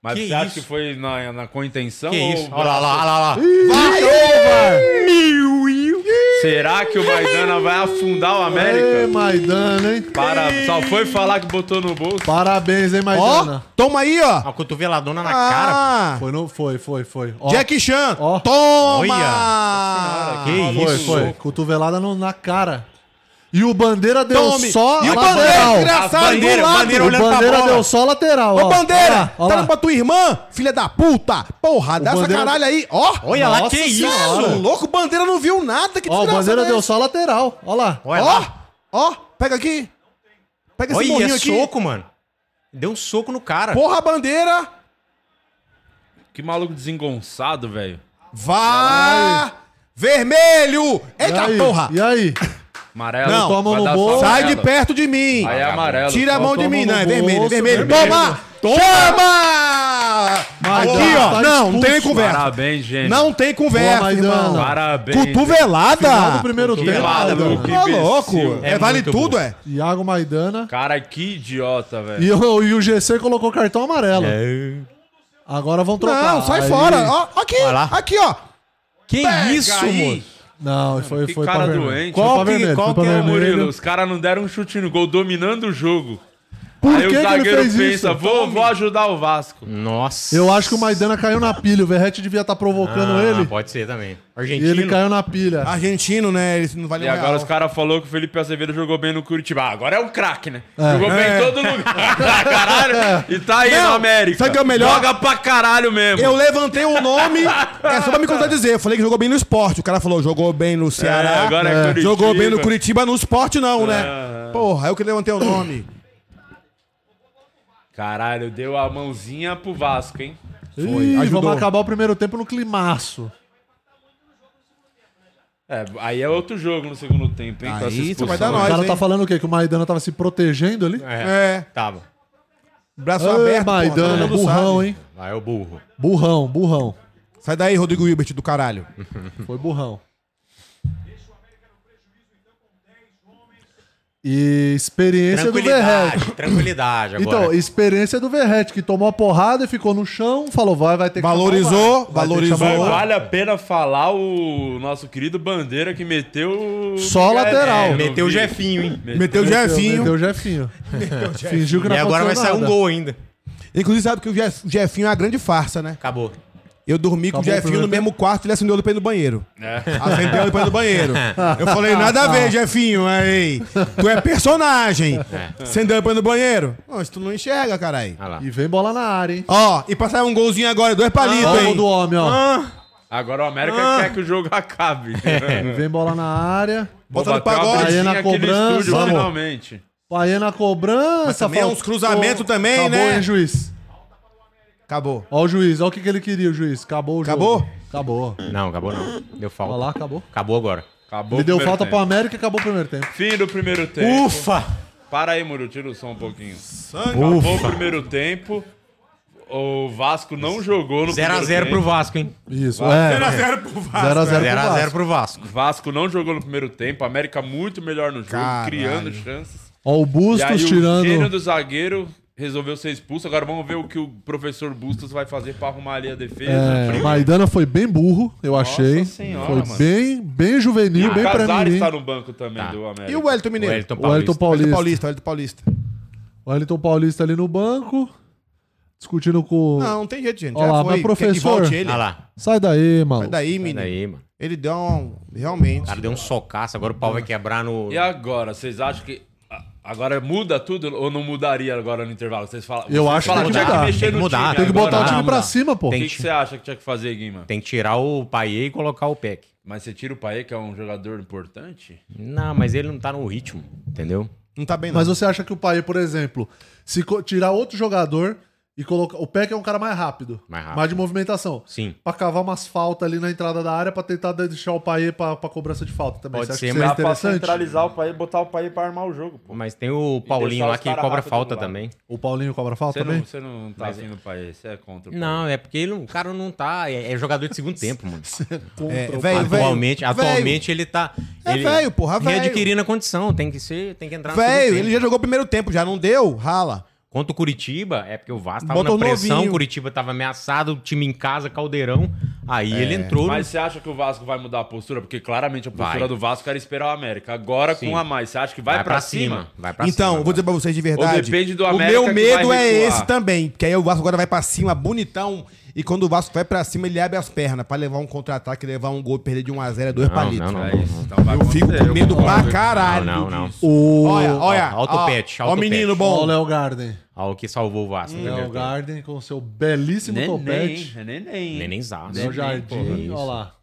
S3: Mas
S2: Que
S3: você acha
S2: isso?
S3: que foi na, na com intenção?
S2: Que
S3: ou-
S2: isso? Olha lá, olha lá, olha lá.
S3: Será que o Maidana vai afundar o
S4: Ê,
S2: É,
S3: América?
S4: Maidana, hein?
S3: Para, só foi falar que botou no bolso.
S4: Parabéns, hein,
S1: Ó,
S4: Maidana.
S1: toma aí, ó.
S2: Uma cotoveladona na cara.
S1: Ah,
S4: Foi, não foi, foi, foi. Ó,
S1: Jack Chan,
S4: Ó.
S1: toma!
S2: Que
S4: foi,
S2: isso?
S4: foi. Cotovelada no- na cara. E o Bandeira deu
S1: Tome!
S4: só
S1: E o
S4: lateral.
S1: Bandeira, desgraçado, do lado!
S4: o Bandeira deu só lateral.
S1: Ô,
S4: ó. Ó
S1: Bandeira,
S4: lá, ó
S1: tá
S4: lá.
S1: dando pra tua irmã, filha da puta! Porra, dá essa
S4: Bandeira-
S1: caralho aí, ó!
S2: Olha lá,
S4: Nossa
S2: que isso?
S4: Senhora.
S1: Ô, louco, o Bandeira não viu nada, que
S4: Ó, o
S1: desgraça
S4: Bandeira
S1: é
S4: deu
S1: essa?
S4: só lateral. Ó lá.
S2: Olha
S1: ó,
S2: lá.
S1: ó, pega aqui. Pega esse
S2: Olha,
S1: morrinho
S2: é
S1: aqui.
S2: soco, mano. Deu um soco no cara.
S1: Porra, bandeira.
S3: Que maluco desengonçado, velho.
S1: Vá. Vermelho.
S4: E
S1: Eita
S4: aí?
S1: porra.
S4: E aí?
S3: Amarelo.
S1: Não,
S4: toma
S3: vai
S4: no
S3: dar só
S4: bolso.
S1: Sai de
S3: amarelo.
S1: perto de mim.
S3: Aí é amarelo.
S1: Tira a
S3: Só
S1: mão de
S4: toma
S1: mim.
S4: no
S1: Não, é
S4: bolso,
S1: vermelho, vermelho.
S4: vermelho.
S1: Toma. Chama.
S4: Maidana
S1: aqui, ó.
S4: tá
S1: não, tem
S4: expulso.
S1: conversa.
S3: Parabéns, gente.
S1: Não tem
S4: Boa,
S1: conversa,
S4: Maidana.
S1: irmão.
S3: Parabéns.
S4: Final do
S1: Cotovelada.
S4: primeiro
S3: Que
S4: tempo.
S3: maluco,
S4: Maidana.
S1: Tá
S3: imbecil.
S1: louco. É,
S2: É
S1: vale
S2: muito
S1: tudo,
S2: burro.
S1: é.
S4: Iago Maidana.
S3: Cara, que idiota, velho.
S4: E o, e o GC colocou cartão amarelo.
S2: É.
S4: Agora vão trocar.
S1: Não, sai
S4: Aí-
S1: fora. Ó, aqui,
S2: Vai lá.
S1: aqui, ó.
S2: Que isso,
S3: aí.
S2: moço?
S4: Não, foi,
S3: que
S4: foi
S3: cara
S4: pra vermelho.
S3: doente.
S4: Foi
S3: Qual
S4: pra
S2: que-
S4: vermelho.
S2: qual
S4: foi pra
S2: que é o
S4: vermelho.
S3: Murilo, os caras não deram um chute no gol, dominando o jogo.
S4: Por
S3: Aí
S4: que,
S3: o
S4: que ele
S3: zagueiro
S4: fez
S3: pensa,
S4: isso?
S3: vou, vou ajudar o Vasco.
S2: Nossa.
S4: Eu acho que o Maidana caiu na pilha. O Verrete devia estar provocando
S2: Ah,
S4: ele.
S2: Pode ser também.
S4: E
S2: Argentino.
S4: ele caiu na pilha.
S1: Argentino, né? Ele não vale
S3: E
S1: um
S3: agora
S1: real.
S3: os caras falaram que o Felipe Azevedo jogou bem no Curitiba. Ah, agora é um craque, né? Jogou bem em todo lugar. [laughs] caralho. E tá aí
S1: Não,
S3: na América.
S1: sabe o que é o melhor?
S3: Joga pra caralho mesmo.
S1: Eu levantei o nome, é
S4: [laughs]
S1: só pra me
S4: Tá.
S1: contradizer. Eu falei que jogou bem no esporte. O cara falou, jogou bem no Ceará.
S3: É, agora é Curitiba. É.
S1: Jogou bem no Curitiba, no esporte não, né? Porra, eu que levantei o nome.
S3: Caralho, deu a mãozinha pro Vasco, hein?
S4: Ih,
S1: ajudou.
S4: vamos acabar o primeiro tempo no climaço.
S3: É, aí é outro jogo no segundo tempo, hein? com essa
S1: Aí você vai
S3: expulsão.
S1: dar
S4: o
S1: nós,
S4: cara tá
S1: hein?
S4: falando o quê? Que o Maidana tava se protegendo ali?
S1: É,
S2: Tava.
S1: braço
S4: Ô,
S1: aberto. porra,
S4: Maidana,
S1: todo mundo
S4: burrão,
S1: sabe.
S4: hein?
S2: Vai é o burro.
S4: Burrão, burrão.
S1: Sai daí, Rodrigo Hilbert, do caralho.
S4: Foi burrão. E experiência é do Verrete.
S2: Tranquilidade, tranquilidade agora.
S4: Então, experiência do Verrete, que tomou a porrada e ficou no chão, falou, vai, vai ter que
S1: Valorizou,
S4: chamar o VAR. Vai ter que
S1: valorizou.
S4: chamar o
S3: Mas
S4: VAR.
S3: vale a pena falar o nosso querido Bandeira que meteu. o-
S4: Só lateral.
S3: É,
S2: meteu o
S3: vi.
S2: Jefinho, hein?
S1: Meteu o
S4: Meteu,
S1: Jefinho.
S4: meteu
S1: [laughs]
S4: o Jefinho. Fingiu que não
S2: E agora vai
S4: aconteceu
S2: sair um
S4: nada.
S2: gol ainda.
S1: Inclusive, sabe que o Jef- Jefinho é uma grande farsa, né?
S2: Acabou.
S1: Eu dormi com
S4: Acabou o
S1: o Jefinho
S4: primeiro
S1: no mesmo quarto, ele acendeu o olho pra ir no banheiro.
S2: É.
S1: Acendeu o olho pra ir no banheiro. Eu falei, nada a ver, Jefinho, aí. Tu é personagem.
S2: É.
S1: Acendeu o olho pra ir no banheiro. Mas tu não enxerga, caralho.
S2: Olha lá.
S4: E vem bola na área, hein?
S1: Ó, e passar um golzinho agora, dois palitos,
S4: Olha o gol Ah, um do
S1: hein?
S4: homem, ó.
S3: Agora o América quer que o jogo acabe.
S4: E Vem bola na área.
S1: Bota no
S3: Bateu uma
S1: pagode.
S4: Aí
S3: brechinha
S4: na
S3: aqui no
S4: cobrança,
S3: estúdio,
S4: vamos.
S3: finalmente.
S4: Paê na cobrança.
S1: Mas também é
S4: falta.
S1: uns cruzamentos também,
S4: Acabou,
S1: né?
S4: hein, juiz?
S1: Acabou.
S4: Ó o juiz, ó o que, que ele queria, o juiz. Acabou o jogo.
S1: Acabou?
S4: Acabou.
S2: Não, acabou não. Deu falta.
S4: Olha lá, acabou.
S2: Acabou agora.
S3: Acabou
S4: Ele
S3: o
S4: deu
S3: primeiro
S4: falta
S3: tempo.
S4: pro América e acabou o primeiro tempo.
S3: Fim do primeiro tempo. Ufa! Para aí, Muro, tira o som um pouquinho. Acabou o primeiro tempo. O Vasco não jogou no
S2: 0x0 pro
S3: primeiro tempo.
S2: Vasco, hein?
S4: Isso, é.
S1: 0x0 pro Vasco.
S4: 0x0
S2: 0x0
S4: pro
S2: pro Vasco.
S3: Vasco não jogou no primeiro tempo. América muito melhor no jogo,
S1: Caralho.
S3: criando chances.
S4: Ó
S3: E
S4: o
S3: aí
S4: Bustos
S3: o gênio
S4: tirando...
S3: do zagueiro resolveu ser expulso. Agora vamos ver o que o professor Bustos vai fazer pra arrumar ali a defesa.
S4: É,
S3: Briga.
S4: Maidana foi bem burro, eu achei.
S3: Senhora,
S4: foi
S3: mano.
S4: bem, bem
S3: E
S4: juvenil,
S3: o
S4: bem pra
S3: Casares
S4: mim.
S3: tá no banco também do América.
S1: E o Wellington
S2: O
S1: Mineiro?
S2: Elton
S4: O Elton
S2: Paulista.
S1: Wellington
S4: Paulista.
S1: Paulista, Wellington Paulista.
S4: O Wellington Paulista ali no banco, discutindo com...
S1: Não, não tem jeito, gente.
S4: Ó lá,
S1: Quer
S4: mas
S1: que volte
S4: professor-
S1: ele?
S2: Olha lá.
S4: Sai daí,
S1: Sai
S4: maluco.
S1: daí, menino.
S2: Daí, mano.
S1: Ele deu um... Realmente.
S2: O cara deu um socaço, agora o pau vai quebrar no.
S3: E agora, vocês acham que a- agora muda tudo ou não mudaria agora no intervalo? Vocês falam,
S4: Eu
S3: vocês
S4: acho que
S3: falam,
S4: tem que
S3: tinha
S4: mudar.
S3: mexer
S2: Tem que
S3: no
S2: mudar,
S3: time
S4: Tem que
S3: agora. Ah,
S4: botar o time
S2: Não,
S4: pra
S2: não.
S4: cima, pô.
S3: O
S2: Tem
S3: que, que você acha que tinha que fazer, Guima?
S2: Tem que tirar o Paier e colocar o Peck.
S3: Mas você tira o Paê, que é um jogador importante?
S4: É
S2: Não, mas ele não tá no ritmo, entendeu?
S1: Não tá bem, não.
S4: Mas você acha que o Paê, por exemplo, se co- tirar outro jogador e colocar. O Peck é um cara mais rápido.
S2: Mais rápido.
S4: de movimentação.
S2: Sim.
S4: Pra cavar umas faltas ali na entrada da área pra tentar deixar o Paê pra, pra cobrança de falta também.
S2: Pode
S4: Você acha
S2: ser,
S4: que
S2: mas
S4: seria
S2: dá
S3: o
S4: interessante?
S3: Paê, botar o Paê pra armar o jogo, pô.
S2: Mas tem o Paulinho
S3: deixar
S2: lá
S3: os
S2: que
S3: cara
S2: cobra
S3: rápido
S2: falta
S3: lá.
S2: também.
S4: O Paulinho cobra falta
S3: Você
S4: também?
S3: não, você não tá assim no Paê, você é contra o Paê.
S2: Não, é porque ele, o cara não tá. É, é jogador de
S4: [laughs]
S2: segundo tempo, mano. [laughs]
S1: É,
S4: Contra o-
S1: velho,
S2: atualmente,
S1: velho,
S2: atualmente ele tá.
S1: É
S2: ele-
S1: velho, porra, velho.
S2: Readquirindo a condição, tem que ser, tem que entrar no
S1: Velho,
S2: segundo
S1: ele
S2: tempo.
S1: já jogou o primeiro tempo, já não deu? Rala.
S2: Contra o Curitiba, é porque o Vasco tava
S1: Botou
S2: na pressão,
S1: novinho.
S2: o Curitiba tava ameaçado, o time em casa, caldeirão. Aí
S1: É.
S2: ele entrou.
S3: Mas você acha que o Vasco vai mudar a postura? Porque claramente a postura
S2: Vai.
S3: do Vasco era esperar o América. Agora
S2: Sim.
S3: com um a mais, você acha que vai, pra, cima?
S2: Vai pra
S1: então,
S2: cima. né?
S1: vou dizer pra vocês de verdade.
S3: Ou depende do
S1: o
S3: América
S1: meu
S3: que
S1: medo
S3: vai
S1: é
S3: recuar.
S1: esse também. Porque aí o Vasco agora vai pra cima, bonitão. E quando o Vasco vai pra cima, ele abre as pernas pra levar um contra-ataque, levar um gol, perder de 1x0 é dois
S2: Não,
S1: palitos.
S2: não, não.
S3: É isso, então vai
S1: Eu fico
S3: acontecer,
S1: com
S3: eu
S1: medo
S3: concordo.
S1: pra caralho.
S2: Não, não, não.
S4: O...
S1: Olha, olha.
S2: Ó, alto
S1: ó,
S2: pet,
S1: Ó,
S2: alto
S1: menino
S2: pet.
S4: Ó, o
S1: bom.
S4: Léo Garden.
S2: Olha o que salvou o Vasco. entendeu?
S4: Léo Garden com seu belíssimo
S3: Neném, hein?
S4: topete.
S3: é neném.
S2: Neném Zaço.
S4: Léo Jardim,
S2: Isso.
S4: olha lá.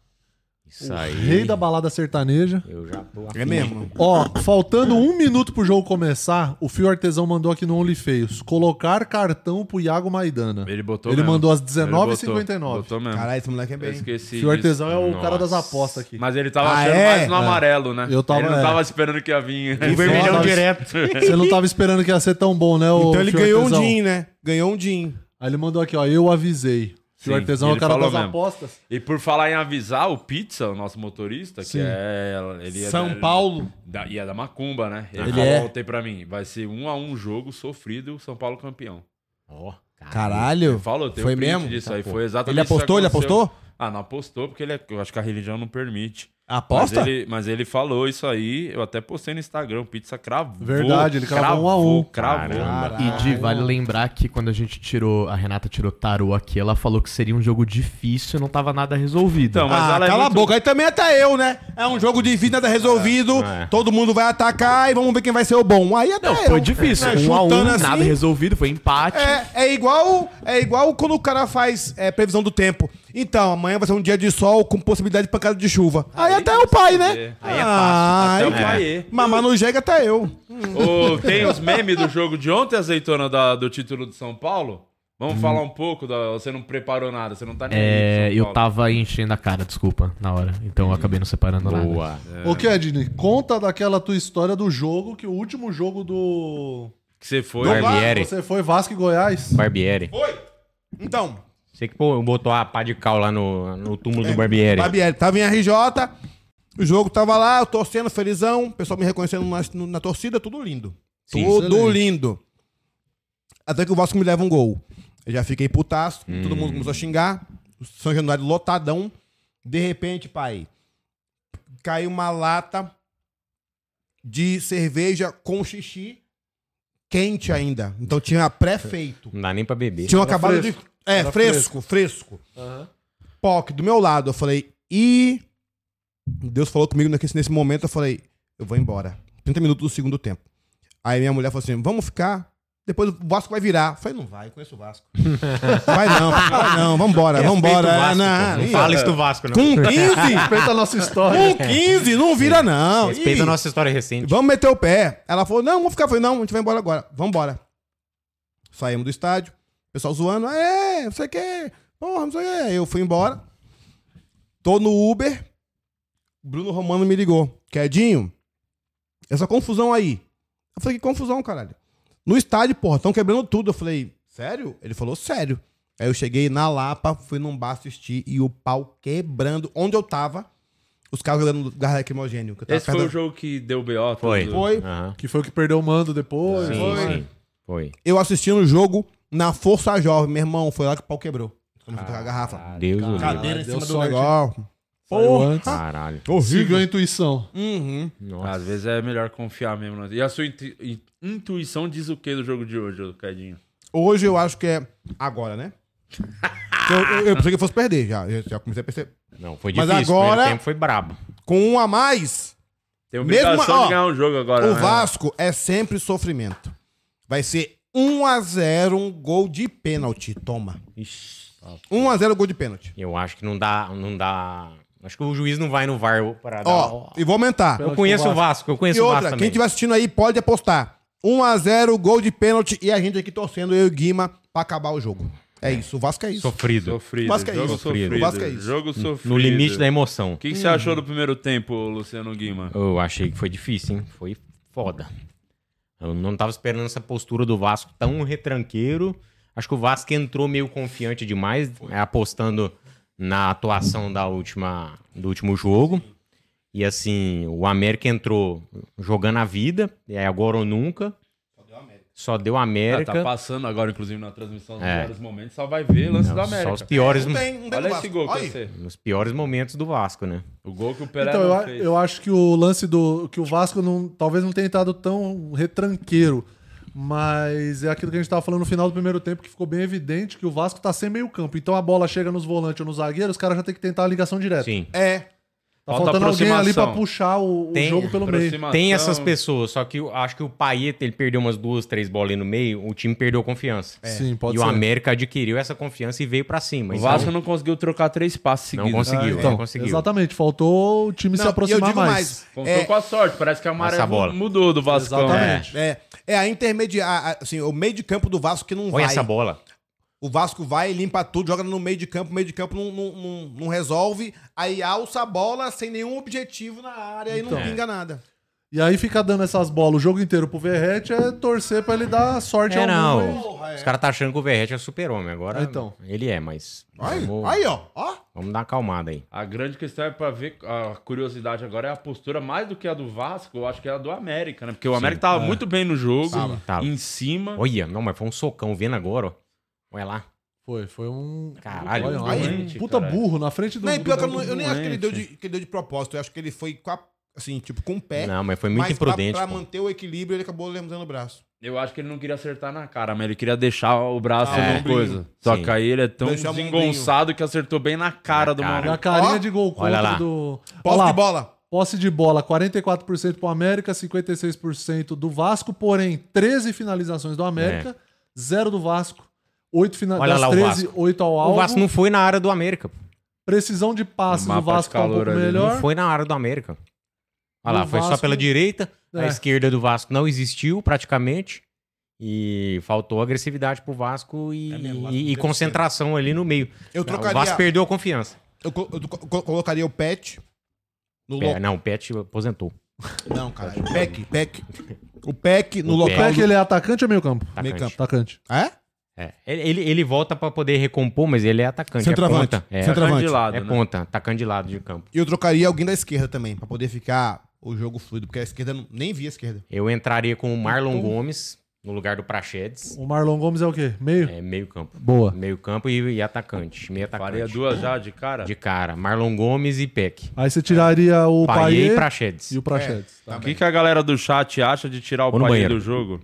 S2: Isso aí.
S4: Rei da balada sertaneja.
S2: Eu já tô
S1: É mesmo.
S4: Ó, faltando um minuto pro jogo começar, o Fio Artesão mandou aqui no OnlyFeios colocar cartão pro Iago Maidana.
S3: Ele botou
S4: Ele
S3: mesmo.
S4: mandou às
S3: Ele botou,
S4: 19h59.
S3: Botou mesmo.
S1: Caralho, esse moleque é
S3: eu
S1: bem.
S3: esqueci
S4: Fio
S3: disso.
S4: Artesão é o
S2: Nossa.
S4: cara das apostas aqui.
S3: Mas ele tava
S1: Ah,
S3: achando
S1: é?
S3: mais no amarelo, né?
S4: Eu tava-
S3: ele não
S4: é.
S3: tava esperando que ia vir.
S2: O vermelhão
S4: Nossa.
S2: direto.
S4: Você não tava esperando que ia ser tão bom, né, o
S1: Então ele
S4: Fio
S1: ganhou um
S4: Artesão?
S1: din, né? Ganhou um din.
S4: Aí ele mandou aqui, ó, eu avisei. Fio
S3: Sim,
S4: Artesão é o
S3: ele
S4: cara
S3: falou
S4: das
S3: mesmo.
S4: apostas.
S3: E por falar em avisar, o Pizza, o nosso motorista,
S4: Sim.
S3: que é. Ele é
S4: São
S3: da-
S4: Paulo.
S3: Da, e é da Macumba, né? Ele,
S4: Ele
S3: falou
S4: é.
S3: ontem pra mim: vai ser um a um jogo sofrido, o São Paulo campeão.
S2: Ó, caralho.
S1: Caralho.
S3: Falou, tem
S1: Foi
S3: um print
S1: mesmo?
S3: disso
S1: Tá,
S3: aí.
S1: pô.
S3: Foi exatamente
S1: Ele apostou, ele
S3: isso que aconteceu.
S1: apostou?
S3: Ah, não apostou, porque ele é- eu acho que a religião não permite.
S1: Aposta?
S3: Mas ele, mas ele falou isso aí, eu até postei no Instagram, o Pizza cravou.
S4: Verdade, ele cravou um a
S3: Cravou.
S4: um.
S1: Caramba.
S3: Tá,
S5: E de, vale lembrar que quando a gente tirou, a Renata tirou tarô aqui, ela falou que seria um jogo difícil e não tava nada resolvido.
S3: Então, mas
S1: ah,
S3: ela é
S1: cala a
S3: muito-
S1: boca. Aí também até eu, né? É um jogo de vida, nada resolvido.
S2: É.
S1: Todo mundo vai atacar e vamos ver quem vai ser o bom. Aí até
S5: não,
S1: eu.
S5: foi difícil.
S1: né?
S5: Um a um,
S1: Chutando assim.
S5: nada resolvido, foi empate.
S1: É, é igual é igual quando o cara faz é, previsão do tempo. Então, amanhã vai ser um dia de sol com possibilidade de pancada de chuva. Aí, até o pai, né?
S3: Aí é fácil,
S5: tá
S1: Ah,
S3: até o
S1: aí-
S3: pai.
S1: Mamar no jegue até eu.
S3: é. Ô, tem os memes do jogo de ontem, azeitona, da- do título de São Paulo? Vamos falar um pouco, da- você não preparou nada, você não tá nem
S5: É,
S3: aí de São
S5: eu
S3: Paulo.
S5: tava enchendo a cara, desculpa, na hora. Então eu acabei não separando nada.
S2: Boa.
S3: É.
S4: Ô, Kedney, conta daquela tua história do jogo, que o último jogo do.
S3: Que você foi...
S2: Não vai. Barbieri.
S4: Você foi Vasco e Goiás.
S3: [laughs]
S2: Barbieri.
S1: Oi. Então,
S2: Você que pô, botou a pá de cal lá no, no túmulo do Barbieri.
S1: Barbieri, tava em RJ, o jogo tava lá, eu torcendo, felizão, o pessoal me reconhecendo na, na torcida, tudo lindo.
S2: Sim.
S1: tudo
S4: Excelente.
S1: lindo. Até que o Vasco me leva um gol. Eu já fiquei putaço, todo mundo começou a xingar. o São Januário lotadão. De repente, pai, caiu uma lata de cerveja com xixi quente ainda. Então tinha pré-feito.
S2: Não dá nem pra beber.
S1: Tinham acabado
S4: fresco.
S1: de. É,
S4: Era
S1: fresco, fresco. POC do meu lado. Eu falei, e. Deus falou comigo nesse, nesse momento. Eu falei, eu vou embora. 30 minutos do segundo tempo. Aí minha mulher falou assim: vamos ficar. Depois o Vasco vai virar. Eu falei, não vai, eu conheço o
S2: [laughs]
S1: Vasco. vai não, vai não, vambora, vambora.
S2: Respeita o É Vasco,
S1: não,
S2: pô. né? Não
S1: ih,
S2: fala isso do Vasco, não.
S1: Com 15?
S4: Respeita a nossa
S3: Uh!
S4: história.
S1: Com 15, não vira, não.
S2: Respeita
S1: Ih.
S2: a nossa história recente.
S1: Vamos meter o pé. Ela falou: não, vamos ficar. Eu falei, não, a gente vai embora agora. Vamos embora. Saímos do estádio, o pessoal zoando, é, não sei o quê. Porra, não sei o quê. Eu fui embora. Tô no Uber. Bruno Romano me ligou. Quedinho, essa confusão aí. Eu falei, que confusão, caralho. No estádio, porra, estão quebrando tudo. Eu falei, sério? Ele falou, sério. Aí eu cheguei na Lapa, fui num bar assistir e o pau quebrando. Onde eu tava, os caras jogando gás lacrimogênio. que eu tava
S3: Esse foi
S1: perto
S3: o jogo que deu B.O. tudo.
S2: Foi.
S1: Tá Foi.
S2: Aham.
S4: Que foi o que perdeu o mando depois.
S2: Sim,
S4: foi.
S2: sim. Foi.
S1: eu assistindo o jogo na Força Jovem. Meu irmão, foi lá que o pau quebrou. Começou a tocar a
S2: Ah,
S1: garrafa.
S2: Deus o livre.
S1: Cadeira em
S4: deu
S1: cima do
S4: sorte.
S1: negócio.
S4: Saiu antes.
S2: Caralho.
S4: Siga a intuição.
S1: Uhum.
S2: Nossa.
S3: Às vezes é melhor confiar mesmo. né? E a sua intu- in- intuição diz o que do jogo de hoje, ô Cadinho?
S1: Hoje eu acho que é agora,
S4: [laughs]
S1: né? eu, eu, eu pensei que eu fosse perder já. Eu já comecei a perceber.
S2: Não, foi
S1: Mas
S2: difícil. O
S1: agora-
S2: primeiro tempo foi brabo.
S1: Com um a mais,
S3: Tem
S1: Mesmo-
S3: obrigação
S1: ó,
S3: de ganhar um jogo agora,
S1: o
S3: né?
S1: Vasco é sempre sofrimento. Vai ser 1 a 0 um gol de pênalti. Toma. 1 a 0 gol de pênalti.
S2: Eu acho que não dá, não dá. Acho que o juiz não vai no VAR para dar.
S1: Ó, e vou aumentar.
S2: eu conheço o Vasco, eu
S1: E
S2: conheço o Vasco
S1: outra, quem
S2: também.
S1: estiver assistindo aí pode apostar. 1x0, gol de pênalti e a gente aqui torcendo, eu e o Guima, pra acabar o jogo. É, isso, o Vasco é isso.
S2: Sofrido.
S3: Sofrido.
S1: O Vasco é
S3: jogo
S1: isso.
S3: sofrido.
S1: O Vasco é isso.
S3: Jogo sofrido.
S2: No limite da emoção.
S3: O que, que você achou do primeiro tempo, Luciano Guima?
S2: Eu achei que foi difícil, hein? Foi foda. Eu não tava esperando essa postura do Vasco tão retranqueiro. Acho que o Vasco entrou meio confiante demais, eh, apostando na atuação da última, do último jogo. E assim, o América entrou jogando a vida, é agora ou nunca. Só deu a
S3: Ah,
S2: América.
S3: tá passando agora, inclusive, na transmissão, nos
S2: É.
S3: melhores momentos, só vai ver lance da
S2: Só
S3: América.
S2: os piores,
S1: Não tem, não tem
S3: Olha
S1: no
S3: esse
S1: Vasco.
S3: gol que
S1: Olha aí.
S3: você.
S2: os piores momentos do Vasco, né?
S3: O gol que o Pelé
S4: Então, eu,
S3: não
S4: a-
S3: fez.
S4: eu acho que o lance do. que o Vasco não, talvez não tenha estado tão retranqueiro. Mas é aquilo que a gente tava falando no final do primeiro tempo, que ficou bem evidente que o Vasco tá sem meio campo. Então a bola chega nos volantes ou nos zagueiros, os caras já tem que tentar a ligação direta.
S2: Sim.
S1: É,
S4: Tá
S3: Falta
S4: faltando alguém ali
S3: aproximação.
S4: pra puxar o, o
S2: Tem
S4: jogo pelo meio.
S3: Aproximação.
S2: Tem essas pessoas, só que eu acho que o Payet, ele perdeu umas duas, três bolas ali no meio, o time perdeu confiança.
S4: É. Sim, pode
S2: e
S4: ser.
S2: o América adquiriu essa confiança e veio pra cima.
S3: O
S2: Então,
S3: Vasco não conseguiu trocar três passes
S2: Não
S3: seguidos.
S2: conseguiu.
S4: Ah,
S2: né?
S4: então,
S2: Conseguiu.
S4: Exatamente, faltou o time
S1: Não,
S4: se
S1: e eu
S4: aproximar
S1: digo
S4: mais.
S1: mais.
S3: Contou
S1: É,
S3: com a sorte, parece que a maré
S2: Essa bola.
S3: mudou do né? Vasco.
S4: Exatamente.
S1: é, é a intermediária, assim, o meio de campo do Vasco que não
S2: olha
S1: vai.
S2: essa bola.
S1: O Vasco vai, limpa tudo, joga no meio de campo, o meio de campo não, não, não- não resolve, aí alça a bola sem nenhum objetivo na área
S2: Então.
S1: e não pinga nada.
S4: E aí fica dando essas bolas o jogo inteiro pro Verrete é torcer pra ele dar sorte
S2: É,
S4: ao
S2: não.
S4: mundo.
S2: Os caras tá achando que o Verrete é super-homem. Agora
S4: Então.
S2: ele é, mas
S1: Aí,
S2: vamos,
S1: aí ó, ó.
S2: vamos dar uma acalmada aí.
S3: A grande questão é pra ver, a curiosidade agora é a postura mais do que a do Vasco, eu acho que é a do América, né? Porque o América tava muito bem no jogo,
S2: É. Tava.
S3: em cima.
S2: Olha, não, mas foi um socão vendo agora, ó. Olha lá.
S4: Foi, foi um.
S2: Caralho,
S4: Olha, um
S2: doente,
S4: puta
S2: caralho.
S4: burro na frente do.
S1: Não, e pior que eu, não- eu nem
S3: doente.
S1: acho que ele, deu de, que ele deu de propósito. Eu acho que ele foi com a- assim, tipo, com o
S4: É.
S1: pé.
S2: Não, mas foi muito
S1: mas pra-
S2: imprudente.
S1: Pra,
S2: pô.
S1: manter o equilíbrio, ele acabou levantando o braço.
S3: Eu acho que ele não queria acertar na cara, mas ele queria deixar o braço
S1: Ah,
S3: numa
S1: é.
S3: coisa. Só
S2: Sim.
S3: que aí ele é tão
S1: Deixar o ombrinho.
S3: desengonçado que acertou bem na cara do
S2: cara.
S3: maluco.
S4: Na carinha
S1: Ó,
S4: de gol
S2: olha lá.
S4: contra do. Olha
S1: Posse
S4: lá,
S1: de bola.
S4: Posse de bola, 44% pro América, 56% do Vasco, porém 13 finalizações do América, zero do Vasco. 8 fina...
S2: É. Olha
S4: das
S2: lá o
S4: 13,
S2: Vasco.
S4: 8 ao alvo.
S2: O Vasco não foi na área do América. pô.
S4: Precisão de passes
S3: O mapa
S4: do Vasco
S3: de
S4: tá um
S3: calor
S4: pouco
S3: ali,
S4: melhor.
S2: Não foi na área do América. Olha
S4: O
S2: lá, foi só
S4: Vasco-
S2: pela direita. A
S4: É.
S2: esquerda do Vasco não existiu praticamente. E faltou agressividade pro Vasco e,
S1: É mesmo, o Vasco
S2: e-
S1: não
S2: e
S1: teve
S2: concentração ali no meio.
S1: Eu
S2: O
S1: trocaria.
S2: Vasco perdeu a confiança.
S1: Eu, co- eu co- co- colocaria o Pet no
S2: Pe-
S1: local.
S2: É, Não, o Pet aposentou.
S1: Não, cara. O Peck, Peck. O Peck no
S2: né? O tá
S1: local.
S4: Pé que ele é atacante ou meio campo?
S2: Atacante.
S1: campo.
S4: Atacante.
S1: É?
S2: É. Ele, ele, ele volta pra poder recompor, mas ele é atacante.
S1: Centroavante.
S2: É ponta. É,
S1: Centroavante.
S3: de lado,
S2: é
S3: né?
S2: ponta, atacante de lado de campo.
S1: E eu trocaria alguém da esquerda também, pra poder ficar o jogo fluido. Porque a esquerda, não- nem vi a esquerda.
S2: Eu entraria com o Marlon
S4: Então-
S2: Gomes no lugar do Praxedes.
S4: O Marlon Gomes é o quê? Meio?
S2: É meio campo.
S4: Boa.
S2: Meio campo e, e atacante. Meio atacante.
S3: Faria duas já de cara?
S2: De cara. Marlon Gomes e Peck.
S4: Aí você tiraria o
S2: Paier
S4: Paier
S2: e Praxedes.
S4: e o Prachetes.
S1: Tá
S3: O
S1: bem.
S3: que, que a galera do chat acha de tirar o
S2: Vou no
S3: pai
S2: banheiro.
S3: do jogo?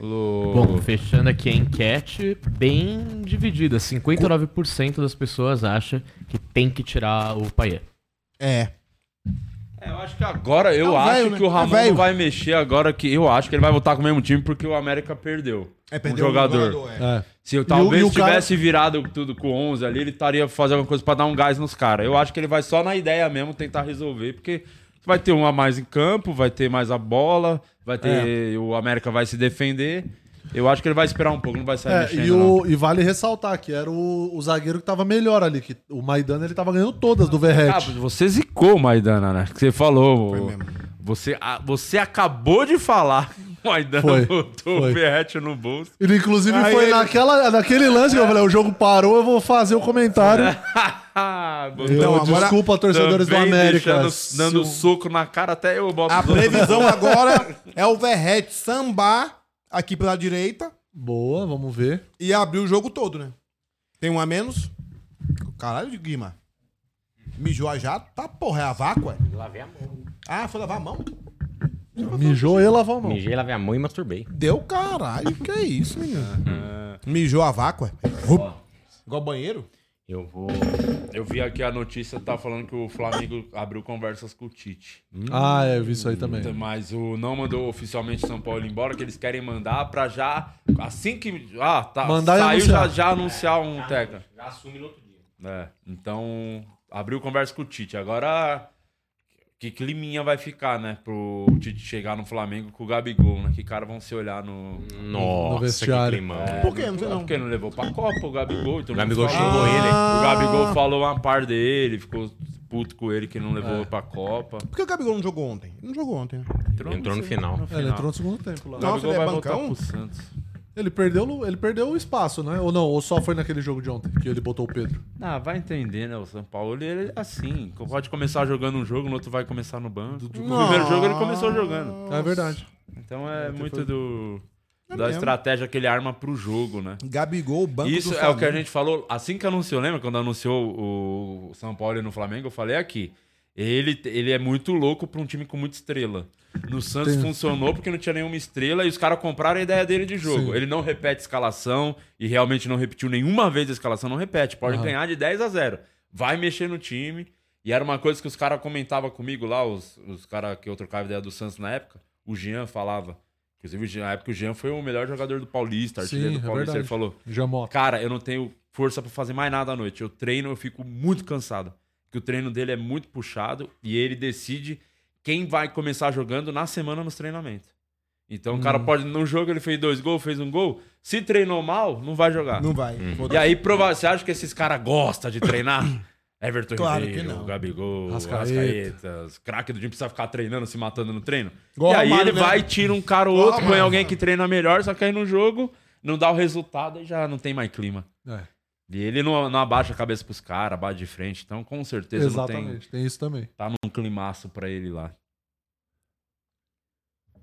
S3: Lu-
S5: Bom, fechando aqui a enquete, bem dividida. 59% das pessoas acham que tem que tirar o Paier.
S1: É.
S3: É, eu acho que agora, eu
S1: É o
S3: acho
S1: velho, né?
S3: que o
S1: É o
S3: Ramon
S1: velho.
S3: não vai mexer agora que eu acho que ele vai voltar com o mesmo time porque o América perdeu.
S1: É
S3: um
S1: perder
S3: jogador.
S1: é.
S4: É.
S3: Se eu talvez
S4: e o cara-
S3: tivesse virado tudo com 11 ali, ele estaria fazendo alguma coisa pra dar um gás nos caras. Eu acho que ele vai só na ideia mesmo tentar resolver, porque vai ter um a mais em campo, vai ter mais a bola, vai
S4: É.
S3: ter o América vai se defender. Eu acho que ele vai esperar um pouco, não vai sair
S4: É,
S3: mexendo.
S4: e,
S3: não.
S4: o- e vale ressaltar que era o, o zagueiro que tava melhor ali. Que o Maidana ele tava ganhando todas do
S3: Ah,
S4: Verrete.
S3: você zicou, Maidana, né? Que você falou.
S1: Foi
S3: o-
S1: mesmo.
S3: Você, a- você acabou de falar que o Maidana
S4: Foi,
S3: botou
S4: foi.
S3: o Verrete no bolso.
S4: Ele, inclusive,
S1: Aí
S4: foi
S1: ele-
S4: naquela, naquele lance que eu falei: o jogo parou, eu vou fazer o comentário.
S3: Botou
S4: Eu,
S1: Então, agora-
S4: desculpa, torcedores um do
S3: É. Ah, também
S4: América. Ah,
S3: deixando-
S4: Se
S3: dando
S4: o-
S3: soco na cara até eu boto
S1: A
S3: os dois.
S1: previsão agora é o Verret sambar aqui pela direita
S4: Boa, vamos ver.
S1: e abrir o jogo todo, né? Tem um a menos. Caralho de Guima. Mijou a jato? Tá porra, é a vácuo, ué?
S2: Lavei a mão.
S1: Ah, foi lavar a mão?
S4: Mijou e lavou a mão.
S2: Mijei, lavei a mão e masturbei.
S1: Deu caralho, que é isso, menino?
S3: É.
S1: Mijou a vácuo, ué? Igual banheiro?
S2: Eu vou.
S3: Eu vi aqui a notícia, tá falando que o Flamengo abriu conversas com o Tite.
S4: Ah, é, eu vi isso aí também.
S3: Mas o não mandou oficialmente São Paulo embora, que eles querem mandar pra já. Assim que. Ah, tá.
S4: Mandar e
S3: saiu já,
S4: anunciar.
S3: já anunciar um técnico.
S2: Já assume no outro dia.
S3: É, então, abriu conversa com o Tite. Agora, que climinha vai ficar, né? Pro Tite chegar no Flamengo com o Gabigol, né? Que cara vão se olhar no...
S4: No
S2: Nossa, que
S4: vestiário.
S2: climão.
S1: Por quê? Não sei não.
S3: Porque não levou pra Copa o Gabigol. Então
S2: O Gabigol xingou
S3: falou...
S2: ele.
S3: O
S1: Ah.
S3: Gabigol falou uma par dele, ficou puto com ele que não
S1: É.
S3: levou pra Copa.
S1: Por que o Gabigol não jogou ontem? Ele não jogou ontem, né?
S2: Entrou no final.
S4: É, ele entrou no segundo tempo lá.
S3: O
S1: Nossa,
S3: Gabigol
S1: ele é
S3: vai voltar
S1: bancão?
S3: pro Santos.
S4: Ele perdeu, no- ele perdeu o espaço, né? Ou não, ou só foi naquele jogo de ontem que ele botou o Pedro.
S3: Ah, vai entender, né? O São Paulo, ele é assim. Pode começar jogando um jogo, no outro vai começar no banco. No primeiro jogo ele
S1: Ah.
S3: começou jogando.
S4: É verdade.
S3: Então é muito do da
S1: É mesmo.
S3: estratégia que ele arma pro jogo, né?
S1: Gabigol, banco
S3: Isso
S1: do
S3: é o que a
S1: Flamengo.
S3: gente falou assim que anunciou, lembra quando anunciou o São Paulo e no Flamengo, eu falei aqui. Ele, ele é muito louco pra um time com muita estrela. No Santos
S4: Tem-
S3: funcionou porque não tinha nenhuma estrela e os caras compraram a ideia dele de jogo.
S4: Sim.
S3: Ele não repete escalação e realmente não repetiu nenhuma vez a escalação, não repete. Pode
S4: Aham.
S3: ganhar de 10 a 0. Vai mexer no time. E era uma coisa que os caras comentavam comigo lá, os, os caras que eu trocava ideia do Santos na época. O Jean falava. Inclusive, o Jean- na época o Jean foi o melhor jogador do Paulista, artilheiro
S4: Sim,
S3: do
S4: é
S3: Paulista. ele
S4: verdade.
S3: falou:
S4: Jamota.
S3: Cara, eu não tenho força pra fazer mais nada à noite. Eu treino, eu fico muito cansado. Porque o treino dele é muito puxado e ele decide quem vai começar jogando na semana nos treinamentos. Então o cara
S1: Hum.
S3: pode, num jogo, ele fez dois gols, fez um gol. Se treinou mal, não vai jogar.
S1: Não vai. Foda-
S3: E aí, prova você acha que esses caras gostam
S1: [coughs]
S3: de treinar? Everton
S1: Claro
S3: Ribeiro,
S1: que não.
S3: Gabigol,
S4: Rascaeta.
S3: Rascaetas, craque do time precisa ficar treinando, se matando no treino.
S1: Igual
S3: e aí
S1: Romário,
S3: ele
S1: né?
S3: vai e tira um cara ou
S1: Igual
S3: outro, põe
S1: Romário.
S3: alguém que treina melhor, só que aí no jogo não dá o resultado e já não tem mais clima.
S4: É,
S3: E ele não, não abaixa a cabeça pros caras, bate de frente, então com certeza não tem.
S4: exatamente, tem isso também.
S3: Tá num climaço pra ele lá.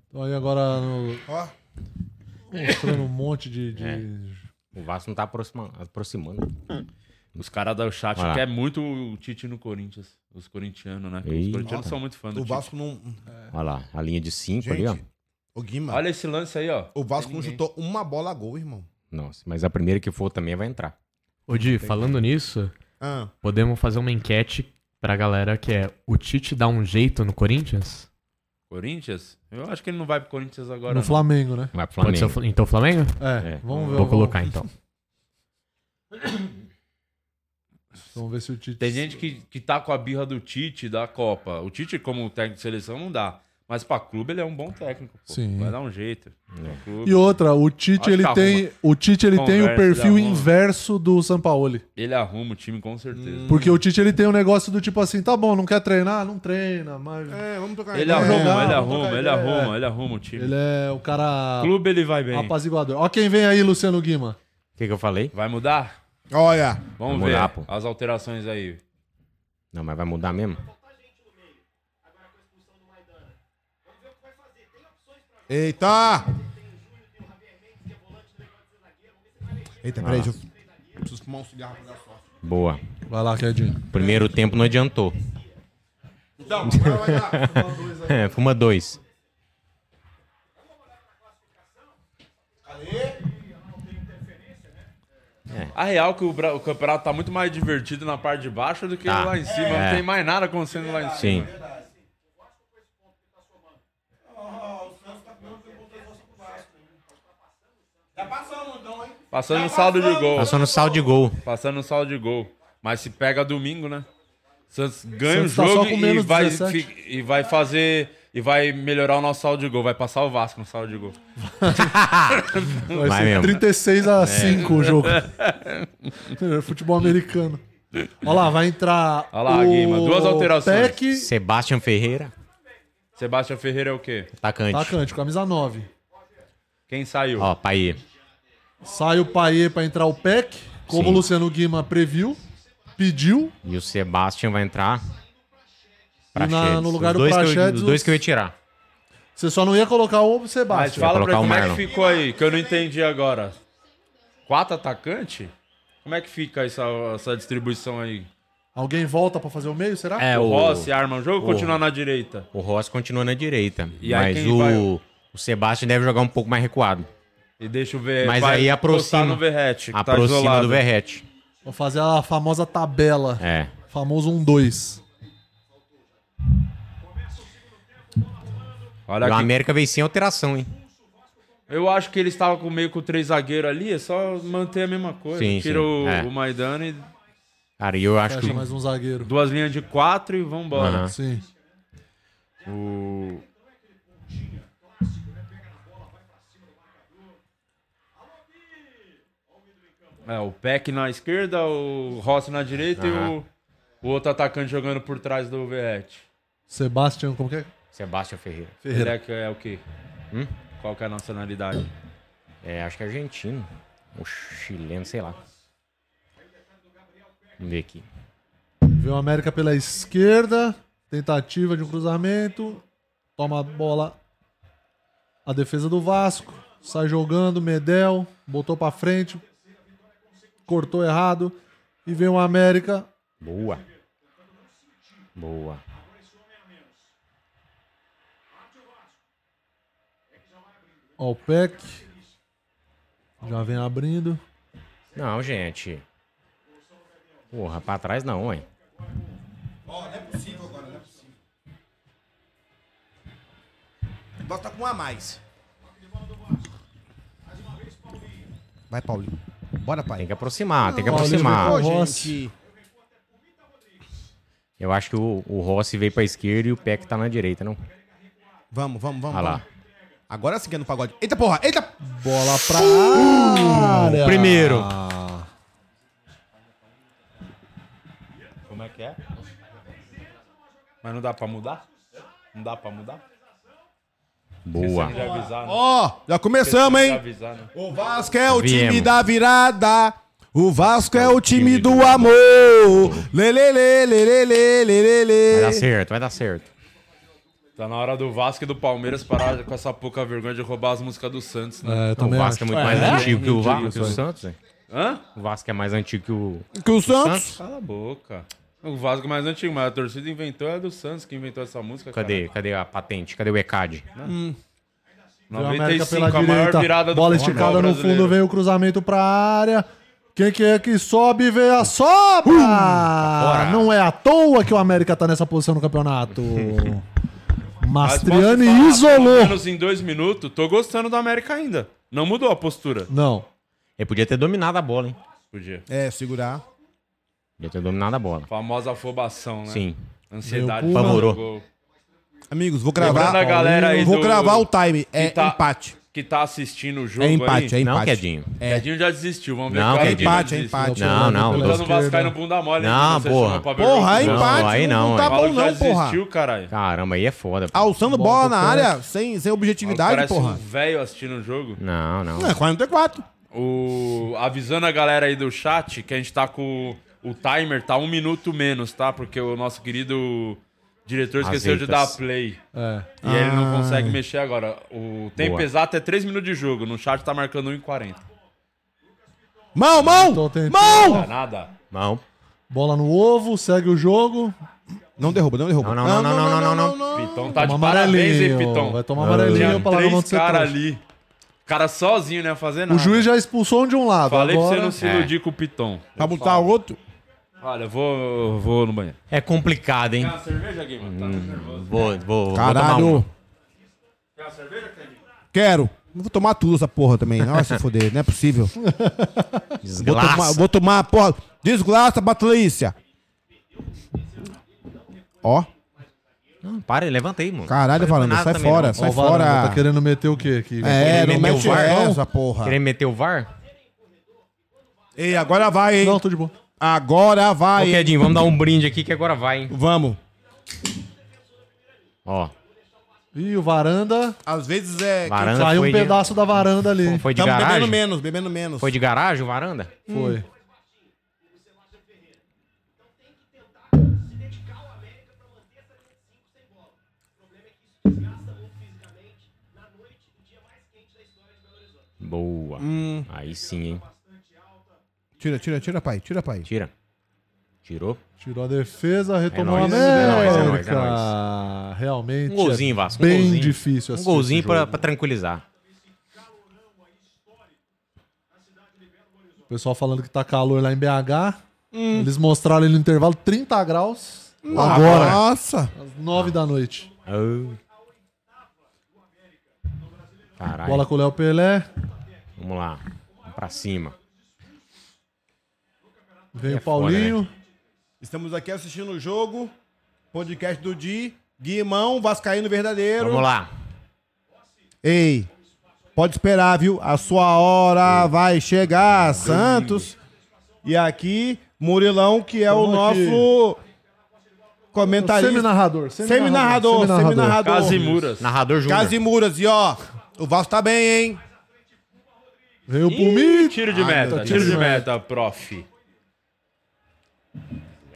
S4: Então aí agora no-
S1: Ó,
S3: É.
S4: mostrando um monte de, de
S2: O Vasco não tá aproxima- aproximando.
S3: Os caras do chat
S2: Vai lá.
S3: querem muito o Tite no Corinthians. Os corintianos, né? Os
S2: Ih.
S3: corintianos
S1: Nossa.
S3: são muito fãs do
S1: O
S3: Tite.
S1: Vasco não.
S2: Olha lá, a linha de 5 ali, ó.
S1: Gente, o Guima.
S3: Olha esse lance aí, ó.
S1: O Vasco não
S3: Ninguém.
S1: chutou uma bola a gol, irmão.
S2: Nossa, mas a primeira que for também vai entrar.
S5: Ô, Di, falando nisso,
S1: Ah,
S5: podemos fazer uma enquete pra galera que é: o Tite dá um jeito no Corinthians?
S3: Corinthians? Eu acho que ele não vai pro Corinthians agora.
S4: No
S3: não.
S4: Flamengo, né?
S2: Vai pro
S5: Pode ser o
S2: Flamengo.
S5: Fla- então Flamengo?
S4: É,
S2: É.
S4: vamos ver.
S5: Vou
S4: vamos-
S5: colocar então.
S4: Vamos ver se o Tite...
S3: Tem gente que, que tá com a birra do Tite da Copa. O Tite, como técnico de seleção, não dá. Mas pra clube ele é um bom técnico. Pô.
S4: Sim.
S3: Vai dar um jeito.
S2: É.
S3: Pra clube.
S4: E outra, o Tite,
S3: Acho
S4: ele
S3: que
S4: tem, o, Tite, ele tem o
S3: Conversa,
S4: perfil
S3: arruma. Hum.
S4: inverso do Sampaoli.
S3: Ele arruma o time com certeza.
S4: Porque o Tite, ele tem um negócio do tipo assim, tá bom, não quer treinar? Não treina, mas...
S1: é, vamos tocar
S3: Ele
S1: ideia.
S3: né? arruma,
S4: jogar,
S3: ele
S4: vamos
S3: arruma,
S4: trocar
S3: ele
S4: ideia,
S3: arruma, ele arruma o time.
S4: É. Ele é o cara
S3: Clube ele vai bem.
S4: apaziguador. Ó quem vem aí, Luciano Guima.
S2: O que, que eu falei?
S3: Vai mudar?
S1: Olha.
S3: Vamos
S2: Vai
S3: ver
S2: mudar, pô.
S3: as alterações aí.
S2: Não, mas vai mudar mesmo?
S1: Eita! Eita, peraí, deixa eu... Ah. Preciso fumar um cigarro pra dar sorte.
S2: Boa.
S4: Vai lá, Quedinho.
S2: Primeiro tempo não adiantou. [laughs]
S1: Não, agora Então, vai lá. [laughs]
S2: É, fuma dois.
S3: A real é que o, bra- o campeonato tá muito mais divertido na parte de baixo do que
S2: Tá.
S3: lá em cima.
S2: É.
S3: Não tem mais nada acontecendo lá em cima.
S2: Sim.
S3: Passando um saldo de gol.
S2: Passou Tá no saldo de gol.
S3: Passando um saldo de gol. Mas se pega domingo, né? Santos ganha
S4: Santos
S3: o
S4: tá
S3: jogo
S4: só com
S3: e,
S4: menos
S3: vai
S4: 17.
S3: fi- e vai fazer. E vai melhorar o nosso saldo de gol. Vai passar o Vasco no saldo de gol.
S4: Vai,
S2: Vai
S4: ser
S2: mesmo.
S4: 36 a 5
S3: [laughs]
S4: o jogo. É Futebol americano. Olha lá, vai entrar.
S3: Olha lá, Guima, duas alterações.
S4: Tec,
S2: Sebastian Ferreira,
S3: Sebastião Ferreira é o quê?
S2: atacante.
S4: atacante, Tá, camisa 9.
S3: Quem saiu?
S2: Ó, tá Paê.
S4: Sai o Paê pra entrar o Peck, como
S2: Sim.
S4: o Luciano Guima previu, pediu.
S2: E o Sebastian vai entrar. Praxedes.
S4: na- no
S2: os
S4: lugar do
S2: dois que eu,
S4: Praxedes,
S2: Os dois
S4: os-
S2: que eu ia tirar.
S4: Você só não ia colocar o
S3: Mas
S4: Sebastião.
S3: fala pra
S2: colocar o
S3: mim como é que
S2: Marlon.
S3: ficou aí, que eu não entendi agora. Quatro atacante? Como é que fica essa, essa distribuição aí?
S4: Alguém volta pra fazer o meio, será?
S2: É,
S3: o
S2: o,
S3: Rossi arma o jogo ou
S2: o-
S3: continua na direita?
S2: o Rossi continua na direita.
S3: E aí
S2: mas
S3: quem vai?
S2: o, o Sebastian deve jogar um pouco mais recuado.
S3: E deixa o Verrete.
S2: Mas aí aproxima-
S3: no Verrete, que tá
S2: Aproxima
S3: isolado.
S2: do Verrete.
S4: Vou fazer a famosa tabela.
S2: É.
S4: Famoso 1-2.
S3: Olha
S2: O
S3: Tá aqui.
S2: América veio sem alteração, hein?
S3: Eu acho que ele estava com meio com três zagueiros ali, é só manter a mesma coisa.
S2: Sim,
S3: Tira
S2: sim,
S3: O,
S2: é.
S3: o Maidana e
S2: Cara, e eu acho que. né?
S4: Fecha mais um zagueiro.
S3: duas linhas de quatro e vambora.
S2: Aham.
S4: Sim.
S3: O... É, o Peck na esquerda, o Rossi na direita
S2: Aham.
S3: e o, o outro atacante jogando por trás do Verrete.
S4: Sebastião, como que é?
S2: Sebastian Ferreira.
S3: Ele é, que é o quê?
S2: Hum?
S3: Qual que é a nacionalidade?
S2: É, acho que é argentino. Ou chileno, sei lá. Vamos ver aqui.
S4: Vê o América pela esquerda. Tentativa de um cruzamento. Toma a bola. A defesa do Vasco. Sai jogando. Medel. Botou pra frente. Cortou errado. E vem o América.
S2: Boa. Boa.
S4: Ó, o Peck. Já vem abrindo.
S2: Não, gente. Porra, pra trás não, hein?
S1: Ó, não é possível agora, não é possível. O Vasco tá com um a mais. Vai, Paulinho. Bora,
S2: Tem
S1: pai.
S2: que aproximar, tem que
S4: Não, olha,
S2: aproximar.
S4: ele
S1: Ô,
S4: Rossi.
S1: gente.
S2: Eu acho que o, o Rossi veio pra esquerda e o Peck tá na direita, não?
S1: Vamos, vamos, vamos.
S2: Olha lá.
S1: vamos. Agora sim que é no pagode. Eita, porra, eita! Uh!
S4: Bola pra área.
S2: É, Primeiro.
S3: Como é que é? Mas não dá pra mudar? Não dá pra mudar?
S2: Boa.
S3: De avisar, né?
S1: Ó, já começamos,
S3: De
S1: hein?
S3: avisar, né?
S1: é O Vasco é o
S2: Viemos.
S1: time da virada. O Vasco é o time do amor. Lelele, lelele, lelele.
S2: Vai dar certo, vai dar certo.
S3: Tá na hora do Vasco e do Palmeiras parar com essa pouca vergonha de roubar as músicas do Santos, né?
S4: É, eu
S2: O
S4: também
S2: Vasco é
S4: acho.
S2: muito mais
S3: É?
S2: antigo que o, Va-
S3: Ridículo,
S2: que o
S3: isso aí.
S2: Santos, hein?
S3: Hã?
S2: O Vasco é mais antigo que o.
S1: Que o Santos.
S3: Cala a boca. O Vasco é mais antigo, mas a torcida inventou é a do Santos que inventou essa música.
S2: Cadê? Cadê a patente? Cadê o ECAD?
S3: Cara.
S4: América
S3: 95, a maior virada do futebol
S4: Bola esticada no
S3: brasileiro.
S4: fundo, vem o cruzamento pra área. Quem que é que sobe, vem a sobra!
S3: Uh!
S4: Não é à toa que o América tá nessa posição no
S3: [laughs]
S4: campeonato.
S3: Mas posso
S4: Mastriani
S3: falar, Pelo
S4: isolou.
S3: menos em dois minutos, tô gostando do América ainda. Não mudou a postura.
S4: Não.
S2: Ele podia ter dominado a bola, hein?
S3: Podia.
S1: É, segurar.
S2: Podia ter dominado a bola.
S3: Famosa afobação, né?
S2: Sim.
S3: Ansiedade.
S4: Meu cu.
S2: Favorou.
S3: Gol.
S1: Amigos, vou
S3: Lembrando
S1: gravar.
S3: a galera aí
S1: vou
S3: do-
S1: gravar o time. É
S3: que tá-
S1: empate.
S3: Que tá assistindo o jogo
S1: É empate, é
S3: aí.
S1: empate.
S2: Não, Quedinho.
S1: É.
S3: Quedinho já desistiu, vamos ver.
S2: Não,
S3: qual
S2: é
S3: Quedinho
S1: empate, é
S3: desistiu.
S1: empate.
S2: Não, não,
S4: Pela
S2: não.
S3: Botando o Vasco aí
S4: esquerda.
S3: no bunda mole.
S2: Não,
S3: você
S2: porra.
S3: chama pra ver o
S1: Porra,
S3: jogo.
S1: é
S2: Não,
S1: empate.
S2: aí
S1: não,
S2: não,
S1: tá
S2: é.
S3: O
S1: bom,
S3: maluco já
S1: não, porra.
S3: desistiu, caralho.
S2: Caramba, aí é foda. pô.
S1: Alçando bola
S4: Bola
S1: na
S4: pro canto.
S1: área, sem, sem objetividade,
S3: Parece um
S1: porra.
S3: velho assistindo o jogo.
S2: Não, não.
S1: É, 44.
S3: O... Avisando a galera aí do chat que a gente tá com o timer, tá um minuto menos, tá? Porque o nosso querido diretor esqueceu de dar
S2: Azeitas.
S3: play.
S4: É.
S3: E ele não consegue mexer agora. O tempo
S2: Boa.
S3: exato é 3 minutos de jogo. No chat tá marcando 1,40.
S1: Mão, mão!
S4: Tô tentando.
S1: Mão!
S3: Tá nada?
S2: Não.
S4: Bola no ovo, segue o jogo.
S1: Não derruba, não derruba.
S2: Não, não, não, não, não, não,
S3: Pitão tá
S4: Toma
S3: de parabéns, hein,
S4: amarelinho.
S3: Pitão?
S4: Vai tomar amarelinho
S3: Tinha
S4: pra lá onde
S3: três
S4: você
S3: caras
S4: trouxe.
S3: ali. Cara sozinho, né? Fazer nada.
S4: O juiz já expulsou um de um lado.
S3: Falei
S4: agora...
S3: pra você não se
S2: É.
S3: iludir com o Pitão.
S1: Pra botar o outro.
S3: Olha, eu vou, eu vou no banheiro.
S2: É complicado, hein?
S3: Quer uma cerveja, Gui, mano? Tá nervoso.
S2: Vou, vou, vou tomar
S1: Caralho.
S2: uma.
S3: Quer uma cerveja, Cadinho?
S1: Quero. Não Vou tomar tudo essa porra também. Nossa,
S2: [laughs]
S1: se foder, não é possível. Vou
S2: Desgraça.
S1: tomar, vou tomar a porra. Desgraça, Batlícia. Ó,
S2: Não, para, levanta aí, mano.
S1: caralho,
S2: Não foi
S1: falando.
S2: nada
S1: Sai
S2: também,
S1: fora,
S2: não.
S1: sai
S4: Ó, o Varanda,
S1: fora.
S4: Tá querendo meter o quê aqui?
S1: É,
S2: Querer
S1: não
S2: meter o
S1: mete
S2: VAR,
S1: essa porra.
S2: Querer meter o VAR?
S1: Ei, agora vai, hein?
S4: Não, tô de boa.
S1: Agora
S2: Ô,
S1: vai, hein?
S2: Quedinho, vamos dar um brinde aqui que agora vai, hein?
S1: Vamos.
S2: Ó,
S4: Ih, o Varanda...
S1: Às vezes é.
S2: varanda
S4: Saiu
S2: foi
S4: um pedaço da varanda ali.
S2: de... Foi de
S1: Estamos bebendo
S2: garagem?
S1: menos, bebendo menos.
S2: Foi de garagem, o varanda?
S4: Foi.
S2: Boa. Aí sim, hein?
S1: Tira, tira, tira, pai. Tira, pai.
S2: Tira. Tirou.
S4: Tirou a defesa, retomou
S2: nóis,
S4: a
S2: é nóis, é
S4: América.
S2: nóis, é
S4: Realmente.
S2: Um golzinho,
S4: é
S2: Vasco. um
S4: Bem
S2: golzinho.
S4: difícil assim.
S2: Um
S4: assistir
S2: golzinho
S4: esse
S2: pra,
S4: jogo.
S2: pra tranquilizar.
S4: O pessoal falando que tá calor lá em BH.
S2: Hum.
S4: Eles mostraram ali no intervalo 30 graus. Agora,
S1: Nossa.
S4: às 9 da noite.
S2: Ah. Caralho.
S4: Bola com o Léo Pelé.
S2: Vamos lá. Vamos pra cima.
S4: Vem
S2: É
S4: o Paulinho.
S1: Estamos aqui assistindo o jogo. Podcast do Di. Guimão, Vascaíno Verdadeiro.
S2: Vamos lá.
S1: Ei, pode esperar, viu? A sua hora vai chegar, Santos. E aqui, Murilão, que é o
S4: Tamo aqui.
S1: nosso
S2: né? Tá
S1: comentarista.
S4: Seminarrador.
S1: Seminarrador, seminarrador.
S3: Casimuras.
S2: Narrador Júnior.
S1: Casimuras, e ó, o Vasco tá bem, hein?
S4: Vem o Pumit.
S3: Tiro de meta, tiro de meta, prof.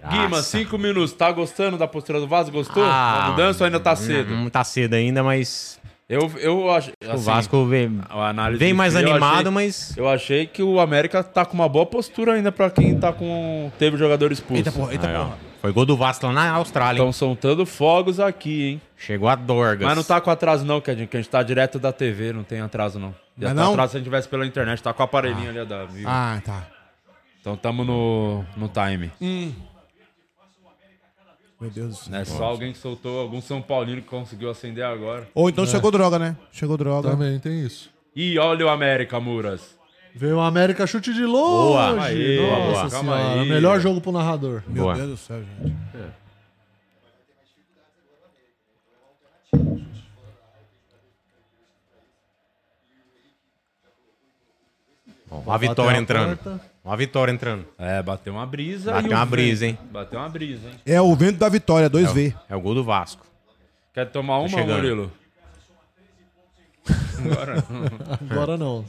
S3: Guima,
S2: Graça. né?
S3: cinco minutos. Tá gostando da postura do Vasco? Gostou?
S2: Ah,
S3: a mudança ou ainda tá cedo?
S2: Não tá cedo ainda, mas
S3: Eu, eu acho.
S2: o
S3: assim,
S2: Vasco vem,
S3: a análise
S2: vem
S3: de
S2: mais
S3: frio, eu
S2: animado,
S3: achei-
S2: mas.
S3: Eu achei que o América tá com uma boa postura ainda pra quem tá com. Teve jogador expulso.
S1: Eita porra, eita
S2: Aí, ó.
S1: porra.
S2: Foi gol do Vasco lá na Austrália. hein?
S3: Estão soltando fogos aqui, hein?
S2: Chegou a Dorgas.
S3: Mas não tá com atraso, não, Cadinho, que a gente tá direto da TV, não tem atraso, não.
S1: Mas
S3: Já tá
S1: não?
S3: atraso se a gente tivesse pela internet, tá com o aparelhinho ali da Vivo.
S1: Ah, tá.
S3: Então tamo no, no time.
S2: Hum.
S1: Meu Deus do céu.
S3: É só alguém que soltou, algum São Paulino que conseguiu acender agora.
S1: Ou então chegou droga, né? Chegou droga.
S4: Também tem isso.
S3: E olha o América, Muras.
S4: Veio o América chute de longe.
S2: Boa.
S3: Aê,
S4: Nossa
S3: boa. Calma
S4: senhora.
S3: aí.
S4: Melhor jogo pro narrador.
S1: Meu
S2: Boa.
S1: Deus do céu, gente.
S2: Ó, a vitória
S4: Bateu a
S2: entrando.
S4: porta.
S2: Ó, a vitória entrando.
S3: É, bateu uma brisa.
S2: Bateu
S3: e o
S2: uma
S3: vento.
S2: brisa, hein?
S3: Bateu uma brisa, hein?
S1: É o vento da vitória, 2V.
S2: É o gol do Vasco.
S3: Quer tomar uma,
S2: chegando.
S3: Murilo?
S2: [laughs]
S3: Agora.
S4: Agora não.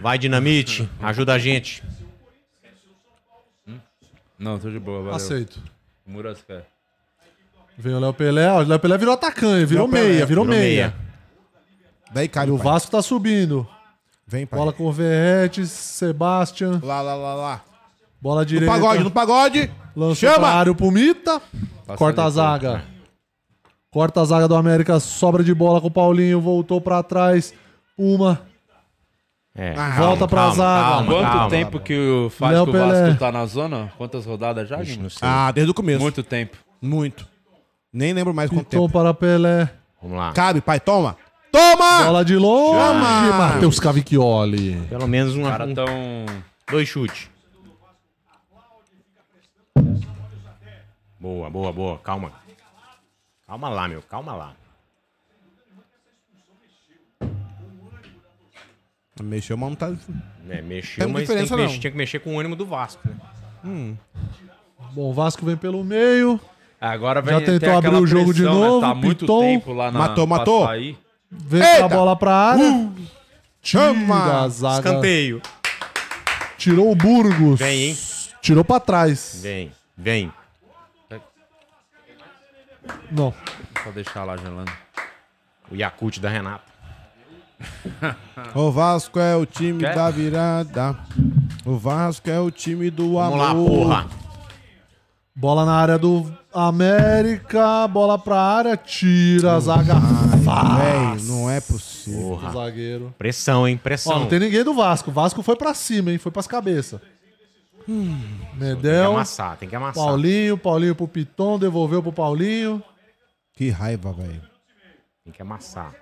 S2: Vai, Dinamite. Ajuda a gente.
S3: Não, tô de boa, valeu.
S4: Aceito.
S3: Muras quer.
S4: Veio o Léo Pelé. ó, O Léo Pelé virou atacante, virou
S1: Léo Pelé,
S4: meia, virou, meia.
S1: Daí
S4: E
S1: caiu
S4: o Vasco tá subindo.
S1: Vem, pai.
S4: Bola com o Verretes, Sebastian.
S1: Lá, lá, lá, lá.
S4: Bola
S1: No
S4: direita.
S1: pagode, no pagode.
S4: Lança para
S1: Chama!
S4: área pro Mita. corta a zaga. Corta a zaga do América. Sobra de bola com o Paulinho. Voltou pra trás. Uma.
S2: É.
S1: Ah,
S4: Volta pra zaga.
S3: Quanto
S2: calma.
S3: tempo que o faz
S4: Léo
S3: que o Vasco
S4: Pelé.
S3: tá na zona? Quantas rodadas já, Guilherme?
S1: Ah, desde o começo. Muito.
S3: Muito tempo.
S1: Nem lembro mais quanto
S4: Piton
S1: tempo.
S4: para Pelé.
S2: Vamos lá.
S1: Cabe, pai, toma. Toma!
S4: Bola de longe.
S1: Ah! Chama!
S4: Matheus Cavicchioli.
S2: Pelo menos um,
S3: Os caras
S2: um-
S4: Uhum.
S3: tão.
S2: dois chutes. Boa, boa, boa. Calma. Calma lá, meu. Calma lá.
S1: Mexeu, mas não tá.
S2: É, mexeu,
S1: Tem
S2: mas tem
S1: diferença,
S2: que mexer-
S1: não.
S2: tinha que mexer com o ânimo do Vasco. Né?
S4: Bom, o Vasco vem pelo meio.
S3: É, Agora
S4: Já
S3: ter
S4: tentou abrir
S3: aquela
S4: o jogo de
S3: pressão,
S4: novo,
S3: Tá muito
S4: Piton.
S3: tempo lá na.
S1: Matou,
S3: pra
S1: matou.
S3: sair.
S4: Vem
S1: Eita! Uh!
S4: a bola pra área. Tira a
S1: Chama!
S4: zaga.
S2: Escanteio.
S4: Tirou o Burgos.
S2: Vem, hein?
S4: Tirou pra trás.
S2: Vem, vem.
S4: Não.
S3: Só deixar lá gelando.
S2: O Yakut da Renata.
S1: O Vasco é o time
S3: Quer?
S1: da virada. O Vasco é o time do amor.
S2: Vamos lá, porra.
S4: Bola na área do América. Bola pra área. Tira a zaga.
S1: Véi, não é possível.
S4: O
S2: Porra.
S4: zagueiro.
S2: Pressão, hein?
S4: Ó,
S2: Pressão.
S4: não tem ninguém do Vasco. O Vasco foi pra cima, hein? Foi pras cabeças.
S2: Tem que
S4: Medel.
S2: amassar, tem que amassar.
S4: Paulinho. Paulinho pro Piton. Devolveu pro Paulinho.
S1: Que raiva, velho.
S2: Tem que amassar.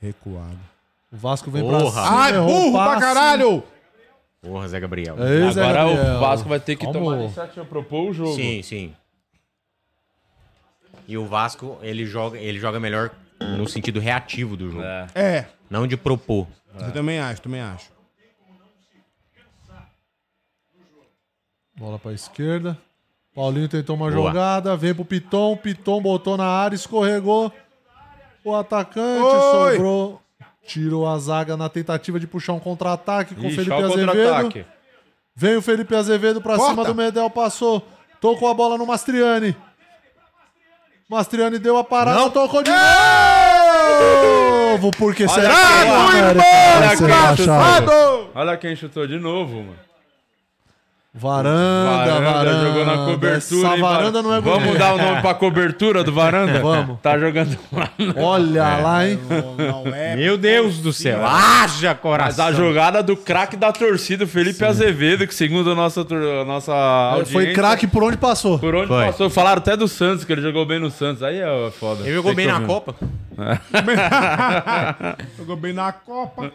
S1: Recuado.
S4: O Vasco vem pra
S2: Porra.
S4: cima.
S1: Ai,
S4: errou o
S1: burro pra
S4: passe.
S1: caralho!
S2: Porra, Zé Gabriel.
S4: Aí, Zé
S3: Agora
S4: é, Gabriel.
S3: o Vasco vai ter que
S4: Calma.
S3: tomar iniciativa, propor o jogo.
S2: Sim, sim. E o Vasco, ele joga, ele joga melhor no sentido reativo do jogo,
S3: É.
S1: É,
S2: não de propor.
S1: eu também acho, também acho.
S4: Bola pra esquerda. Paulinho tentou uma
S2: Boa.
S4: jogada, vem pro Piton, Piton botou na área, escorregou. O atacante
S1: Oi!
S4: sobrou, tirou a zaga na tentativa de puxar um contra-ataque com o
S3: Ixi,
S4: Felipe
S3: olha o
S4: Azevedo.
S3: contra-ataque.
S4: Veio o Felipe Azevedo pra
S1: Corta!
S4: cima do Medel, passou, tocou a bola no Mastriani. Mastriani deu a parada, tocou de
S1: É!
S4: novo, porque será
S3: aqui, ó.
S4: que América vai ser rebaixado?
S3: Olha quem chutou de novo, mano.
S4: Varanda, varanda,
S3: jogou na cobertura.
S4: Essa
S3: hein,
S4: varanda não é bonita.
S3: Vamos dar o nome pra cobertura do varanda?
S4: Vamos.
S3: Tá jogando lá.
S4: É.
S2: É.
S4: Olha lá, hein?
S1: Não, não é.
S2: Meu Deus do céu. Haja
S3: Mas a
S2: coração.
S3: jogada do craque da torcida, o Felipe Azevedo, que segundo a nossa, tur- a nossa audiência...
S4: É, Foi craque por onde passou.
S3: Por onde
S2: Foi.
S3: passou, falaram até do Santos, que ele jogou bem no Santos. Aí é foda.
S2: Ele jogou
S3: Tem
S2: bem na
S3: que ouvir.
S1: [laughs]
S2: Copa.
S1: Jogou bem na Copa.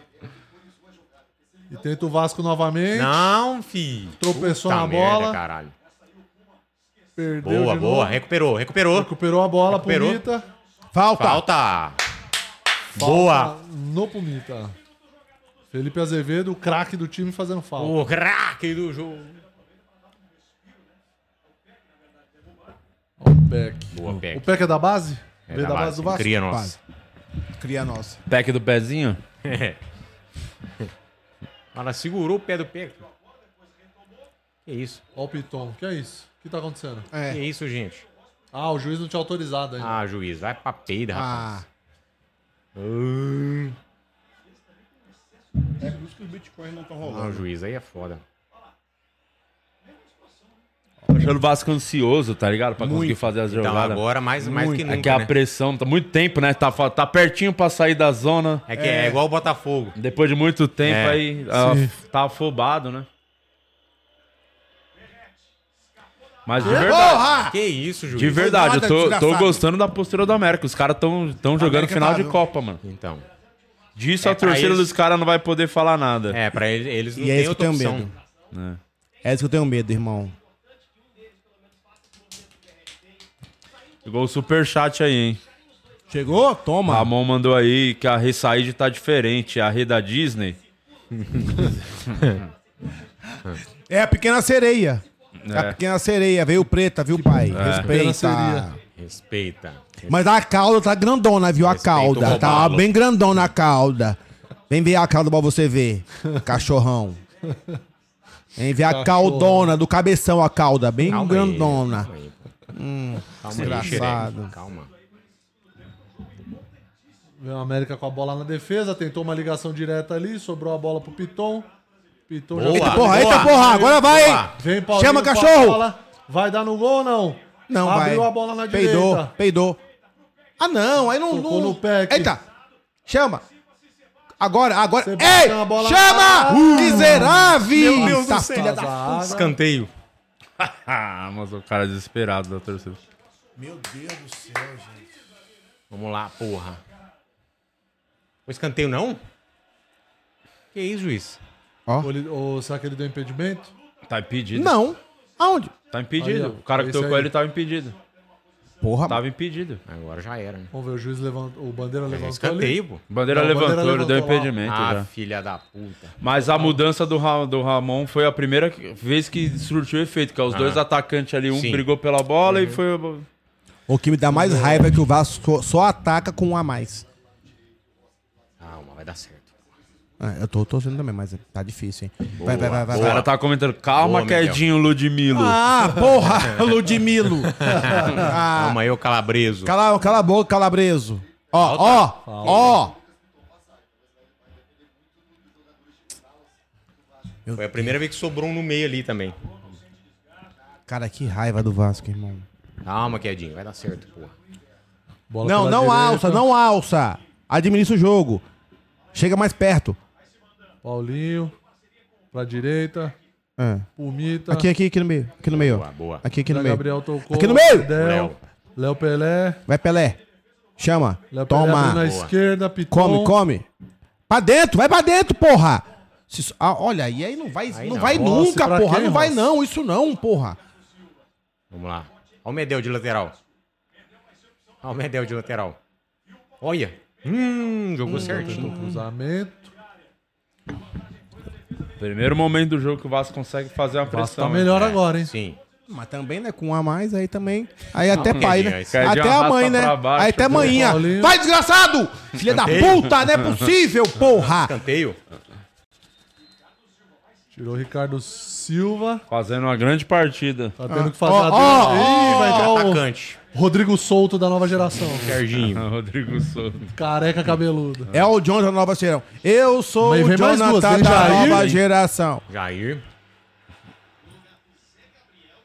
S4: E tenta o Vasco novamente.
S2: Não, fi.
S4: Tropeçou
S2: Puta
S4: na
S2: Tá merda,
S4: bola.
S2: caralho.
S4: Perdeu
S2: Boa,
S4: de
S2: boa.
S4: novo.
S2: Recuperou, recuperou.
S4: Recuperou a bola,
S2: Recuperou.
S4: Pumita.
S1: Falta.
S2: Falta. Boa. Ah.
S4: Falta No Pumita. Felipe Azevedo, o craque do time, fazendo falta.
S2: O craque do jogo.
S4: Ó, O Peck.
S2: Boa,
S4: O
S2: Peck.
S4: Peck é da base?
S2: É
S4: Veio da, base do Vasco?
S2: Cria nossa.
S1: Cria nossa.
S3: Pack do pezinho?
S2: Ela segurou o pé do Peck. Que isso?
S4: Ó o Piton. Que é isso? O que tá acontecendo?
S2: Que
S1: É.
S2: isso, gente?
S4: Ah, o juiz não tinha autorizado ainda.
S2: Ah, juiz, vai pra peida, rapaz.
S1: Ah. É por isso que os bitcoins não estão
S2: Não, juiz, aí é foda.
S3: Achando o Vasco ansioso, tá ligado? Pra conseguir fazer as
S2: Então,
S3: jogadas.
S2: agora mais, mais que nunca,
S3: Aqui a
S2: né?
S3: pressão, tá muito tempo, né? Tá, fa- tá pertinho pra sair da zona.
S2: É que é, igual o Botafogo.
S3: Depois de muito tempo,
S2: É.
S3: aí ah,
S4: Sim.
S3: tá afobado, né? Mas de verdade,
S1: Porra!
S2: Que isso, juiz?
S3: de verdade, eu
S1: Nada,
S3: tô, tô
S1: desgraçado.
S3: gostando da postura do América. Os caras tão, tão jogando
S1: América
S3: final
S1: tá,
S3: de
S1: viu?
S3: Copa, mano.
S2: Então.
S3: Disso
S2: É,
S3: a torcida
S2: pra eles-
S3: dos caras não vai poder falar nada.
S2: É, pra eles, eles não
S1: E é isso
S2: têm
S1: que
S2: outra
S1: eu tenho
S2: opção.
S1: medo. É isso que eu tenho medo, irmão.
S2: É.
S3: Chegou o superchat aí, hein?
S1: Chegou? Toma.
S3: Ramon mandou aí que a Ressaíde tá diferente. A Rê da Disney.
S1: É a pequena sereia. É.
S3: É.
S1: A pequena sereia, veio preta, viu, pai?
S4: pequena
S1: Respeita.
S4: sereia.
S2: Respeita.
S1: Mas a cauda tá grandona, viu? A
S2: Respeita o
S1: cauda. Tá
S2: robalo.
S1: bem grandona a cauda. Vem ver a cauda pra você ver, cachorrão. Vem ver a caudona do cabeção, a cauda. Bem
S2: Calma aí,
S1: grandona. Hum,
S2: calma aí, pô. Calma aí,
S1: Engraçado.
S2: xereque. Calma.
S4: Veio o América com a bola na defesa, tentou uma ligação direta ali, sobrou a bola pro Piton. Piton
S1: Eita
S4: já.
S1: porra, eita
S2: boa.
S1: porra, agora vai, hein?
S4: Vem Paulinho
S1: Chama
S4: com a
S1: cachorro!
S4: bola. Vai dar no gol ou não?
S1: Não, vai.
S4: Abriu a bola na
S1: peidou,
S4: direita.
S1: Peidou, Ah, não, aí não...
S4: Tocou
S1: não-
S4: no pé aqui.
S1: Eita, chama. Agora, agora.
S4: Você
S1: Ei,
S4: bateu a bola na
S1: chama! Uh!
S4: área.
S1: Miserável!
S2: Meu Deus do
S1: Tá,
S2: céu.
S1: filha da-
S4: Zaga.
S2: Escanteio.
S3: Ah, mas o cara é desesperado da torcida.
S2: Vamos lá, porra. Foi escanteio, não? Que isso, juiz?
S4: Ou ele- ou será que ele deu impedimento?
S3: Tá impedido.
S1: Não. Aonde?
S3: Tá impedido.
S4: Aí, ó,
S3: o cara que
S4: esse
S3: tocou
S4: aí.
S3: ele tava impedido.
S1: Porra,
S3: Tava impedido.
S2: Agora já era, né?
S4: Vamos ver, o juiz levantou, o Bandeira
S2: É
S4: levantou ali.
S2: escanteio, pô.
S3: Bandeira
S4: Não,
S3: levantou,
S4: bandeira
S3: ele deu
S4: levantou lá.
S3: impedimento
S2: Ah,
S1: tá.
S3: já.
S2: filha da puta.
S3: Mas a mudança do, Ra- do Ramon foi a primeira que- vez que surtiu efeito, que é os dois atacantes ali, um
S2: Sim. Uhum.
S3: brigou pela bola e foi.
S1: O que me dá mais raiva é que o Vasco só ataca com um a mais.
S2: Calma, vai dar certo.
S1: É, eu tô torcendo também, mas tá difícil, hein? Vai, vai, vai, vai.
S3: O cara
S1: vai.
S3: tá comentando, calma,
S2: Boa, Miguel.
S3: quedinho, Ludmilo.
S1: Ah, porra, [laughs] Ludmilo. ah,
S2: Calma aí, ô calabreso.
S1: cala, cala a boca, calabreso. Ó, tá. ó, ó.
S2: Foi a primeira vez que sobrou um no meio ali também.
S1: Cara, que raiva do Vasco, irmão.
S2: Calma, quedinho, vai dar certo, porra.
S4: Bola
S1: Não,
S4: pela
S1: não
S4: direita.
S1: alça, não alça. Administra o jogo. Chega mais perto.
S4: Paulinho, pra direita,
S1: É.
S4: Pumita.
S1: Aqui, aqui, aqui no meio. Aqui no meio.
S2: Boa, boa.
S1: Aqui, aqui no
S4: Zé
S1: meio.
S4: Gabriel tocou.
S1: Aqui no meio!
S4: Léo,
S2: Léo.
S4: Léo Pelé.
S1: Vai, Pelé. Chama.
S4: Léo Pelé abriu na
S1: Toma.
S4: esquerda, Piton.
S1: Come, come. Pra dentro, vai pra dentro, porra. Se- ah, olha, e aí não vai, não
S2: não.
S1: vai
S4: Rossi,
S1: nunca,
S4: pra
S1: porra.
S4: quem,
S1: não vai
S4: Rossi?
S1: não, isso não, porra.
S2: Vamos lá. Olha o Medel de lateral. Olha o Medel de lateral. Olha. Hum, jogou certinho.
S4: Cruzamento.
S3: Primeiro momento do jogo que o Vasco consegue fazer uma
S4: Vasco
S3: pressão.
S4: tá melhor
S2: É,
S4: agora, hein?
S2: Sim.
S1: Mas também, né, com um a mais, aí também. Aí até
S2: não,
S1: pai,
S2: Quedinho,
S1: né?
S2: aí
S3: Quedinho
S1: Até a
S3: arrasta
S1: mãe, né?
S3: pra baixo,
S1: aí até a
S3: né?
S1: manhinha.
S4: Paulinho.
S1: Vai, desgraçado! Filha da
S2: Escanteio.
S1: puta, não é possível, porra!
S2: Escanteio.
S4: Tirou o Ricardo Silva.
S3: Fazendo uma grande partida. [laughs]
S4: Tá tendo que fazer
S1: Ah. ó,
S4: a
S1: ó,
S4: dele. Ih, vai dar o
S2: Atacante.
S4: Rodrigo Souto da nova geração.
S2: Serginho.
S3: Rodrigo Souza.
S4: Careca cabeludo.
S1: É o Jonathan da nova geração. Eu sou
S4: Mas
S1: o
S4: vem mais
S1: Jonathan
S4: duas, vem
S1: da
S4: Jair.
S1: nova geração.
S2: Jair.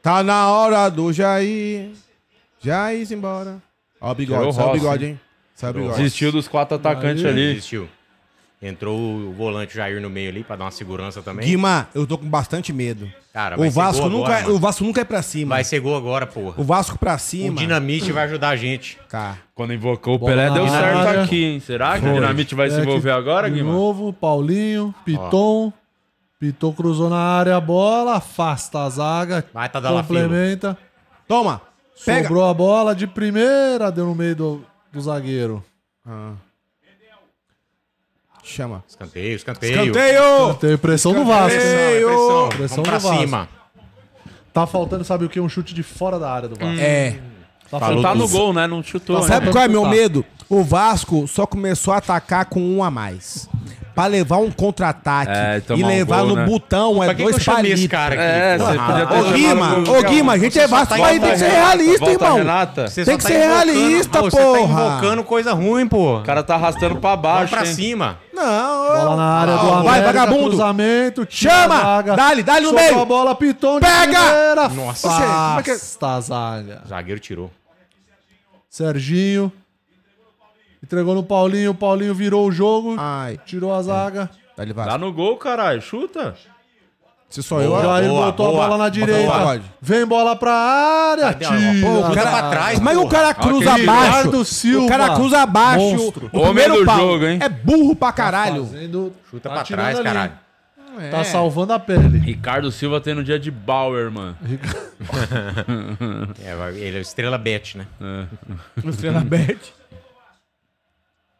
S1: Tá na hora do Jair. Jair se embora. Ó o
S3: Tirou o
S1: bigode, saiu o
S3: Rossi.
S1: bigode, hein? Saiu o bigode.
S3: Desistiu dos quatro atacantes
S4: Aí.
S3: ali.
S2: Desistiu. Entrou o volante Jair no meio ali pra dar uma segurança também.
S1: Guima, eu tô com bastante medo.
S2: Cara, vai
S1: o,
S2: ser
S1: Vasco
S2: gol
S1: nunca,
S2: agora, mano.
S1: o Vasco nunca é pra cima.
S2: Vai ser gol agora, porra.
S1: O Vasco pra
S2: O
S1: cima.
S2: Dinamite vai ajudar a gente.
S1: Cara,
S3: Quando invocou o
S4: Bola
S3: Pelé,
S4: na
S3: deu
S4: área.
S3: certo aqui, hein? Será que o Dinamite vai se
S4: Beck
S3: envolver agora,
S4: É De
S3: Guilherme?
S4: novo, Paulinho, Piton. Piton cruzou na área a bola, afasta a zaga.
S2: Vai, tá da
S4: complementa.
S1: toma. Pega.
S4: Sobrou a bola de primeira, deu no meio do, do zagueiro.
S1: Chama.
S2: Escanteio, escanteio.
S1: Escanteio!
S4: Tem pressão do Vasco.
S2: Pressão, é
S1: Escanteio!
S2: pressão.
S4: Pressão
S2: Vamos pra
S4: do Vasco.
S2: cima.
S4: Tá faltando, sabe o que? Um chute de fora da área do Vasco.
S1: É.
S3: Não
S4: Tá
S2: Falou
S3: tá
S2: tudo.
S3: no gol, né? Não chutou.
S4: Tá
S3: né?
S1: Sabe qual é meu
S4: Tá.
S1: medo? O Vasco só começou a atacar com um a mais. Pra levar um contra-ataque
S3: É, e
S1: e
S3: tomar um
S1: levar
S3: gol,
S1: no
S3: né?
S1: botão é
S2: Pra que, que eu
S1: dois
S2: chamei
S1: palitos.
S2: esse cara tá aqui?
S3: É, você
S2: porra?
S3: podia ter
S1: Ô,
S3: chamado
S1: Guima,
S3: o
S1: ô, Guima, a gente é
S2: tá
S4: tá
S1: Vasco, mas tem que ser realista,
S3: Volta,
S1: irmão.
S3: Renata.
S1: Tem
S2: Você só tá
S1: que ser
S2: invocando-
S1: realista,
S2: Ô, Você tá
S1: porra.
S2: invocando coisa ruim, pô.
S3: O cara tá arrastando pra
S2: Vamos
S3: baixo,
S2: pra
S3: hein?
S2: cima.
S1: Não,
S4: Bola na área do
S1: Vai,
S4: América,
S1: vagabundo.
S4: cruzamento, tira
S1: Chama!
S4: a zaga.
S1: Dá-lhe, dá-lhe no
S4: Sobrou
S1: meio.
S4: a bola, Piton de
S1: Pega!
S4: primeira.
S2: Nossa.
S1: Oxe, como é que-
S4: Afasta a zaga.
S2: O zagueiro tirou.
S4: Serginho. Entregou no Paulinho, o Paulinho virou o jogo,
S1: Ai,
S4: tirou a zaga.
S1: dá-lhe
S3: Tá
S1: Vasco.
S3: no gol, caralho. Chuta.
S1: Se sou eu, ó.
S4: Jair
S2: boa,
S4: botou
S2: boa.
S4: a bola na direita.
S1: pagode.
S4: Vem bola pra área.
S2: Cadê a-
S4: Tira. Tá
S2: Pô, o cara é
S1: Cara,
S2: pra trás.
S1: Mas o
S2: porra.
S1: cara cruza
S3: Aquele
S1: abaixo.
S4: Ricardo Silva.
S1: O cara cruza abaixo.
S4: Monstro.
S1: O
S3: Homem
S1: primeiro
S3: do
S1: pau
S3: jogo, hein?
S1: é burro
S2: Tá
S1: pra caralho. É.
S4: Fazendo-
S2: Chuta
S4: tá
S2: pra
S4: tirando
S2: trás,
S4: ali.
S2: caralho. É.
S4: Tá salvando a pele.
S3: Ricardo Silva tendo dia de Bauer, mano.
S2: É, vai- ele é o estrela bet, né?
S1: Estrela Bet.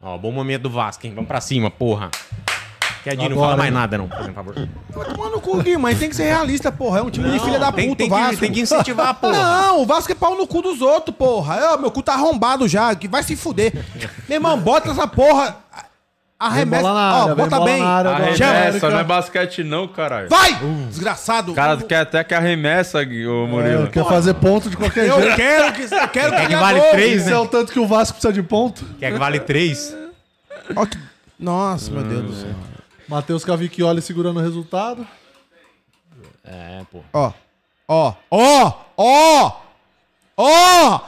S2: Ó, bom momento do Vasco, hein? Vamos pra cima, porra. Quedinho, não
S4: Agora,
S2: fala mais
S4: hein?
S2: nada, não, por favor.
S1: Vai tomar no cu, Gui, mas tem que ser realista, porra. É um time de filha da
S2: tem,
S1: puta,
S2: tem
S1: o Vasco.
S2: Que, tem que
S1: [laughs]
S2: incentivar, porra.
S1: Não, o Vasco é pau no cu dos outros, É, porra. Eu, meu cu tá arrombado já, que vai se fuder. Meu irmão, bota essa porra. Arremessa.
S4: bola na área,
S1: Ó,
S4: vem
S1: bota
S4: bola
S1: bem.
S4: na área, Uh. vai.
S3: Arremessa, não é basquete não, caralho.
S1: Vai! Desgraçado.
S3: O cara quer até que arremessa, Gui- ô Murilo.
S4: Ele É, quer fazer ponto de qualquer
S1: Eu
S4: jeito.
S1: quero que, eu quero que,
S2: Quer que
S1: ganhe
S2: vale
S1: gol.
S2: três,
S4: Esse é
S2: né?
S4: o tanto que o Vasco precisa de ponto.
S2: Quer que vale três?
S1: Ó que- Nossa, meu Deus
S2: Hum.
S1: do céu.
S4: Matheus Cavicchioli segurando o resultado.
S2: É, pô.
S1: Ó. Ó. Ó. Ó. Ó.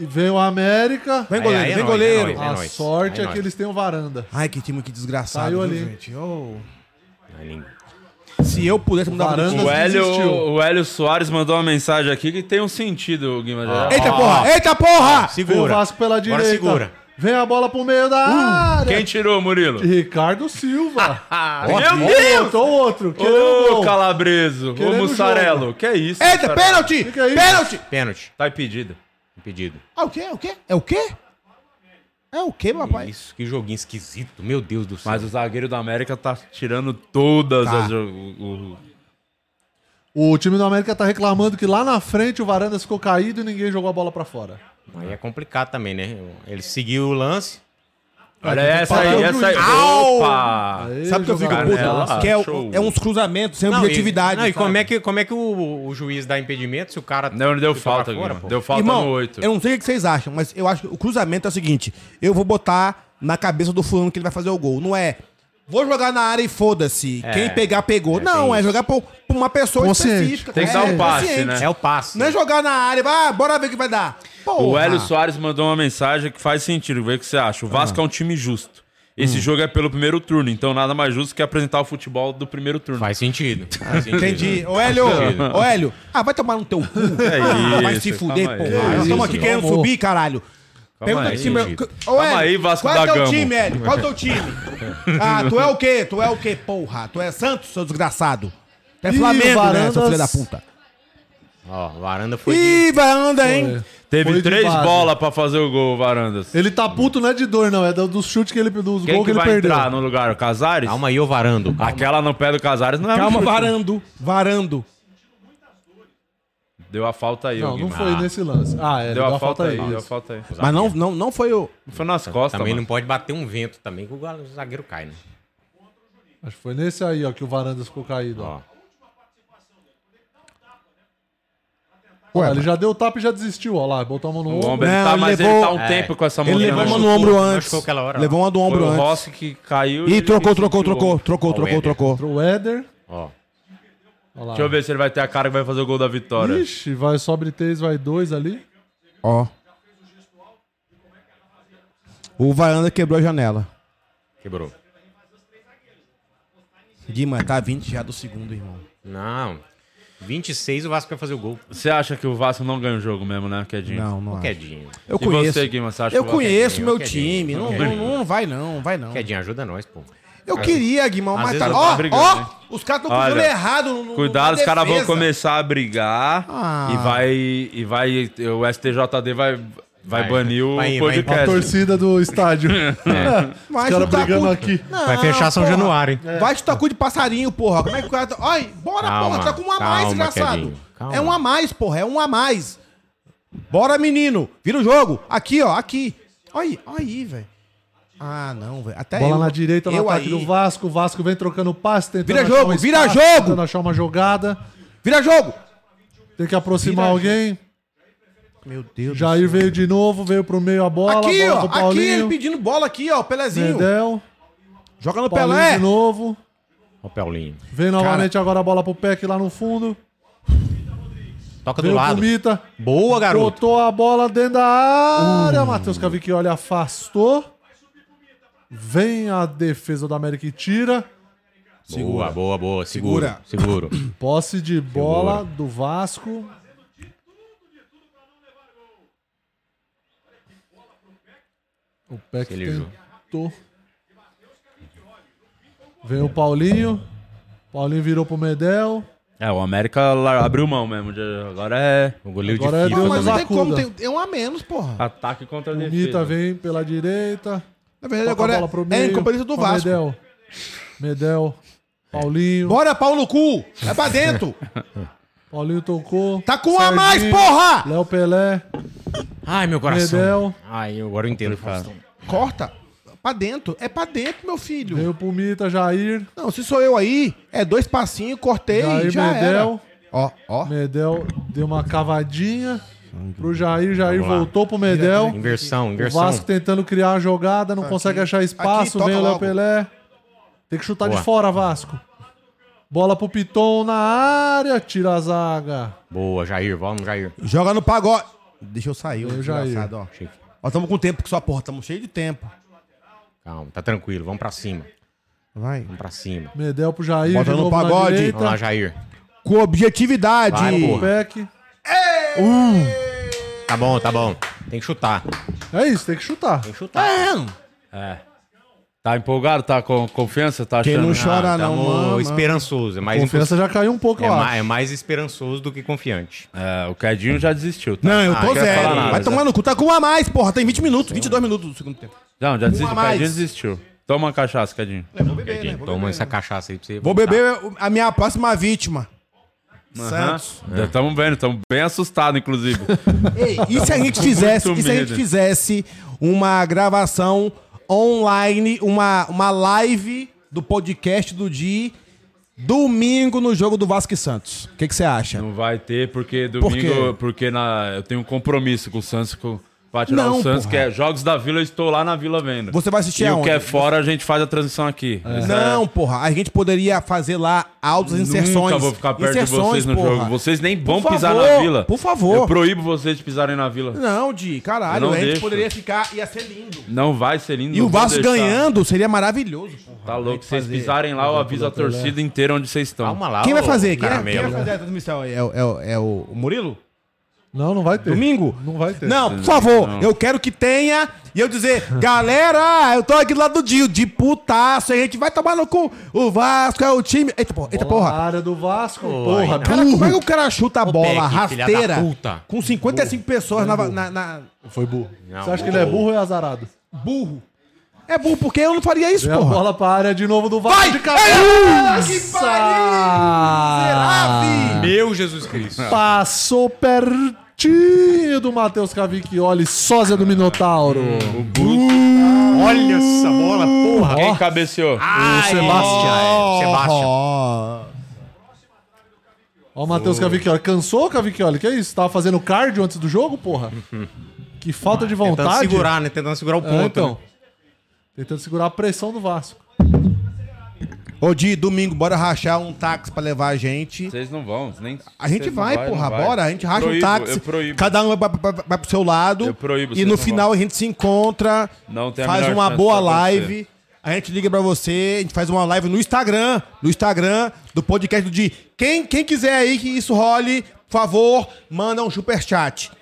S4: E vem o América.
S1: Vem
S2: Aí,
S1: goleiro,
S2: aí é
S1: vem
S2: nóis,
S1: goleiro.
S2: é nóis.
S4: a
S2: nóis.
S4: sorte
S2: Aí
S4: é,
S2: nóis.
S4: que eles têm o varanda.
S1: Ai, que time que desgraçado,
S4: Saiu
S1: viu,
S4: ali.
S1: gente? Ô.
S2: é
S1: Se eu pudesse mudar
S4: Varanda.
S1: de
S3: O
S1: time.
S3: Hélio,
S4: desistiu.
S3: o Hélio Soares mandou uma mensagem aqui que tem um sentido, é, Guimarães.
S1: Eita
S2: Ah.
S1: porra! Eita porra!
S4: Vem o
S2: Segura.
S4: Vasco pela direita.
S2: segura. Uh!
S4: Vem a bola pro meio da área.
S3: Quem tirou, Murilo?
S4: Ricardo Silva.
S3: [laughs] Meu
S4: Ó, Outro, um outro. Querendo
S3: Ô,
S4: gol.
S3: Calabreso, ô
S4: Querendo
S3: Mussarelo, que é isso?
S1: Eita,
S3: cara?
S1: pênalti!
S4: Fica aí.
S1: Pênalti!
S2: Pênalti.
S3: Tá impedido.
S2: Impedido.
S1: é Ah, o quê? O quê? É o quê? É o quê, papai?
S2: Isso, que joguinho esquisito. Meu Deus do céu.
S3: Mas o zagueiro da América tá tirando todas
S1: Tá.
S3: as. O, o-
S4: O time do América tá reclamando que lá na frente o Varandas ficou caído e ninguém jogou a bola pra fora.
S2: Aí é complicado também, né? Ele seguiu o lance.
S3: Olha essa aí,
S4: Parou o
S3: essa aí.
S1: juiz. Au!
S3: Opa!
S4: Aí
S1: Sabe o que eu fico
S4: jogaram
S1: puto?
S3: Canela,
S1: que é, o-
S3: show.
S1: é uns cruzamentos sem
S2: Não,
S1: objetividade.
S2: E, não, e
S1: sabe?
S2: como é que, como é que o, o juiz dá impedimento se o cara.
S3: Não, não deu
S2: se o cara
S3: falta,
S2: fora,
S3: Guima.
S2: pô?
S3: Deu falta
S1: Irmão,
S3: no 8.
S1: eu não sei o que vocês acham, mas eu acho que o cruzamento é o seguinte: eu vou botar na cabeça do fulano que ele vai fazer o gol. Não é. Vou jogar na área e foda-se. Quem pegar, pegou. não, é jogar pra, pra uma pessoa
S4: Consciente.
S1: específica.
S3: Tem que
S1: é,
S3: dar um passe,
S1: consciente.
S3: né?
S2: É o passe.
S1: Não é jogar na área, vai, bora ver o que vai dar.
S3: O
S1: Porra.
S3: Hélio Soares mandou uma mensagem que faz sentido. Vê o que você acha. O Vasco é um time justo. Esse jogo é pelo primeiro turno, então nada mais justo que apresentar o futebol do primeiro turno.
S2: Faz sentido. Faz sentido.
S1: Entendi. Ô, Hélio,
S2: Entendi.
S1: ô, Hélio. Ah, vai tomar no teu cu.
S3: é [laughs]
S1: Ah,
S3: isso,
S1: vai se fuder,
S3: calma aí. Ah,
S1: porra. Nós
S4: isso,
S1: estamos aqui querendo
S4: calma.
S1: subir, caralho. Pergunta
S3: aí,
S1: que time.
S2: gente.
S1: Ô,
S3: Calma aí,
S1: Hélio,
S3: Vasco
S1: qual
S3: da
S1: é teu
S3: Gama.
S1: time, Hélio? Qual é teu time?
S3: [laughs]
S1: Ah, tu é o quê? Tu é o quê, porra? Tu é Santos, seu desgraçado? Tu é
S4: Ih,
S1: Flamengo, né, seu
S4: Varandas.
S1: filho da puta?
S2: Ó, varanda foi. de-
S1: Ih, vai anda, hein?
S3: Teve
S4: Foi de
S3: três
S4: base.
S3: bolas pra fazer o gol, Varandas.
S4: Ele tá puto não é de dor, não. É do- dos chutes que ele dos
S3: Quem
S4: gols
S3: que
S4: que ele
S3: vai
S4: perdeu.
S3: entrar no lugar? O Casares?
S2: Calma aí, ô varando.
S3: Aquela no pé do Casares não é
S1: Calma,
S3: um chute.
S1: varando, varando.
S3: Deu a falta aí,
S4: Não, não
S3: Guima.
S4: foi nesse lance. Ah, é.
S3: Deu a falta aí, deu a
S4: isso.
S3: falta aí.
S1: Mas não, não, não foi o.
S3: Foi nas costas,
S2: Também
S3: mano.
S2: não pode bater um vento também, que o galo- o zagueiro cai, né?
S4: Acho que foi nesse aí, ó, que o Varandas ficou caído. Ó.
S2: Ó.
S4: Ué, Ah, ele já deu o tapa e já desistiu, ó lá. Botou a mão no
S3: O
S4: ombro.
S3: ombro, ele
S1: Não,
S3: tá,
S1: ele
S3: mas ele
S1: levou-
S3: tá um
S2: É.
S3: tempo com essa mão.
S1: Ele
S3: né,
S1: levou
S3: mano?
S1: uma no ombro
S2: Machucou
S1: antes.
S2: aquela hora lá.
S1: Levou uma do
S3: Foi
S1: ombro
S3: o
S1: antes.
S3: Rossi que caiu.
S1: Ih,
S3: ele
S1: trocou,
S3: sentiu
S1: trocou,
S3: o
S1: trocou,
S3: ombro.
S1: trocou,
S2: Ó,
S1: trocou,
S2: o
S1: trocou.
S4: Entrou o Éder.
S2: Ó.
S4: Ó lá.
S3: Deixa eu ver se ele vai ter a cara que vai fazer o gol da vitória.
S4: Ixi, vai, sobre três, vai dois ali.
S1: Ó. O varanda quebrou a janela.
S2: Quebrou.
S1: Guima, tá 20 já do segundo, irmão.
S2: Não. 26 o Vasco vai fazer o gol.
S3: Você acha que o Vasco não ganha o jogo mesmo, né, Quedinho?
S1: Não, não. acho.
S2: Quedinho.
S1: Ah. Eu
S3: E
S1: conheço.
S3: você, Guima, você acha
S1: Eu
S3: que o Vasco-
S1: conheço
S2: quer
S1: meu
S2: quem, eu
S1: time.
S2: quero
S1: Não,
S2: quem.
S1: não, não vai não, vai não.
S2: Quedinho, ajuda nós, pô.
S1: Eu queria, Guimão,
S3: às
S1: mas
S3: vezes
S1: tá.
S3: eu tô
S1: Ó,
S3: brigando,
S1: ó,
S3: né?
S1: os caras estão
S3: Olha,
S1: tudo errado. No, no-
S3: Cuidado,
S1: na
S3: os caras vão
S1: defesa.
S3: começar a brigar
S1: Ah.
S3: e vai. E vai. O STJD vai, vai,
S2: Vai,
S3: banir o
S2: vai, vai
S4: A
S3: podcast.
S4: torcida
S3: [laughs]
S4: do estádio. [laughs]
S1: Mas
S4: Os caras
S1: chutar
S4: brigando
S1: cu-
S4: aqui.
S1: Não,
S2: Vai fechar São
S1: porra.
S2: Januário, hein?
S1: Vai chutar cu de passarinho, porra. Como é que o cara tá. Ai, bora,
S2: Calma,
S1: porra. Tá com um a mais,
S2: calma,
S1: desgraçado.
S2: Quedinho, calma.
S1: É um a mais, porra. É um a mais. Bora, menino. Vira o jogo. Aqui, ó. Aqui. Olha aí, olha aí, velho. Ah, não, velho. Até
S4: Bola
S1: eu-
S4: na direita no
S1: eu
S4: ataque
S1: aí.
S4: do Vasco. O Vasco vem trocando passe, tentando
S1: Vira
S4: achar
S1: jogo,
S4: um
S1: vira
S4: espaço,
S1: jogo!
S4: Tentando achar uma jogada.
S1: Vira jogo.
S4: Tem que aproximar alguém.
S1: Meu Deus do
S4: Jair veio de novo, veio pro meio a bola.
S1: aqui,
S4: bola
S1: ó.
S4: pro
S1: Aqui ele
S4: Paulinho.
S1: pedindo bola aqui, ó. o Pelezinho.
S4: Dedel.
S1: Joga no
S4: Paulinho
S1: Pelé.
S4: de novo.
S2: Ó o Paulinho.
S4: Vem novamente agora a bola pro Peck lá no fundo.
S2: Toca do
S4: Veio pro
S2: lado.
S4: Mita.
S2: Boa, garoto.
S4: Botou a bola dentro da
S1: Hum.
S4: área. Matheus Cavicchioli afastou. Vem a defesa do América e tira.
S2: Boa, boa, boa. Seguro. Seguro.
S4: Posse de bola do Vasco. O Peck
S2: Ele joga.
S4: tentou. Vem o Paulinho. Paulinho virou pro Medel.
S3: É, o América la- abriu mão mesmo. de- Agora é
S2: O goleiro de
S4: Agora deu
S2: FIFA.
S4: uma
S1: Mas não tem como,
S4: Zacuda.
S1: tem, é um a menos, porra.
S3: ataque contra a
S4: O
S3: defesa.
S4: Mita vem pela direita.
S1: Na verdade,
S4: Toca
S1: agora
S4: a bola pro
S1: é
S4: meio,
S1: incompetência do
S4: pro
S1: Vasco.
S4: Medel. Medel. Paulinho.
S1: Bora, pau no cu. É pra dentro.
S4: Paulinho tocou.
S1: Tá com um a
S4: Serginho,
S1: mais, porra.
S4: Léo Pelé.
S2: Ai, meu coração.
S4: Medel.
S2: Ai, agora eu entendo, Faustão.
S1: Corta. Pra dentro. É pra dentro, meu filho.
S4: Veio Pumita, Jair,
S1: Não, se sou eu aí, é dois passinhos, cortei
S4: Jair
S1: já
S4: Medel.
S1: era. Ó, ó.
S4: Medel deu uma cavadinha pro Jair, Jair voltou pro Medel.
S2: Inversão,
S4: O
S2: inversão.
S4: Vasco tentando criar a jogada, não consegue achar espaço,
S1: Tá Aqui,
S4: vem
S1: toca
S4: o Léo
S1: logo.
S4: Pelé. Tem que chutar de
S2: Boa.
S4: fora, Vasco. Bola pro Piton na área, tira a zaga.
S2: Boa, Jair, vamos, Jair.
S1: Joga no pagode. Deixa eu sair, ô
S4: Eu já
S1: desgraçado, ó. Nós estamos com tempo que só porra, estamos cheios de tempo.
S2: Calma, tá tranquilo, vamos pra cima.
S1: Vai.
S2: Vamos pra cima.
S4: Medel pro Jair,
S1: Bota
S4: de
S1: no
S4: novo na
S1: pagode.
S4: direita.
S2: Vamos lá, Jair.
S1: Com objetividade.
S2: Vai, porra.
S4: Peck.
S2: Tá bom, tá bom. Tem que chutar. Tem
S4: É isso, tem que chutar.
S2: que chutar.
S3: Tá empolgado? Tá com confiança? Tá
S1: Quem
S3: achando?
S1: não chora, não,
S2: tamo
S1: mano.
S2: Ah, esperançoso. É mais,
S4: Confiança já caiu um pouco,
S2: é,
S4: eu
S2: ma-
S4: acho.
S2: é mais esperançoso do que confiante.
S3: É, o Cadinho já desistiu, tá?
S1: Não, eu
S2: Ah,
S1: tô
S2: quer
S1: zero.
S3: falar nada,
S1: Vai
S3: já.
S1: tomar no cu. Tá com um a mais, porra. Tem 20 minutos, 22 minutos do segundo tempo.
S3: Não, já desistiu. O
S1: mais.
S3: Cadinho desistiu. Toma uma cachaça, Cadinho.
S1: Vou beber, né?
S2: Toma essa cachaça aí pra você.
S1: Vou
S2: voltar.
S1: beber a minha próxima vítima. Santos.
S3: Estamos vendo, estamos bem assustados, inclusive.
S1: Ei, e se a gente fizesse,
S3: muito
S1: e se a gente
S3: medo.
S1: fizesse uma gravação online, uma, uma live do podcast do Di, domingo no jogo do Vasco e Santos? O que que você acha?
S3: não vai ter, porque domingo,
S1: quê?
S3: porque na, eu tenho um compromisso com o Santos, com, pra tirar
S1: Não,
S3: o Santos,
S1: porra.
S3: que é Jogos da Vila, eu estou lá na Vila vendo.
S1: Você vai assistir
S3: e o
S1: aonde? É.
S3: que é fora, a gente faz a transmissão aqui.
S1: Não, porra, a gente poderia fazer lá altas inserções.
S3: Nunca vou ficar perto de
S1: Inserções,
S3: vocês no
S1: porra.
S3: jogo. Vocês nem vão
S1: Por
S3: pisar
S1: favor,
S3: na vila.
S1: por favor.
S3: Eu proíbo vocês de pisarem na vila.
S1: Não, Di,
S3: Eu
S1: caralho,
S3: não
S1: a gente
S3: deixo.
S1: poderia ficar, ia ser lindo.
S3: Não vai ser lindo.
S1: E
S3: não
S1: o
S3: vou
S1: Vasco
S3: deixar.
S1: ganhando seria maravilhoso, porra.
S3: Tá
S1: Tem
S3: louco.
S1: que
S3: Se vocês
S1: fazer.
S3: pisarem lá, eu aviso a torcida inteira onde vocês estão.
S2: Calma lá.
S1: Quem vai
S2: ô,
S1: fazer? Quem, é-
S2: caramelo.
S1: quem vai fazer a transmissão? É, o- é o- é o o Murilo?
S4: Não, não vai ter.
S1: Domingo?
S4: Não vai ter.
S1: Não, por favor, eu quero que tenha e eu dizer, galera, eu tô aqui do lado do Dio, de putaço, a gente vai tomar no cu. O Vasco é o time. Eita porra, eita
S4: Bola na
S1: porra.
S4: área do Vasco. [laughs] porra,
S1: Cara, como é que o cara chuta a bola
S2: Beck, filha da
S1: rasteira
S2: puta.
S1: com 55 pessoas na, na- na-
S4: Foi burro.
S2: Não,
S4: Você acha que ele é
S2: burro.
S4: burro ou é azarado?
S1: Burro. É burro, porque eu não faria isso,
S4: Vem É a
S1: porra.
S4: bola pra área de novo do Vasco.
S1: Vai! É!
S4: De
S1: Ai, que
S2: Ah.
S4: Será,
S1: pariu!
S2: Meu Jesus Cristo.
S4: Passou pertinho do Matheus Cavicchioli, sósia do Minotauro.
S2: Olha essa
S1: Hum.
S2: bola, porra.
S3: Quem cabeceou?
S1: Ah.
S2: O Sebastião. Sebastião.
S1: Ó.
S4: Ó o Matheus Cavicchioli. Cansou, Cavicchioli? Que isso? Tava fazendo cardio antes do jogo, porra? Que falta de
S2: Tentando
S4: vontade.
S2: segurar, né? Tentando segurar o
S4: É,
S2: ponto.
S4: então.
S2: né?
S4: Tentando segurar a pressão do Vasco.
S1: Ô, Di, domingo, bora rachar um táxi pra levar a gente.
S3: Vocês não vão. Nem,
S1: A gente
S3: vocês
S1: vai,
S3: não
S1: porra,
S3: não vai.
S1: bora. A gente racha
S3: Proíbo,
S1: um táxi.
S3: Eu proíbo.
S1: Cada um vai, pra- pra- vai pro seu lado.
S3: Eu proíbo,
S1: E
S3: vocês
S1: no
S3: não
S1: final a gente se encontra,
S3: Não tem a
S1: faz
S3: menor
S1: uma
S3: chance
S1: boa
S3: de acontecer.
S1: live. A gente liga pra você, a gente faz uma live no Instagram, no Instagram do podcast do Di. Quem, quem quiser aí que isso role, por favor, manda um superchat.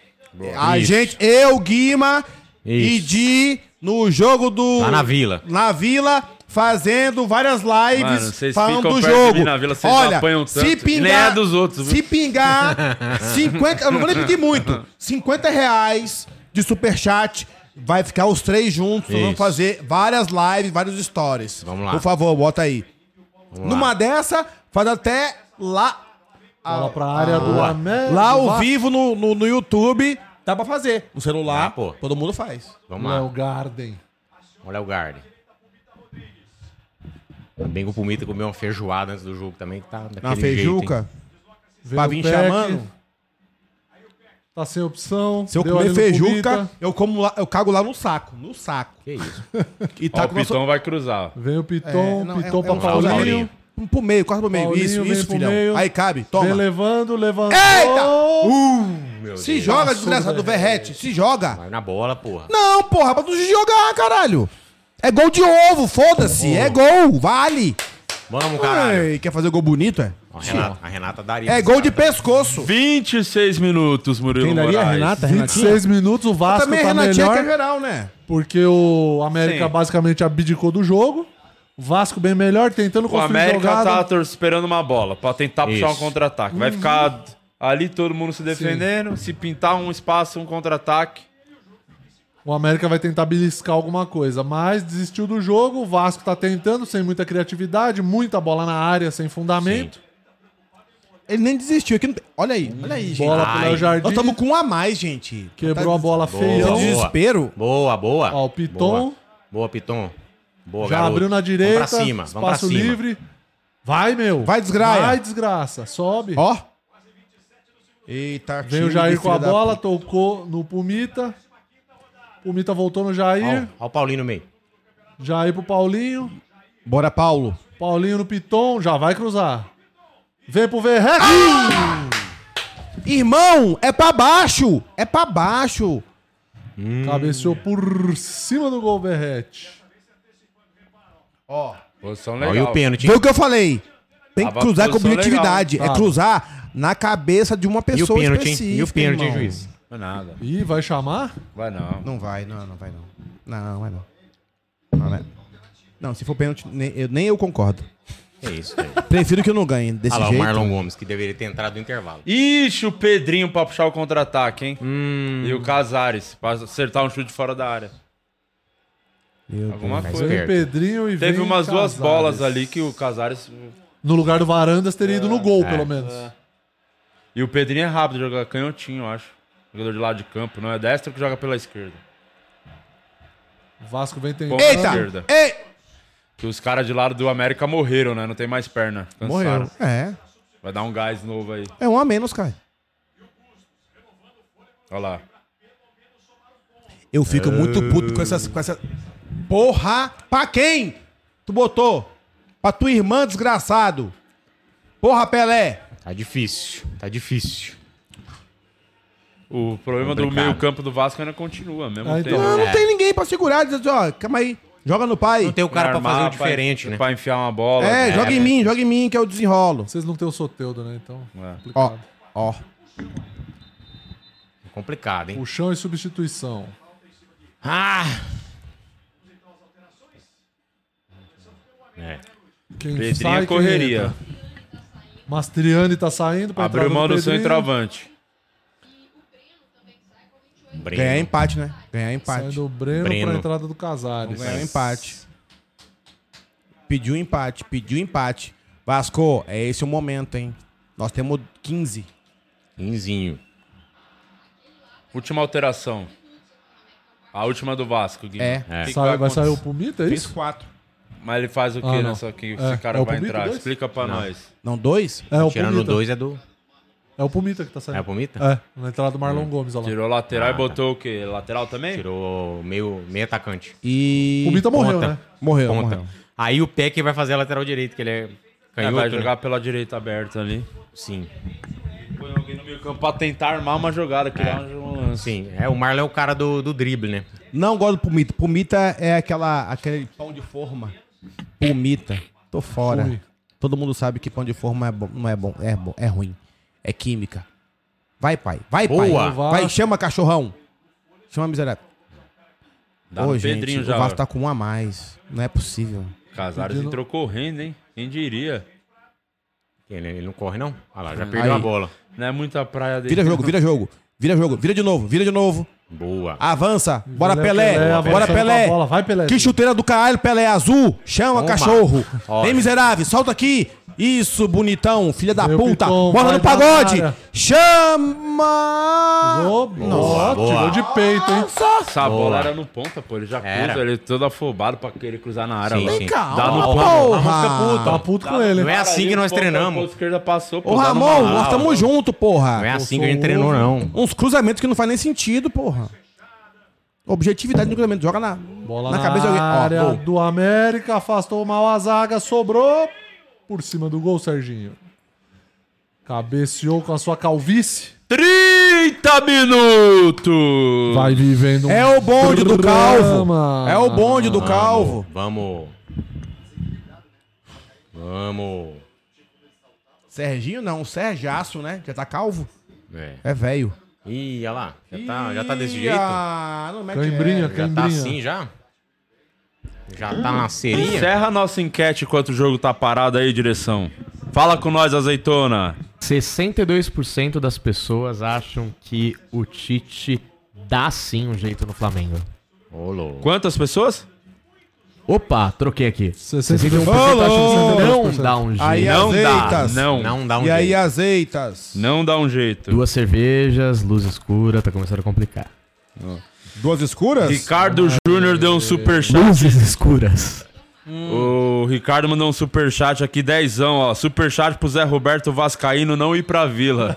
S1: A
S2: Isso.
S1: gente, eu, Guima e
S2: Isso.
S1: Di, no jogo do...
S2: Lá na Vila.
S1: Na Vila, fazendo várias lives
S3: Mano,
S1: vocês
S3: vocês
S1: falando
S3: ficam
S1: do
S3: perto de
S1: jogo.
S3: mim na vila, vocês
S1: Olha,
S3: apanham tanto.
S1: se
S3: E
S1: pingar,
S3: nem é dos outros, viu?
S1: Se pingar,
S2: [laughs]
S1: 50, eu não vou nem pedir muito, 50 reais de superchat, vai ficar os três juntos, nós vamos
S2: Isso.
S1: fazer várias lives, vários stories.
S2: Vamos lá.
S1: Por favor, bota aí.
S2: Vamos lá.
S1: Numa dessa, faz até lá,
S4: Bola pra área do América.
S1: lá
S4: do
S1: ao
S4: Vasco.
S1: vivo no, no, no YouTube, dá pra fazer. No celular,
S2: Dá, Ah, pô.
S1: todo mundo faz.
S2: Vamos lá.
S4: Léo Garden.
S2: Olha o Garden. Também com o Pumita comeu uma feijoada antes do jogo também, que tá daquele
S1: Na
S2: jeito, hein?
S1: feijuca,
S4: Veio
S1: pra
S4: o
S1: vir
S4: Peck,
S1: chamando.
S4: Tá sem opção.
S1: Se eu
S4: deu
S1: comer
S4: ali no
S1: feijuca,
S4: Pumita.
S1: eu, como lá, eu cago lá no saco, no saco.
S2: Que isso.
S1: [laughs] E
S3: Ó,
S1: tá
S3: o
S1: com
S3: Pitão vai cruzar. ó.
S4: Vem o Piton,
S1: não,
S4: Piton pra
S1: um
S4: Paulinho.
S2: Paulinho.
S1: Um pro meio, quase pro meio.
S4: Paulinho,
S1: isso,
S4: vem
S1: isso,
S4: pro
S1: filhão.
S4: meio.
S1: Aí cabe,
S4: Vem
S1: toma.
S4: levando, levantou.
S1: Eita!
S2: Meu
S1: Se
S2: Deus.
S1: joga, desgraçado do Verrete. Se joga.
S2: Vai na bola, porra.
S1: Não, porra, pra tu se jogar, caralho. É gol de ovo, foda-se. É gol, vale.
S2: Vamos, caralho.
S1: Ai, quer fazer gol bonito, é?
S2: A Renata, a Renata daria.
S1: É
S2: esse
S1: gol
S2: cara,
S1: de
S2: tá?
S1: pescoço.
S3: 26 minutos, Murilo Moraes.
S4: 26 minutos, o Vasco
S1: Também
S4: tá
S1: Renatinha que é
S4: melhor,
S1: geral, né?
S4: porque o América
S3: Sim.
S4: basicamente abdicou do jogo. O Vasco bem melhor, tentando
S3: O
S4: construir
S3: América
S4: jogada.
S3: tá tor- esperando uma bola pra tentar puxar
S2: Isso.
S3: um contra-ataque. Vai ficar ali todo mundo se defendendo. Se pintar um espaço, um contra-ataque.
S4: O América vai tentar beliscar alguma coisa, mas desistiu do jogo. O Vasco tá tentando, sem muita criatividade, muita bola na área, sem fundamento.
S1: Ele nem desistiu. Aqui não tem- Olha aí, olha aí, gente.
S4: Bola pro
S2: Ai.
S4: Léo Jardim.
S1: Nós estamos com um a mais, gente.
S4: Quebrou a bola
S2: Boa.
S4: feião.
S1: Desespero.
S2: Boa, boa.
S4: Ó, o Piton.
S2: Boa. Boa, Piton. Boa,
S4: Já
S2: garoto.
S4: abriu na direita.
S2: Vamos pra cima, vamos pra
S4: espaço
S2: cima.
S4: livre. Vai, meu.
S1: Vai, desgraia.
S4: Vai, desgraça. Sobe.
S1: Ó. Eita,
S4: Vem o
S1: time de
S4: Jair com a
S1: filho da
S4: bola, tocou no Pumita. Pumita voltou no Jair.
S2: Olha o Paulinho no meio.
S4: Jair pro Paulinho.
S1: puta. Bora, Paulo.
S4: Paulinho no Piton, já vai cruzar. Vem pro Verrec.
S1: Irmão, é pra baixo! É pra baixo! Hum.
S4: Cabeceou por cima do gol, Verrete.
S3: Posição legal.
S2: Olha o pênalti.
S1: Vê o que eu falei. Tem que
S3: Tava
S1: cruzar com
S3: posição
S1: objetividade.
S4: legal.
S1: É
S4: Tá.
S1: cruzar na cabeça de uma
S2: E o
S1: pessoa
S2: pênalti, hein?
S1: específica.
S2: E o pênalti, hein,
S1: irmão.
S2: juiz?
S3: Vai é nada.
S4: Ih, vai chamar?
S3: Vai não.
S1: Não vai, não, não vai não. Não, não vai não. Não, né? Não, se for pênalti, nem eu, nem eu concordo.
S2: É isso, cara.
S1: Prefiro que eu não ganhe desse
S2: Olha lá, o
S1: jeito.
S2: Marlon Gomes, que deveria ter entrado no intervalo.
S3: Ixi, o Pedrinho pra puxar o contra-ataque, hein?
S4: Hum.
S3: E o Casares pra acertar um chute fora da área.
S1: Meu
S3: Alguma
S2: Tá
S3: coisa.
S4: Vem
S2: esperto.
S4: Pedrinho e
S3: Teve
S4: vem
S3: umas duas
S4: Casares.
S3: bolas ali que o Casares.
S4: No lugar do Varandas teria ido no gol,
S1: É.
S4: pelo menos.
S3: E o Pedrinho é rápido, joga canhotinho, eu acho. Jogador de lado de campo, não é destro que joga pela esquerda.
S4: Vasco vem tentando.
S3: Ponta
S1: Eita!
S3: esquerda.
S1: Ei!
S3: Que os caras de lado do América morreram, né? Não tem mais perna.
S1: Morreu.
S3: Cansaram.
S1: É.
S3: Vai dar um gás novo aí.
S1: É um a menos, cara.
S3: Olha lá.
S1: Eu fico muito puto com essas. Com essa... Porra! Pra quem? Tu botou? Pra tua irmã, desgraçado! Porra, Pelé!
S2: Tá difícil, tá difícil.
S3: O problema do
S2: Complicado.
S3: meio-campo do Vasco ainda continua, mesmo um
S4: Ah,
S3: tempo.
S4: então-
S1: Não, não tem ninguém pra segurar. Diz assim, ó, calma aí. Joga no pai.
S2: É. Não tem o né? cara pra fazer o
S3: Armar,
S2: diferente, né?
S3: Pra enfiar uma bola. né?
S1: É, joga em mim, joga em mim, que eu desenrolo.
S4: Vocês não têm o Soteudo, né? Então.
S3: É.
S1: Ó, ó.
S2: Complicado, hein?
S4: Puxão e substituição.
S2: Ah! É.
S4: Quem um sai,
S3: Pedrinho é
S4: quem
S3: correria.
S4: entra. Mastriani tá saindo pra
S3: Abriu mão do seu
S4: Pedrinho.
S3: entravante.
S2: Breno.
S1: Ganhar empate, né? Ganhar
S4: Sai
S1: empate.
S4: do Breno,
S2: Breno. É.
S4: pra entrada do Casares.
S1: Ganhar empate. Pediu empate, pediu empate. Vasco, é esse o momento, hein? Nós temos 15.
S2: Inzinho.
S3: Última alteração. A última do Vasco, Guilherme.
S1: É.
S3: O que que
S4: Sai- vai sair o
S3: acontecer?
S4: Pumita, é isso?
S1: 4.
S3: Mas ele faz o quê
S4: Ah, não.
S3: nessa que
S4: É,
S3: esse cara
S4: é o
S3: vai
S4: Pumita
S3: entrar?
S4: dois?
S3: Explica pra nós.
S1: Não, dois?
S4: É o
S2: Tirando
S4: Pumita.
S2: dois é do.
S4: É o Pumita que tá saindo.
S2: É o Pumita?
S4: É, na entrada do
S1: Hum.
S4: Marlon Gomes, olha lá.
S3: Tirou lateral
S2: Ah,
S3: e botou o quê? Lateral também?
S2: Tirou meio, meio atacante.
S1: E.
S4: O Pumita morreu,
S2: Ponta.
S4: né?
S1: Morreu,
S2: Ponta.
S1: morreu.
S2: Aí o Peck vai fazer a lateral direito, que ele é
S3: É,
S2: canhoto.
S3: vai
S2: né?
S3: jogar pela direita aberta ali.
S2: Sim.
S3: Põe alguém no meio campo pra tentar armar uma jogada, criar um lance.
S2: Sim. É, o Marlon é o cara do, do drible, né?
S1: Não gosto do Pumita. Pumita é aquela, aquele pão de forma. Pumita. Tô fora.
S4: Ui.
S1: Todo mundo sabe que pão de forma é bom, não é bom, é bom, é ruim. É química. Vai, pai. Vai,
S2: Boa.
S1: pai. Vai, chama cachorrão. Chama miserável.
S3: Dá
S1: Ô,
S3: Tá no
S1: gente,
S3: Pedrinho
S1: o
S3: já.
S1: Vasco tá com um a mais. Não é possível.
S3: Casares
S4: Pedindo-
S3: entrou correndo, hein? Quem diria?
S2: Ele, ele não corre, não? Olha lá, já perdeu
S1: Ah, Aí.
S2: a bola.
S3: Não é muita praia dele.
S1: Vira jogo, vira jogo. Vira jogo, vira de novo, vira de novo.
S2: Boa.
S1: Avança. Bora,
S4: Pelé,
S1: Pelé.
S4: Pelé, avança
S1: Bora,
S4: é com a
S1: Pelé.
S4: bola. Vai, Pelé.
S1: Que chuteira do caralho, Pelé é azul. Chama,
S2: Toma.
S1: cachorro.
S2: Ó.
S1: Vem, miserável. Solta aqui. Isso, bonitão. Filha da
S4: Meu
S1: puta.
S4: Piton,
S1: Bola
S4: vai
S1: no
S4: dar
S1: pagode.
S4: cara.
S1: Chama.
S4: Ô, ó, tirou
S2: boa.
S4: de peito, hein?
S3: Essa
S2: Boa.
S3: bola era no ponta, pô. Ele já
S2: Era.
S3: cruza, ele é todo afobado pra querer cruzar na área.
S2: Sim,
S3: lá.
S2: sim.
S3: Dá no
S1: Ô,
S3: ponto.
S4: Tá
S1: porra.
S4: puto com ele.
S2: Não é assim que nós
S3: Pô,
S2: treinamos.
S3: A esquerda passou, pô.
S1: Ô,
S3: dá numa
S1: Ramon,
S3: ala.
S1: nós tamo junto, porra.
S2: Não é assim
S4: sou
S2: que a gente
S4: ovo.
S2: treinou, não.
S1: Uns cruzamentos que não faz nem sentido, porra. Objetividade no cruzamento. Joga na,
S4: Bola
S1: na cabeça de alguém. Ó,
S4: área
S1: gol.
S4: do América, afastou mal a zaga, sobrou por cima do gol, Serginho. Cabeceou com a sua calvície.
S3: 30 minutos!
S4: Vai vivendo um
S1: É o bonde do calvo.
S4: drama.
S1: É o bonde
S3: Ah,
S1: do calvo.
S2: Vamos. Vamos.
S1: Serginho não, Serjaço, né? Já tá calvo?
S2: É.
S1: É velho.
S2: Ih, olha lá. Já
S3: Ah,
S2: tá, já tá desse jeito? Já
S1: Ah, não mete
S4: Cãibrinha,
S1: essa.
S2: tá
S4: cãibrinha.
S2: assim já? Já tá na seria?
S3: Encerra a nossa enquete enquanto o jogo tá parado aí, direção. Fala com nós, azeitona.
S5: 62% das pessoas acham que o Tite dá sim um jeito no Flamengo.
S2: Ô, louco.
S3: Quantas pessoas?
S5: Opa, troquei aqui.
S4: 61%
S5: 61% acham que não dá um jeito.
S1: Aí,
S3: não
S1: azeitas.
S3: dá. Não. não.
S2: Não dá um
S1: E aí,
S2: jeito.
S1: azeitas.
S3: dá um jeito.
S5: Duas cervejas, luz escura, tá começando a complicar.
S1: Duas escuras?
S3: Ricardo Júnior deu um superchat.
S5: Luzes escuras.
S3: O Ricardo mandou um superchat aqui, dezão, ó. Superchat pro Zé Roberto Vascaíno não ir pra vila.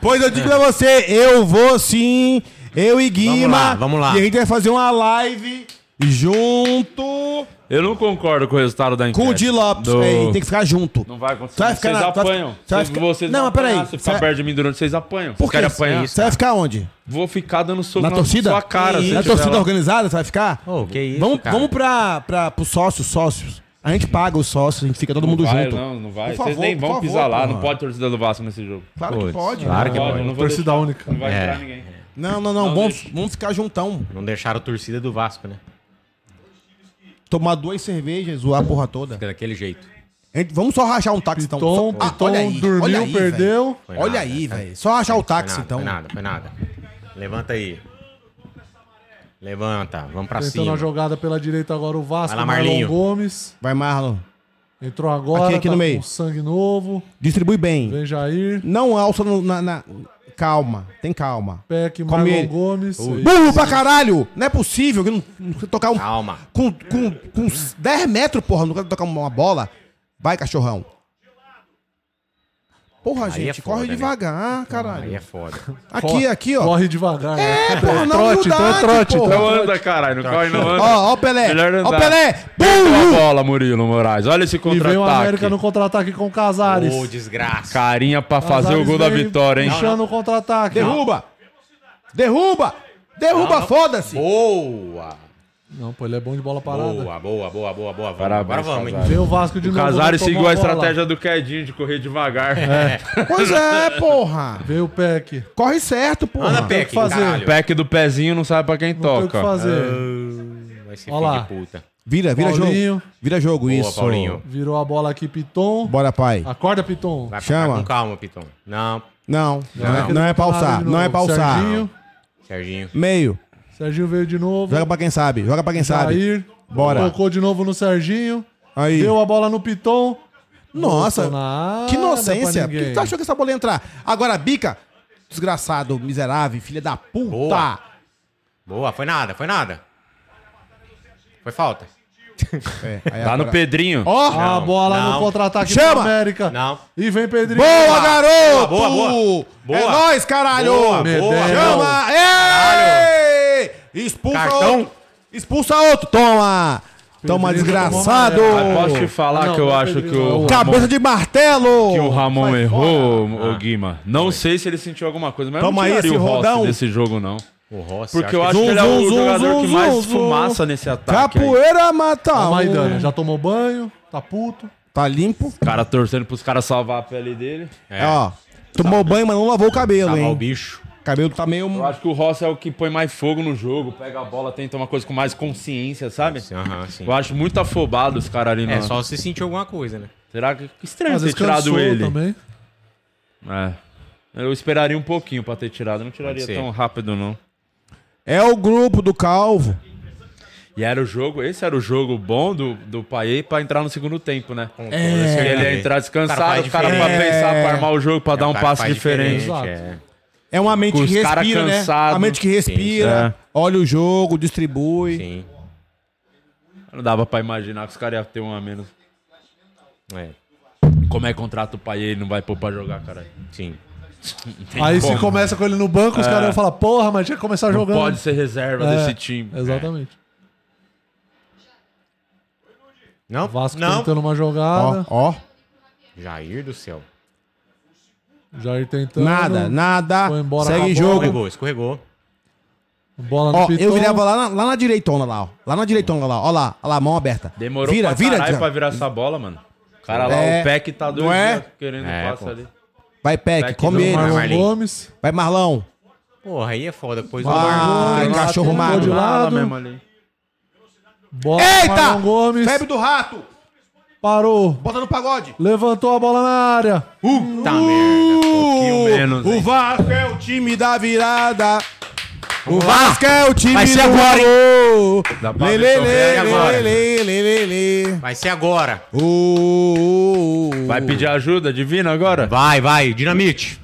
S1: Pois eu digo pra você, eu vou sim, eu e Guima.
S2: lá, vamos lá.
S1: E a gente vai fazer uma live junto
S3: Eu não concordo com o resultado da enquete.
S1: com o D. Lopes.
S3: Do-
S1: É, tem que ficar junto.
S3: Não vai acontecer.
S1: Você vai ficar
S3: vocês
S1: na- tu vai-
S3: apanham.
S1: você vai
S3: Se
S1: ficar-
S3: vocês
S1: Não, mas peraí,
S3: apanhar, Se ficar
S1: você-
S3: perto de mim durante, vocês apanham.
S1: Por
S3: Vocês
S1: quê?
S3: querem apanhar.
S1: Você vai ficar onde?
S3: Vou ficar dando soco
S1: Na torcida?
S3: sua cara. se
S1: Na
S3: tiver
S1: torcida
S3: lá.
S1: organizada, você vai ficar?
S2: Ô, que isso,
S1: vamos
S2: cara.
S1: vamos pra, pra, pros sócios, sócios. A gente paga os sócios, a gente fica todo mundo
S3: Vai,
S1: junto.
S3: Não, não vai.
S1: Por
S3: Vocês
S1: favor,
S3: nem
S1: por
S3: vão
S1: favor,
S3: pisar lá. Não
S1: porra.
S3: pode torcida do Vasco nesse jogo.
S1: Claro que
S2: Putz,
S1: pode.
S2: claro
S1: né?
S2: que pode.
S3: Não vou
S4: Torcida
S3: deixar-
S4: única.
S3: Não vai
S2: É.
S3: tirar ninguém.
S1: Não, não, não.
S3: Não,
S1: vamos,
S3: deixa.
S1: vamos ficar juntão.
S2: Não deixaram a torcida do Vasco, né?
S1: Tomar duas cervejas, zoar a porra toda.
S2: Daquele jeito.
S1: A gente- vamos só rachar um táxi, então.
S4: Piton,
S1: Ah,
S4: Piton
S1: olha aí,
S4: dormiu,
S1: olha aí, velho.
S4: perdeu.
S2: Foi
S1: olha
S2: nada,
S1: aí,
S2: cara.
S1: velho. Só rachar o táxi,
S2: foi nada,
S1: então.
S2: Foi nada, foi nada. Levanta aí. Levanta, vamos pra
S4: Tentando a
S2: cima.
S4: jogada pela direita agora o Vasco,
S2: Vai lá,
S4: Marlon
S2: Marlinho.
S4: Gomes.
S1: Vai, Marlon.
S4: Entrou agora,
S1: Aqui, aqui no
S4: tá
S1: meio.
S4: com sangue novo.
S1: Distribui bem.
S4: Vem Jair,
S1: Não alça no- na, na- Calma, tem calma.
S4: Peck,
S1: Come
S4: Marlon
S1: ele.
S4: Gomes.
S1: Burro pra caralho! Não é possível que não, não tocar um.
S2: Calma.
S1: Com, com, com uns 10 metros, porra, não quero tocar uma bola. Vai, cachorrão. Porra,
S2: Aí é
S1: gente,
S2: foda,
S1: corre
S2: né?
S1: devagar,
S2: Aí
S1: caralho.
S2: é
S3: [laughs]
S2: foda.
S1: Aqui, aqui, ó.
S4: Corre devagar.
S1: É,
S4: né?
S1: porra, na
S4: trote, então é
S1: humildade,
S4: trote.
S1: porra.
S4: então
S3: Não
S4: é trote.
S3: anda, caralho. Não corre, não anda.
S1: Tá Ó, ó o Pelé.
S3: Melhor
S1: Ó o
S3: andar.
S1: Pelé.
S3: Boa
S1: Burro!
S3: bola, Murilo Moraes. Olha
S1: é um
S3: esse
S4: E veio o
S3: contra-ataque.
S4: América no contra-ataque com o Casares.
S2: Ô, desgraça.
S3: Carinha pra fazer o
S4: Casares
S3: gol da
S4: vem
S3: vitória, hein?
S4: Puxando o contra-ataque.
S1: Derruba! Derruba! Derruba, foda-se!
S2: Boa!
S4: Não, pô, ele é bom de bola parada.
S2: Boa, boa, boa, boa, boa. Vamos,
S3: Parabéns,
S2: agora vamos, hein?
S3: Casares.
S4: Veio o Vasco de
S3: O
S4: novo.
S3: Casares
S4: retomou
S3: seguiu a
S4: bola.
S3: estratégia do Quedinho de correr devagar.
S1: Pois é, porra!
S4: Veio o Peck.
S1: Corre certo, porra!
S2: Anda, Peck,
S4: fazer.
S2: caralho.
S3: O [laughs] pack do pezinho não sabe pra quem
S4: Não tem o que
S3: toca. Ah.
S4: fazer.
S2: Vai ser
S4: Ó
S2: filho
S4: lá.
S2: de puta.
S1: Vira, vira
S4: Paulinho.
S1: jogo. Vira jogo,
S2: Boa,
S1: isso.
S2: Paulinho.
S4: Virou a bola aqui, Piton.
S1: Bora, pai.
S4: Acorda, Piton.
S2: Vai pra
S1: Chama.
S2: cá com calma, Piton. Não,
S1: Não, não, é,
S4: Ele
S1: não é
S4: tá lá
S1: pausar,
S4: de
S1: não é
S4: novo.
S1: pausar.
S4: Serginho.
S2: Serginho.
S1: Meio.
S4: Serginho veio de novo.
S1: Joga pra quem sabe, joga pra quem sabe.
S4: Jair.
S1: Bora.
S4: Tocou de novo no Serginho.
S1: Aí.
S4: Deu a bola no Piton.
S1: Nossa,
S4: Não botou nada
S1: que inocência.
S4: pra
S1: Por
S4: ninguém.
S1: que tu achou que essa bola ia entrar? Agora, bica. Desgraçado, miserável, filha da puta.
S2: Boa. Boa, foi nada, foi nada. Foi falta.
S1: É, aí
S3: Tá
S1: agora-
S3: no Pedrinho.
S1: Ó,
S4: a
S2: Não,
S4: bola
S2: não.
S4: no contra-ataque do
S1: Chama!
S4: América.
S2: Não.
S4: E vem Pedrinho.
S1: boa, garoto.
S2: boa, boa. Boa.
S1: É nóis, caralho.
S2: Boa,
S4: boa.
S1: Chama. Ei! Expulsa
S2: Cartão?
S1: outro. Expulsa outro. Toma. Toma,
S4: Pedrinho
S1: desgraçado.
S4: tomou
S3: Mas Ah, posso te falar
S4: Não,
S3: que eu
S4: não é
S3: acho
S4: Pedrinho,
S3: que o,
S4: não.
S1: Cabeça de martelo.
S3: que o Ramon errou, o Guima. Não sei se ele sentiu alguma coisa, mas eu
S1: Toma
S3: não
S1: aí
S3: tiraria
S1: esse
S3: o Rossi
S1: rodão.
S3: desse jogo, não.
S2: O Rossi.
S3: Porque eu
S2: que-
S3: acho que
S1: Zum,
S3: ele é o
S1: zum,
S3: jogador
S1: zum,
S3: que mais
S1: zum,
S3: fumaça nesse ataque. aí.
S1: Capoeira mata.
S4: Calma aí,
S1: um.
S4: Dani. Já tomou banho. Tá puto.
S1: Tá limpo.
S3: O cara torcendo pros caras salvar a pele dele.
S2: É.
S1: Ó. Tomou
S3: Tá.
S1: banho, mas não lavou o cabelo,
S2: Tava o
S1: hein?
S2: bicho.
S1: cabelo tá meio.
S3: Eu acho que o Rossi é o que põe mais fogo no jogo, pega a bola, tenta uma coisa com mais consciência, sabe?
S2: Sim, Aham, sim.
S3: Eu acho muito afobado os caras ali,
S2: É,
S3: na-
S2: só se sentir alguma coisa, né?
S3: Será que... que estranho
S4: Às
S3: ter
S4: vezes
S3: tirado
S4: cansou
S3: ele.
S4: também.
S3: É. Eu esperaria um pouquinho pra ter tirado, não tiraria
S2: Pode ser.
S3: tão rápido, não.
S1: É o grupo do calvo.
S3: E era o jogo, esse era o jogo bom do, do Paê pra entrar no segundo tempo, né?
S2: Com
S1: É.
S3: Que
S2: certeza.
S3: ele ia entrar descansado,
S2: Cara, faz
S3: o cara pra
S2: diferença.
S3: pensar, pra armar o jogo, pra
S2: É,
S3: dar
S2: o
S3: um
S2: cara
S3: passe
S2: faz
S3: diferente.
S4: diferente,
S1: É uma mente
S3: Com
S1: que
S3: os cara
S1: respira, né?
S3: cansado.
S1: Uma mente que
S3: Sim,
S1: respira,
S3: é.
S1: olha o jogo, distribui.
S2: Sim.
S3: Não dava pra imaginar que os caras iam ter um a menos.
S2: É,
S3: Como é contrato o Paê, ele não vai pôr pra jogar, caralho.
S2: sim.
S4: Aí se
S3: como. É.
S4: começa com ele no banco, os caras vão falar, porra, mas tinha que começar
S3: Não
S4: jogando.
S3: pode ser reserva
S4: É,
S3: desse time.
S4: Exatamente.
S2: Não,
S4: Vasco
S2: não.
S4: tentando uma
S1: Ó,
S4: jogada.
S1: ó.
S2: Jair do céu.
S4: Jair tentando.
S1: Nada, nada.
S4: Foi embora
S1: Segue
S4: com a
S1: jogo.
S2: Escorregou, escorregou.
S4: Bola no
S1: Ó,
S4: Piton.
S1: eu virava lá, na- lá na direitona lá, ó. Lá na direitona lá, ó. Ó lá, ó lá, mão aberta.
S3: Demorou
S1: vira,
S3: pra
S1: vira,
S3: caralho
S1: vira.
S3: pra virar essa bola, mano. O cara lá,
S1: É.
S3: o Peck tá dois
S1: Não é?
S3: dias querendo
S2: É,
S3: passe
S2: pô.
S3: ali.
S1: Vai, Peck,
S3: Peck,
S1: come
S3: não,
S1: ele.
S4: Marlon
S2: Marlin.
S4: Gomes.
S1: Vai, Marlão.
S2: Porra, aí é foda. Pois o Marlon.
S1: Vai,
S4: Gomes,
S1: Ah, cachorro
S4: lateral
S1: magro.
S4: de lá.
S3: Nada
S4: lado.
S3: mesmo ali.
S4: Bola pro
S1: Eita!
S4: Marlon Gomes.
S1: Febre do rato.
S4: Parou.
S1: Bota no pagode.
S4: Levantou a bola na área.
S2: Puta merda.
S3: pouquinho menos,
S1: o
S3: hein?
S1: Vasco é o time da virada.
S3: Uh,
S1: O Vasco é o time
S2: Vai
S1: do
S2: ser agora,
S1: valor.
S3: Dá pra
S1: Lê,
S3: ver
S1: lê,
S3: só
S1: lê,
S2: ver agora.
S1: lê, lê, lê, lê, lê.
S2: Vai ser agora.
S1: Uh, uh, uh, uh.
S3: Vai pedir ajuda divina agora?
S2: Vai, vai. Dinamite.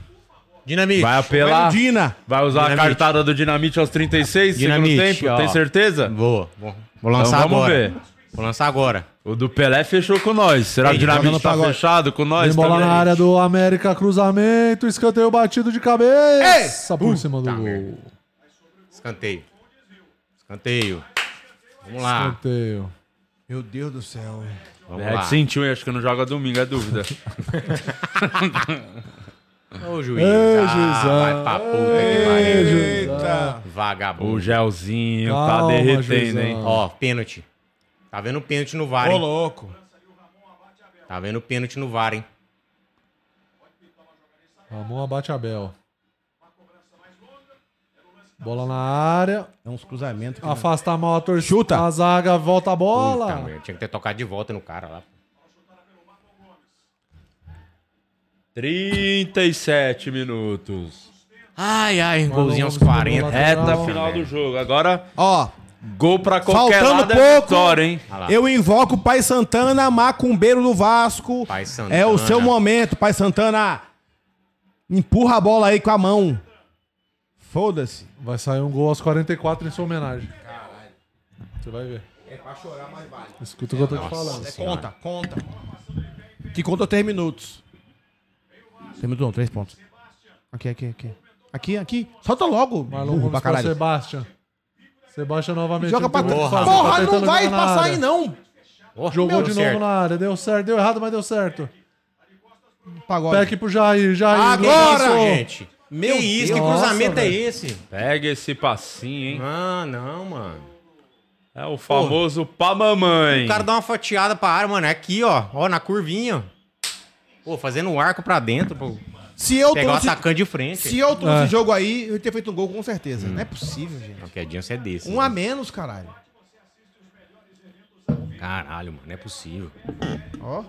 S2: Dinamite.
S3: Vai apelar.
S1: Dina.
S3: Vai usar
S2: Dinamite.
S3: a cartada do Dinamite aos 36,
S2: Dinamite,
S3: segundo tempo,
S2: ó.
S3: tem certeza?
S2: Vou. um Vou, vou lançar
S3: Então vamos
S2: agora.
S3: ver.
S2: Vou lançar agora.
S3: O do Pelé fechou com nós. Será que o
S2: Ei,
S3: Dinamite
S1: jogando
S3: tá
S1: pagode.
S3: fechado com nós
S4: Tem bola
S3: também?
S4: na área do América, cruzamento, escanteio batido de cabeça por cima do gol.
S2: merda. Escanteio. Escanteio. Vamos lá.
S4: Escanteio.
S1: Meu Deus do céu.
S2: Vamos
S3: É
S2: lá.
S3: que sentiu, hein? Acho que não joga domingo, é dúvida.
S2: Ô, juiz.
S4: Ei,
S2: ah,
S4: juizão.
S2: Vai pra puta que pariu.
S1: Eita.
S3: o
S2: Vagabundo.
S3: gelzinho tá
S4: Calma,
S3: derretendo,
S4: juizão.
S3: hein?
S2: Ó, pênalti. Tá vendo pênalti no VAR,
S1: Ô,
S2: hein?
S1: louco.
S2: Tá vendo pênalti no VAR, hein?
S4: Ramon abate Abel. Bola na área.
S1: É uns cruzamentos. que não-
S4: Afasta mal a torcida.
S1: Chuta.
S4: A zaga volta a
S2: Puta
S4: bola.
S2: merda, Tinha que ter tocado de volta no cara lá.
S3: 37 minutos.
S2: Ai, ai, golzinho aos
S4: Gomes,
S2: 40.
S4: bola
S3: Reta
S4: Lateral.
S3: final do jogo. Agora,
S1: Ó,
S3: gol pra qualquer
S1: Faltando
S3: lado é
S1: pouco.
S3: vitória, hein?
S2: Olha lá.
S1: eu invoco o Pai Santana, macumbeiro do Vasco.
S2: Pai Santana.
S1: É o seu momento, Pai Santana. Empurra a bola aí com a mão. Foda-se.
S4: Vai sair um gol aos 44 em sua homenagem. Você vai ver.
S1: É pra chorar, mas vale. é
S4: Escuta o que eu tô te falando.
S1: Conta, conta. Que conta três minutos. Três minutos não, três pontos. Aqui, aqui, aqui. Aqui, aqui. Solta logo.
S4: Marlon
S1: burro
S4: Gomes
S1: pra
S4: pra
S1: caralho.
S4: Sebastian. Sebastian novamente.
S1: Joga
S4: não
S1: pra
S4: tem muito o
S1: trás.
S4: que fazer, tá
S1: Porra, não
S4: tentando
S1: vai
S4: jogar na
S1: passar
S4: área.
S1: aí, não.
S2: Ó,
S4: Jogou
S2: deu
S4: de
S2: certo.
S4: novo na área. Deu certo, deu errado, mas deu certo.
S1: Pagode.
S4: Pack pro Jair, Jair.
S2: Agora,
S4: lançou.
S2: Ah, gente. Meu que isso, que
S4: Deus.
S2: cruzamento
S4: Nossa,
S2: é
S4: velho.
S2: esse?
S3: Pega esse passinho, hein?
S2: Ah, não, mano.
S3: É o famoso pá mamãe.
S2: O cara dá uma fatiada pra área, mano. É aqui, ó. Ó, na curvinha. ó. Pô, fazendo um arco pra dentro, pô.
S1: Se eu
S2: Pegar o
S1: trouxe,
S2: atacante de frente.
S1: se eu trouxe
S4: É.
S1: esse jogo aí, eu ia ter feito um gol com certeza. Não é possível, gente.
S2: Não, que adianta é desse.
S1: Um a menos, caralho.
S2: né? Caralho, mano. Não é possível.
S1: Ó.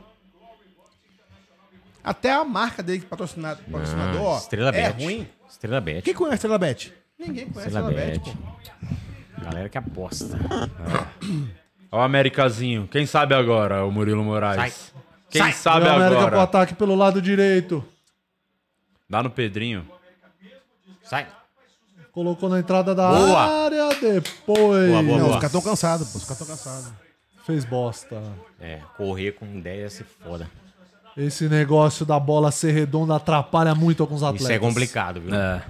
S1: Até a marca dele, patrocinado, patrocinador,
S2: Ah,
S1: ó.
S2: Estrela
S1: é
S2: Bet.
S1: ruim.
S2: Estrela Bet.
S1: Quem conhece a Estrela Bet? Ninguém conhece a
S2: Estrela
S1: Estrela Bet,
S2: Bet.
S1: pô.
S2: Galera que aposta.
S3: Ó o Americazinho. Quem sabe agora, o Murilo Moraes?
S2: Sai.
S3: Quem
S2: Sai.
S3: sabe
S4: Deu a América pro
S3: agora?
S4: ataque pelo lado direito.
S3: Dá no Pedrinho.
S2: Sai.
S4: Colocou na entrada da
S2: Boa.
S4: área. Depois.
S2: Boa, boa,
S1: Não, os
S2: boa.
S1: caras tão cansados, pô. Os caras tão cansados.
S4: Fez bosta.
S2: É, correr com 10 ia ser foda.
S4: Esse negócio da bola ser redonda atrapalha muito alguns atletas.
S2: Isso é complicado, viu?
S3: É.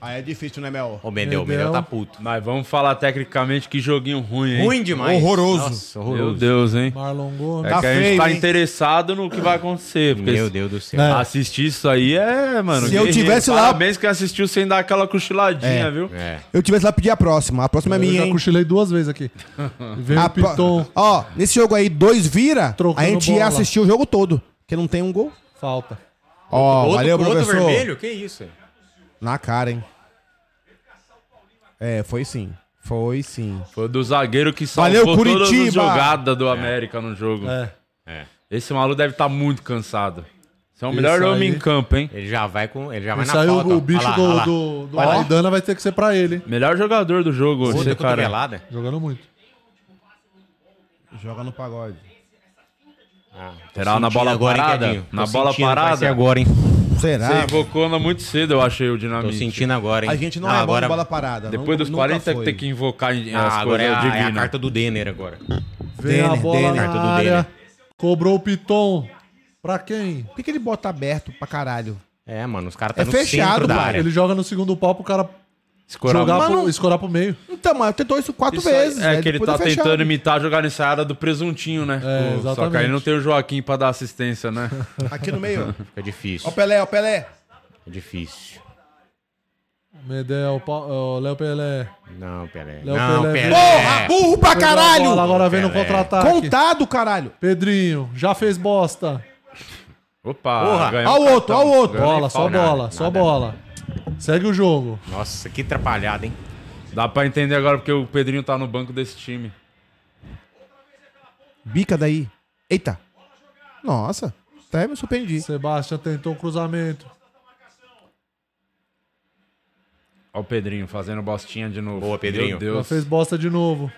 S1: Aí é difícil, né, Mel?
S2: Ô, Mendel,
S4: Mendel.
S2: o Mendel tá puto.
S3: Mas vamos falar tecnicamente que joguinho ruim, hein?
S2: Ruim demais.
S1: Horroroso.
S2: Nossa,
S3: Meu
S2: horroroso.
S3: Deus, hein?
S4: Marlon
S3: É
S4: Gomes.
S1: Tá
S3: que a gente
S1: feio,
S3: tá
S1: hein?
S3: interessado no que vai acontecer. Porque
S2: Meu
S3: se-
S2: Deus do
S1: Né?
S2: céu.
S4: É.
S3: Assistir isso aí é, mano.
S1: Se eu
S3: guerreiro.
S1: tivesse lá-
S3: Parabéns quem assistiu sem dar aquela cochiladinha,
S1: É.
S3: viu?
S2: É.
S1: Eu tivesse lá pedir a próxima. A próxima é
S4: Eu
S1: minha,
S4: já
S1: hein?
S4: cochilei duas vezes aqui.
S2: Ah,
S4: Veio
S1: A
S4: o Piton.
S1: pro- Ó, nesse jogo aí, dois vira,
S4: Trocando
S1: a gente ia
S4: bola.
S1: assistir o jogo todo. Porque não tem um gol.
S4: Falta.
S1: Ó,
S2: Outro,
S1: valeu,
S2: outro
S1: professor.
S2: vermelho? Que isso?
S1: Na cara, hein? É, foi sim. Foi sim.
S3: Foi do zagueiro que salvou
S1: Valeu,
S3: todas
S1: Curitiba!
S3: as jogadas
S2: É.
S3: do América no jogo.
S4: É.
S3: Esse maluco deve estar muito cansado. Esse é o
S4: Isso
S3: melhor homem
S4: aí.
S3: em campo, hein?
S2: Ele já vai com. Ele já vai
S4: Mas
S2: na
S4: saiu
S2: falta.
S4: o
S2: ó.
S4: bicho
S2: Olha lá, olha
S4: do,
S2: lá.
S4: do, do
S1: Vai lá.
S4: Aidana, vai ter que ser pra ele, hein?
S3: Melhor jogador do jogo hoje,
S2: Outra
S3: esse cara.
S2: cotovelada.
S4: Jogando muito.
S1: Joga no pagode.
S2: Ah, tô
S3: Será na
S2: sentindo
S3: bola
S2: agora, hein,
S3: parada?
S2: Quedinho? Tô
S3: Na bola
S2: sentindo, vai
S3: parada?
S2: ser agora, hein?
S1: Será?
S3: Você invocou na muito cedo, eu achei o
S2: Tô
S3: dinamite.
S2: sentindo agora, hein?
S1: A gente não,
S2: Ah,
S1: é bom
S2: agora...
S1: de bola parada.
S3: Depois dos 40 que tem que invocar em-
S2: Ah,
S3: as
S2: agora é
S3: coisas
S2: a, é a
S3: divinas.
S2: carta do Denner agora.
S4: Vem a
S1: Denner,
S4: bola
S1: Denner,
S4: na
S2: tudo
S4: área. Cobrou o Piton. Pra quem?
S1: Por que, que ele bota aberto pra caralho?
S2: É, mano, os caras tá
S1: É
S2: no
S1: fechado,
S2: centro da
S1: mano.
S2: área.
S4: Ele joga no segundo pau pro cara
S3: Escorar
S4: jogar um
S1: mano.
S4: pro, escorar pro meio.
S1: Então, mas tentou isso quatro
S3: Isso aí
S1: vezes.
S3: É
S1: velho,
S3: que ele
S1: depois
S3: tá
S1: do fechado.
S3: tentando imitar jogar nessa área do presuntinho, né?
S4: É,
S3: Pô, Só que aí
S4: exatamente.
S3: não tem o Joaquim pra dar assistência,
S2: [laughs]
S3: né?
S1: Aqui no meio.
S2: Fica
S1: ó. Ó,
S2: difícil,
S1: o Pelé, ó, o Pelé.
S2: fica difícil.
S4: Medel, Pa- ó, Léo Pelé.
S2: Não, Pelé.
S4: Léo
S2: Não,
S4: Pelé.
S2: Pelé.
S1: Porra, burro pra
S4: Perdeu a
S1: caralho!
S4: bola, agora vem no
S2: Pelé.
S4: contra-ataque.
S1: Contado, caralho!
S4: Pedrinho, já fez bosta.
S3: Opa,
S2: Porra,
S3: ganhou
S1: Ó o
S3: um
S1: outro, ó
S3: cartão.
S1: o outro.
S3: Ganhou.
S4: Bola, só
S2: pau, nada,
S4: bola, só
S2: nada.
S4: bola. Segue o jogo.
S2: Nossa, que atrapalhada, hein?
S3: Dá pra entender agora porque o Pedrinho tá no banco desse time.
S1: Bica daí. Eita. Nossa, até me surpreendi.
S4: Sebastião tentou o cruzamento.
S3: Ó o Pedrinho fazendo bostinha de novo.
S2: Boa, Pedrinho.
S3: Meu Deus.
S4: Já fez bosta de novo.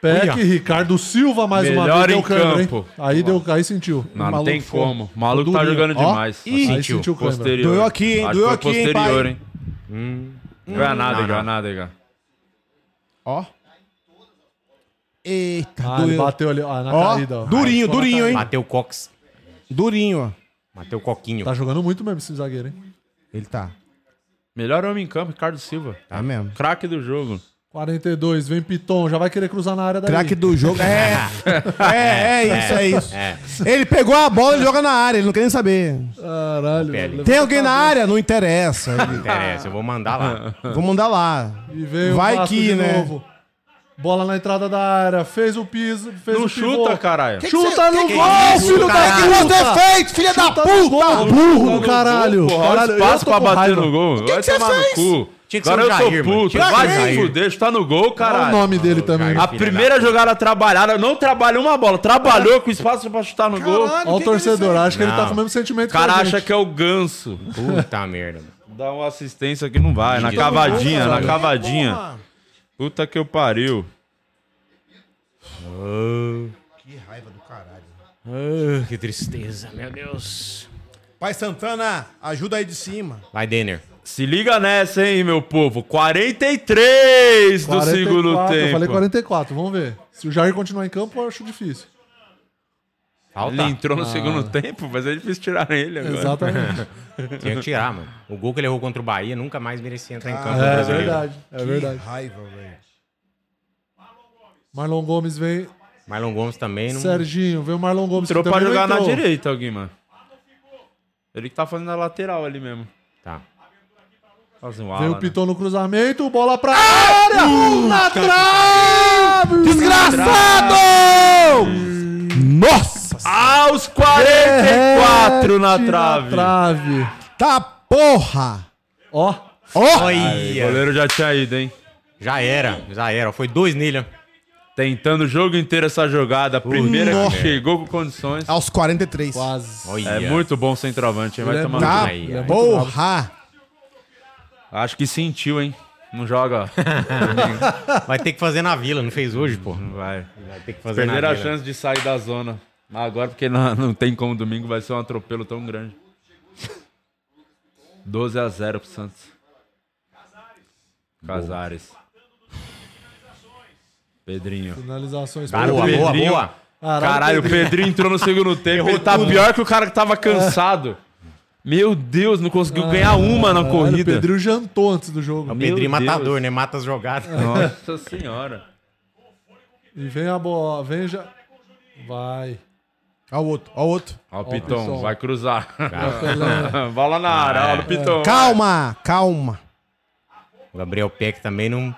S4: Peck,
S2: Olha.
S4: Ricardo Silva mais uma
S3: Melhor
S4: vez.
S3: em
S4: câimbra, hein?
S3: campo.
S4: Aí, deu, aí sentiu.
S3: Não, não
S4: Maluco
S3: tem
S4: foi.
S3: como. O maluco tá
S4: Durinho.
S3: jogando
S4: Ó,
S3: demais.
S4: Ih,
S3: Assim,
S4: aí sentiu o câimbra.
S3: posterior.
S1: Doeu aqui, hein?
S3: Acho que
S1: Doeu
S3: foi
S1: aqui, hein,
S3: posterior,
S1: pai?
S3: hein?
S2: Hum.
S3: é Granada, granada, hein, cara.
S1: Ó. Eita,
S4: Ah, ele
S1: doeu.
S4: bateu ali, ó, na
S1: Ó,
S4: caída. Ó.
S1: durinho, durinho, hein?
S2: Mateu Cox.
S1: Durinho, ó.
S2: Mateu Coquinho.
S4: Tá jogando muito mesmo esse zagueiro, hein?
S1: Ele tá.
S3: Melhor homem em campo, Ricardo Silva.
S1: Tá mesmo.
S3: Craque do jogo.
S4: 42, vem Piton, já vai querer cruzar na área daí.
S1: Craque do jogo.
S4: [laughs]
S1: É. É, é isso, é isso. Ele pegou a bola e joga na área, ele não quer nem saber.
S4: Caralho.
S2: Pele.
S4: mano,
S1: Tem
S4: levanta
S1: alguém
S4: a
S1: na área? Não interessa.
S4: [laughs]
S1: Ele-
S2: Interessa, eu vou mandar
S3: [laughs]
S2: lá.
S1: Vou mandar lá.
S4: E veio
S1: Vai
S4: o Vasco
S1: que,
S4: de
S1: né?
S4: novo. Bola na entrada da área, fez o piso, fez
S3: Não
S4: o pivô.
S3: chuta, caralho.
S4: Chuta no
S1: Que
S4: gol,
S1: isso,
S4: filho da
S1: caralho? Que
S4: puta!
S1: você fez, é filha da
S4: é Chuta no gol,
S1: puta!
S4: burro do caralho.
S3: Tá Porra, olha
S4: Caralho,
S3: o espaço
S4: eu tô
S3: pra
S4: com
S3: bater
S4: raiva.
S3: no gol.
S1: que
S3: vai
S1: que você
S3: tomar
S1: fez?
S3: no cu.
S2: Tinha que ser
S3: Agora
S2: o
S3: eu
S2: Jair,
S3: tô
S2: mano.
S3: puto.
S2: Tinha que
S3: Vai
S2: ser o
S3: se
S2: Jair.
S3: fuder, chutar no gol,
S4: Olha o
S3: caralho.
S4: nome dele também.
S2: Jair.
S3: A primeira jogada trabalhada, não trabalhou uma bola, trabalhou com espaço pra chutar no gol.
S1: Caralho.
S4: Olha o
S1: Ah, que que ele
S4: torcedor,
S1: fez?
S4: acho que ele tá
S2: Não.
S4: com o mesmo sentimento
S3: O cara
S4: que a gente.
S3: acha que é o ganso.
S2: Puta merda, mano.
S3: Dá uma assistência que não vai. Na
S2: Ninguém
S3: cavadinha,
S1: Porra,
S3: na cavadinha.
S1: porra.
S3: Puta que eu pariu.
S1: Que raiva do caralho.
S2: Ah, que tristeza, meu Deus.
S1: Pai Santana, ajuda aí de cima.
S2: Vai, Denner.
S3: Se liga nessa, hein, meu povo. 43 é do
S4: 44,
S3: segundo tempo.
S4: Eu falei 44, vamos ver. Se o Jair continuar em campo, eu
S3: [laughs]
S4: acho difícil.
S3: Ele
S2: Falta.
S4: Ah.
S3: entrou no segundo tempo, mas é difícil tirar ele agora. [laughs]
S4: Exatamente.
S2: Tinha que tirar, mano. O gol que ele errou contra o Bahia nunca mais merecia entrar
S3: Ah,
S2: em campo. no
S4: é
S2: brasileiro.
S4: verdade, é verdade.
S1: Que raiva, velho.
S4: Marlon Gomes vem.
S2: Marlon Gomes também não.
S4: Serginho, vem o Marlon Gomes. que
S3: Entrou pra
S4: também não
S3: jogar na
S4: entrou.
S3: direita alguém, mano. Ele que tá fazendo a lateral ali mesmo.
S2: Tá.
S3: Faz um
S4: Vem
S3: ala,
S4: o Piton no cruzamento, bola pra
S3: Ah,
S4: área! na trave!
S1: Desgraçado! Nossa!
S3: né? Aos 44 na
S4: Derrete
S3: trave.
S4: trave.
S1: Tá porra!
S4: Ó,
S1: Ó!
S3: O
S2: Olha.
S3: goleiro já tinha ido, hein?
S2: Já era, já era. Foi dois nele. ó.
S3: Tentando o jogo inteiro essa jogada. A primeira
S1: Nossa.
S3: que chegou com condições.
S1: Aos 43.
S4: quase.
S2: Olha.
S3: É muito bom o centroavante, hein? Vai
S4: Ele é
S3: tomar no
S1: Tá
S3: cu.
S2: Ai, ai.
S1: porra!
S3: Acho que sentiu, hein? Não joga. ó.
S2: Vai ter que fazer na vila, não fez hoje, pô.
S3: Não vai.
S2: Vai ter que fazer
S3: Hum. Perderam
S2: na
S3: a
S2: vila.
S3: chance de sair da zona. Agora, porque não, [laughs] não tem como domingo, vai ser um atropelo tão grande. [laughs] 12 a 0 pro Santos. Casares. Pedrinho.
S4: Finalizações.
S2: Cara, boa,
S4: Pedrinho.
S2: boa,
S3: Pedrinho.
S2: boa.
S3: Caralho, o Pedrinho entrou no segundo tempo. Ele tá pior que o cara que tava cansado. Meu Deus, não conseguiu ganhar uma na
S4: Caralho, O
S3: corrida.
S4: Pedrinho jantou antes do jogo.
S2: O Pedrinho
S3: Deus. É.
S2: matador, né? Mata as jogadas.
S3: Nossa senhora.
S4: E vem a bola, vem já. Vai.
S1: Ó o outro, ó o outro.
S3: Ó, o
S4: Piton.
S3: Piton, vai cruzar.
S4: Pelé.
S3: [laughs] Bola na área, olha o Piton.
S1: Calma, calma.
S2: O Gabriel Peck também não.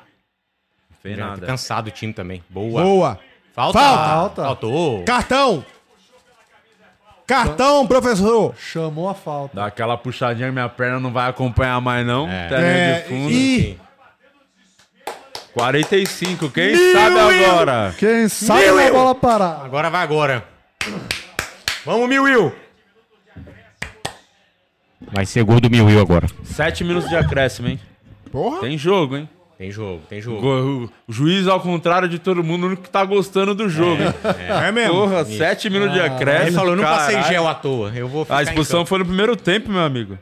S3: Fez
S2: Tá
S3: nada.
S2: Cansado o time também. Boa.
S1: Boa.
S2: Falta.
S1: Falta.
S2: Faltou.
S1: Cartão! Cartão, professor!
S4: Chamou a falta.
S3: Dá aquela puxadinha, minha perna não vai acompanhar mais, não.
S2: É.
S3: Terra
S1: É,
S3: de fundo.
S1: e
S3: 45, quem sabe agora?
S4: Quem sabe a bola parar.
S2: Agora vai agora. Vamos, Mil Will. Vai ser gol do Mil Will agora.
S3: 7 minutos de acréscimo, hein?
S1: Porra!
S3: Tem jogo, hein?
S2: Tem jogo, tem jogo.
S3: Go- O juiz, ao contrário de todo mundo, o único que tá gostando do jogo. hein?
S1: É mesmo?
S3: Porra, 7 minutos de
S2: Ah, Ele
S3: acréscimo.
S2: falou, eu não passei
S3: caralho.
S2: gel à toa. Eu vou ficar
S3: A
S2: em
S3: expulsão foi no primeiro tempo, meu
S2: [laughs]
S3: amigo.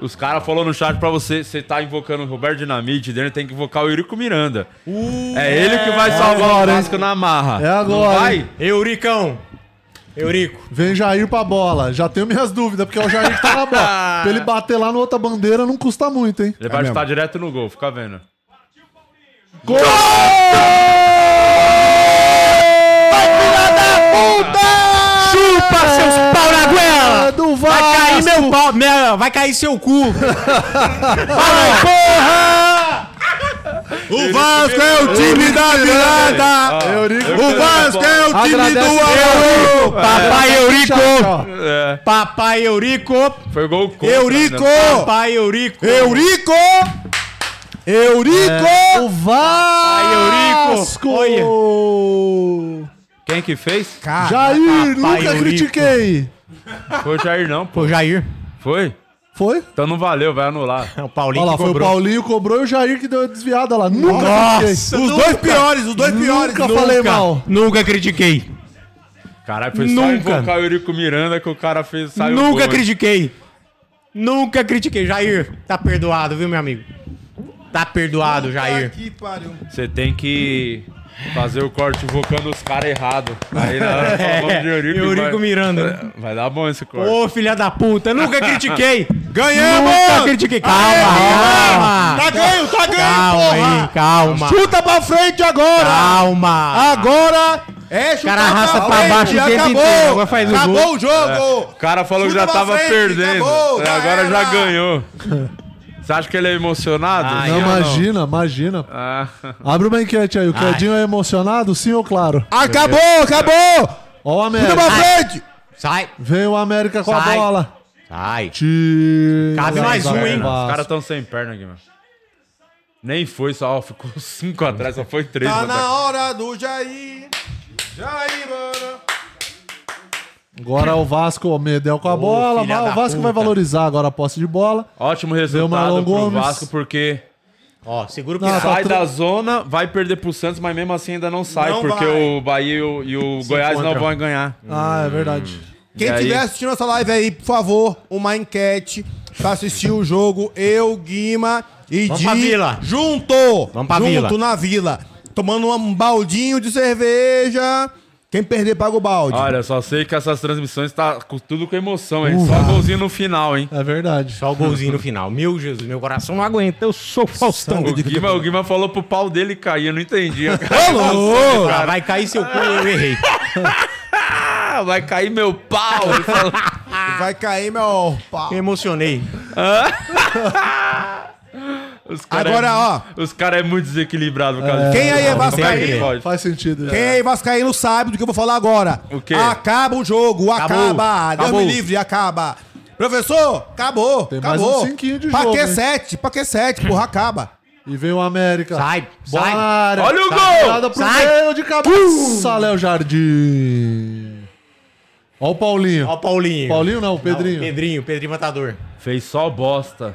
S3: Os caras falaram no chat pra você, você tá invocando o Roberto Dinamite, dele tem que invocar o Eurico Miranda.
S1: Uh,
S3: é ele que vai salvar
S4: agora,
S3: o
S4: hein?
S3: Vasco na marra.
S4: É agora,
S3: Não vai?
S4: hein?
S2: campo. Euricão. Eurico.
S4: Vem Jair pra bola. Já tenho minhas dúvidas, porque é o Jair que tá na bola.
S2: [laughs]
S4: pra ele bater lá no outra bandeira não custa muito, hein?
S3: Ele vai
S1: É mesmo.
S3: chutar direto no gol, fica vendo.
S4: Gol!
S2: Chupa, seus pau na goela!
S4: É do Vasco!
S2: Vai cair meu pau, meu, vai cair seu cu.
S1: O Vasco é o time da virada!
S4: Eurico.
S1: O Vasco é o time do
S4: Agradece
S1: Eurico!
S2: Papai Eurico.
S4: Tchau, tchau.
S3: É,
S2: Papai Eurico.
S3: foi gol contra.
S1: Eurico!
S3: né?
S2: Papai Eurico.
S1: Eurico! Eurico!
S4: É, O Vasco!
S3: Quem que fez?
S2: Ah,
S1: Cara,
S4: Jair,
S2: Papai
S4: nunca
S2: Eurico.
S4: critiquei.
S3: Foi o Jair não, pô.
S2: Jair.
S3: Foi?
S4: Foi?
S3: Então não valeu, vai anular.
S2: O Paulinho
S4: Olha lá,
S2: que
S4: foi o
S2: cobrou.
S4: Paulinho cobrou e o Jair que deu a desviada lá. Nunca
S1: Nossa!
S4: fiquei.
S1: Os dois piores, os dois piores.
S4: Nunca falei mal.
S2: Nunca critiquei.
S3: Caralho, foi só
S2: Nunca.
S3: invocar o Eurico Miranda que o cara fez. saiu o gol,
S2: Nunca
S3: hein?
S2: critiquei. Nunca critiquei. Jair, tá perdoado, viu, meu amigo? Tá perdoado, Jair.
S1: Que pariu.
S3: Você tem que fazer o corte invocando os caras errado. Aí na hora fala o nome de [laughs] Eurico. e
S2: Eurico
S3: vai-
S2: Miranda.
S3: Vai dar bom esse corte.
S2: Ô, filha da
S1: [laughs]
S2: puta, nunca critiquei.
S1: Ganhamos!
S2: Nunca critiquei. Calma, calma.
S1: Tá ganho, tá ganho,
S2: Calma aí,
S1: porra!
S2: calma.
S1: Chuta pra frente agora!
S2: Calma.
S1: Agora é chutar
S2: cara arrasta pra
S1: frente,
S2: baixo o
S1: já
S2: tempo
S1: acabou.
S2: inteiro, agora faz o
S1: acabou
S2: gol. É.
S1: o jogo!
S3: O cara falou
S1: Chuta
S3: que já
S1: pra
S3: tava
S1: frente,
S3: perdendo.
S1: acabou,
S3: e agora já
S1: era.
S3: ganhou. Você acha que ele é emocionado?
S2: Ai,
S4: Não,
S2: eu não.
S4: imagina, imagina.
S3: Ah,
S4: Abre uma enquete aí. O Credinho é emocionado, sim ou claro?
S1: Acabou, acabou!
S4: Ó o
S1: Chuta pra
S4: América.
S1: frente!
S2: Sai.
S4: Vem o América com a
S2: Sai.
S4: bola.
S2: Sai.
S4: Tira
S2: Cabe mais
S4: da
S2: um, hein?
S4: Vasco.
S3: os caras tão sem perna aqui, mano. Nem foi, só ó, ficou [laughs] cinco atrás, só foi três.
S1: Tá
S3: mano.
S1: na hora do Jair! Jair, mano!
S4: Agora é o Vasco, o Medel com a bola.
S2: filha
S4: mas
S2: da
S4: o Vasco vai
S2: puta.
S4: valorizar agora a posse de bola.
S3: Ótimo
S4: Marlon
S3: resultado pro
S4: Gomes.
S3: Vasco, porque
S2: Ó, segura o
S4: Não,
S2: pirata.
S4: tá
S3: sai
S4: tudo-
S3: da zona, vai perder pro Santos, mas mesmo assim ainda não sai,
S1: Não
S3: porque
S1: vai. um.
S3: o Bahia e o, e o Goiás não
S2: encontram.
S3: vão ganhar.
S4: Ah, é verdade.
S1: Quem
S3: E aí?
S1: estiver assistindo essa live aí, por favor, uma enquete pra assistir o jogo. Eu, Guima e
S2: Vamos
S1: Di
S2: pra vila.
S1: junto!
S2: Vamos pra
S1: junto
S2: vila.
S1: na vila. Tomando um baldinho de cerveja. Quem perder, paga o balde.
S3: Olha, só sei que essas transmissões tá com- tudo com emoção, hein? Só golzinho no final, [laughs] hein?
S4: É verdade.
S2: Só o golzinho no final. Meu Jesus, meu coração não aguenta. Eu sou Faustão.
S3: O Guima, o Guima falou pro pau dele cair, eu não entendi. [laughs]
S2: Ô, cara, vai cair seu cu, eu errei.
S3: Ah, vai cair meu pau! Ele falou-
S1: Vai cair, meu pau.
S2: Me emocionei.
S3: Os cara
S1: Agora,
S3: é,
S1: ó.
S3: Os caras é muito desequilibrado por causa
S1: Quem aí é
S3: Não tem
S1: vascaíno?
S3: quem pode.
S4: Faz sentido.
S1: Quem é vascaíno sabe do que eu vou falar agora.
S3: O quê?
S1: Acaba o jogo, acaba. Deus
S3: Acabou.
S1: me livre, acaba. Professor, acabou,
S4: Tem mais
S1: acabou.
S4: um cinquinho de
S1: pra
S4: jogo,
S1: que
S4: hein?
S1: sete? Pra que sete, porra, acaba.
S4: E vem o América.
S2: Sai,
S4: Bola
S2: sai.
S4: na área.
S3: Olha o
S4: Jogada
S3: gol!
S4: pro meio de cabeça, Léo Jardim. Ó o Paulinho.
S2: Ó, o Paulinho.
S4: Paulinho não, o Pedrinho.
S2: Não, Pedrinho, Pedrinho Matador.
S3: Fez só bosta.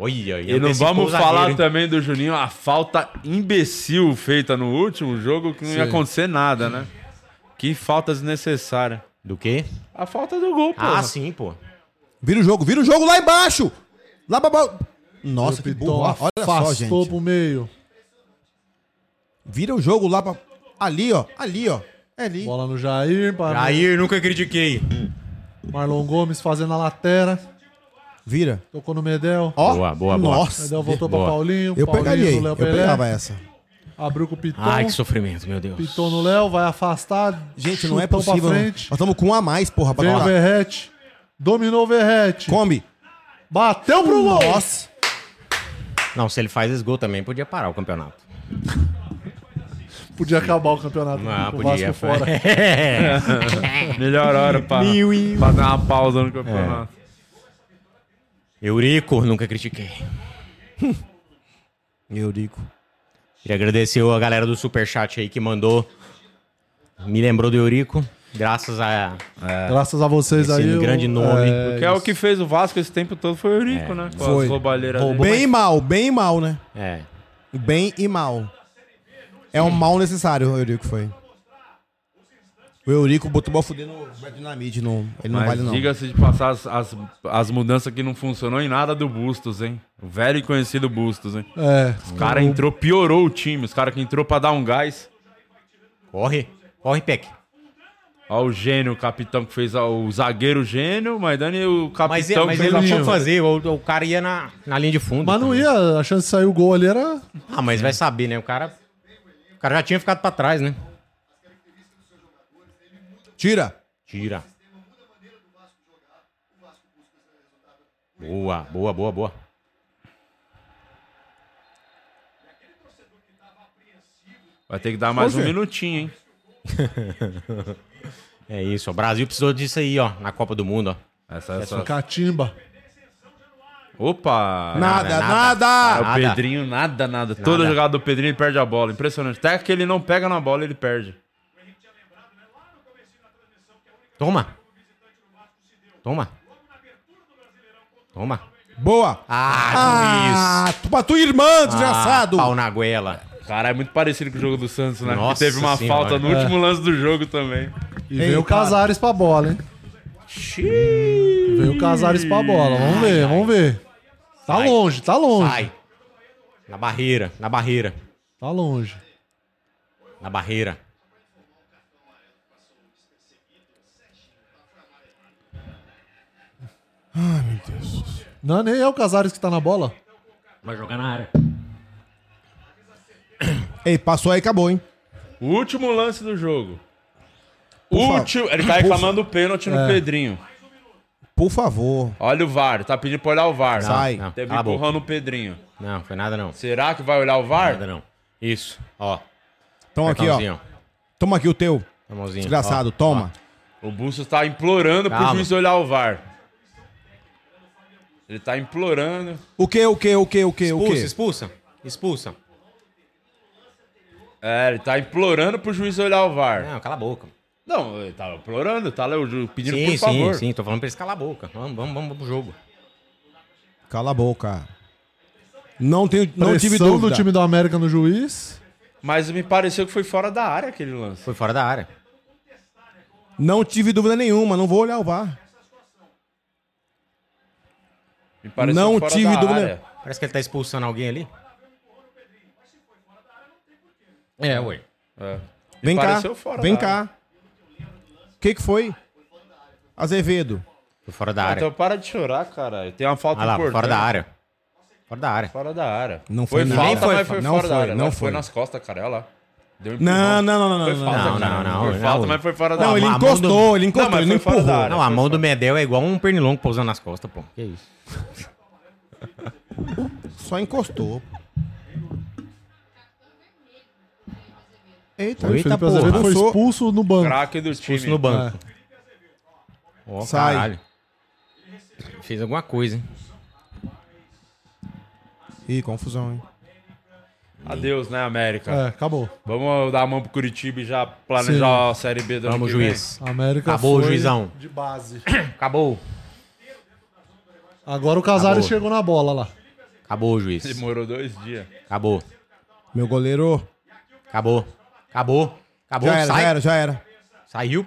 S2: Olha,
S3: E não vamos falar também do Juninho, a falta imbecil feita no último jogo que não ia acontecer nada, né? Que falta desnecessária.
S2: Do quê?
S3: A falta do gol, pô.
S2: Ah, sim, pô.
S1: Vira o jogo, vira o jogo lá embaixo. Lá pra... ba- Nossa, que burro.
S4: Piton
S1: Olha só,
S4: afastou
S1: gente.
S4: pro meio.
S1: Vira o jogo lá pra... Ali, ó. Ali, ó. É ali.
S4: Bola no Jair. Para
S2: Jair, nunca critiquei.
S4: Marlon Gomes fazendo a latera.
S1: Vira.
S4: Tocou no Medel.
S1: Ó.
S2: Boa, boa, boa.
S1: Nossa.
S4: Medel voltou pra
S2: Boa.
S4: Paulinho.
S1: Eu
S4: Paulinho
S1: pegaria aí.
S4: no Léo
S1: Eu
S4: Pelé.
S1: pegava essa.
S4: Abriu com o Piton.
S2: Ai, que sofrimento, meu Deus.
S4: Piton no Léo, vai afastar.
S1: Gente, não é
S4: chutão pra
S1: possível. não. Nós
S4: frente.
S1: estamos com um a mais, porra, pra
S4: Vem o
S1: colocar.
S4: Verrete. Dominou o Verrete.
S1: Come.
S4: Bateu pro gol.
S1: Nossa.
S2: Não, se ele faz esse gol também, podia parar o campeonato.
S4: Podia acabar o campeonato.
S2: Ah,
S4: com o
S2: podia.
S4: Vasco fora.
S3: Melhor hora pra, pra dar uma pausa no campeonato.
S2: [laughs] Eurico, nunca
S4: [laughs]
S2: critiquei.
S1: Eurico.
S2: Queria agradecer a galera do Superchat aí que mandou. Me lembrou do Eurico. Graças a
S4: Graças a vocês
S2: esse
S4: aí. eu-
S2: grande nome.
S4: é,
S3: Que é o que fez o Vasco esse tempo todo foi o Eurico, né? Com
S1: Foi.
S3: as roubalheiras dele.
S1: Bem e mal, bem e mal, né?
S2: É.
S1: Bem e mal. É um mal necessário, o Eurico foi. O Eurico botou pra fuder no Brad Dinamite. No, ele não
S3: Mas
S1: vale, não.
S3: diga-se de passar as, as, as mudanças que não funcionou em nada do Bustos, hein? O velho e conhecido Bustos, hein?
S4: É.
S3: O cara entrou, piorou o time. Os cara que entrou pra dar um gás.
S2: Corre. Corre, Peck.
S3: Ó, o gênio, o capitão que fez ó, o zagueiro gênio, mas Dani, o capitão
S2: Mas, é, mas
S3: que fez
S2: ele
S3: a
S2: não tinha
S3: falta.
S2: o que fazer. O, o cara ia na, na linha de fundo.
S4: Mas não
S2: cara.
S4: ia, a chance de sair o gol ali era.
S2: Ah, mas vai saber, né? O cara. O cara já tinha ficado pra trás, né?
S1: Tira.
S2: Tira. Boa, boa, boa, boa.
S3: Vai ter que dar mais
S1: Ô,
S3: um
S1: Gê.
S3: minutinho, hein?
S2: É isso. O Brasil precisou disso aí, ó. Na Copa do Mundo, ó.
S3: Essa, essa...
S4: Catimba.
S3: Opa!
S1: Nada, nada.
S2: nada.
S3: Ah,
S2: nada.
S3: O Pedrinho, nada, nada. Toda jogada do Pedrinho, ele perde a bola. Impressionante. Até que ele não pega na bola, ele perde.
S2: Toma. Toma. Toma.
S1: Boa.
S2: Ah,
S1: Ah, tu pra tua irmã, desgraçado.
S2: Pau na goela.
S3: Cara, é muito parecido com o jogo do Santos, né? Que
S2: Nossa
S3: teve uma
S2: Senhora.
S3: falta no último lance do jogo também.
S4: E veio o Casares pra bola, hein? Veio o Casares pra bola. Vamos ver, vamos ver. Tá
S2: Sai.
S4: longe, tá longe.
S2: Sai. Na barreira, na barreira,
S4: Tá longe.
S2: na barreira.
S4: Não, nem é o Casares que tá na bola.
S2: Vai jogar na área.
S1: Ei, passou aí, acabou, hein?
S3: O último lance do jogo.
S1: favor.
S3: Último. Ele tá reclamando o pênalti no Pedrinho.
S1: Por favor.
S3: Olha o VAR, tá pedindo pra olhar o VAR.
S1: Sai.
S2: Não,
S3: Teve
S2: cala a boca.
S3: empurrando o Pedrinho.
S2: Não, foi nada não.
S3: Será que vai olhar o VAR?
S2: Nada não. Isso, ó.
S1: Toma aqui, ó.
S2: cartãozinho,
S1: Toma aqui o teu.
S2: Cartãozinho,
S1: Desgraçado, toma.
S3: O Bustos tá implorando pro
S2: Calma.
S3: juiz olhar o VAR. Ele tá implorando.
S1: O que, o que, o que, o que, o
S2: Expulsa,
S1: que?
S2: expulsa. Expulsa.
S3: É, ele tá implorando pro juiz olhar o VAR.
S2: Não, cala a boca.
S3: Não, ele tá implorando, tá lá o ju- pedindo
S2: Sim,
S3: por
S2: sim,
S3: favor.
S2: sim. Tô falando pra eles calar a boca. Vamos, vamos, vamos pro jogo.
S1: Cala a boca. Não, tenho, não
S4: Pressão
S1: tive
S4: do
S1: dúvida.
S4: time do América no juiz.
S3: Mas me pareceu que foi fora da área aquele lance.
S2: Foi fora da área.
S1: Não tive dúvida nenhuma, não vou olhar o VAR.
S3: Me pareceu
S1: Não
S3: fora
S1: tive
S3: da
S1: dúvida.
S3: área.
S2: Parece que ele tá expulsando alguém ali. É, ué.
S3: É.
S1: Vem cá,
S3: pareceu fora
S1: vem
S3: da
S1: cá. O que que foi? Azevedo.
S2: Foi fora da área.
S3: Então para de chorar, caralho. Tem uma falta
S2: Olha lá,
S3: importante.
S2: fora da área. né? Fora da área.
S3: Fora da área.
S1: Não foi nada.
S3: falta,
S2: Nem foi,
S3: mas foi
S1: não
S3: fora da
S1: foi,
S3: área.
S1: não
S3: Não foi
S1: foi.
S3: nas costas, cara. Olha lá. Deu um
S1: Não,
S3: empurrão.
S1: não, não, não,
S3: Foi
S1: não,
S3: falta,
S1: não.
S2: não,
S3: cara.
S2: não,
S3: Foi
S2: não.
S3: falta, mas foi fora da
S1: Não,
S3: área.
S1: ele
S2: a mão do-
S1: encostou, ele encostou,
S3: Não, mas
S1: ele não
S3: foi fora da
S1: empurrou.
S3: área.
S2: Não, a mão do Medel é igual um pernilongo pousando nas costas, pô. Que isso.
S1: Só encostou. Eita,
S2: Oi? Eita,
S4: Felipe
S2: porra.
S4: Azevedo foi
S1: Expulsou.
S4: expulso no banco.
S3: Craque do time.
S2: Pulso no banco. Ó,
S1: Sai.
S2: caralho. Fez alguma coisa, hein?
S1: Ih, confusão, hein?
S3: Adeus, né, América?
S4: É, acabou.
S3: Vamos dar a mão pro Curitiba e já planejar a Série B do ano
S2: Vamos,
S3: que vem.
S2: juiz.
S4: América
S2: Acabou o
S4: foi
S2: juizão.
S4: de base.
S2: é. Acabou.
S4: Agora o Casares
S2: Acabou.
S4: chegou na bola lá.
S2: Acabou, juiz.
S3: Demorou dois dias.
S2: Acabou.
S1: Meu goleiro.
S2: Acabou. Acabou. Acabou.
S1: já era,
S2: Sai.
S1: já era, já era.
S2: Saiu.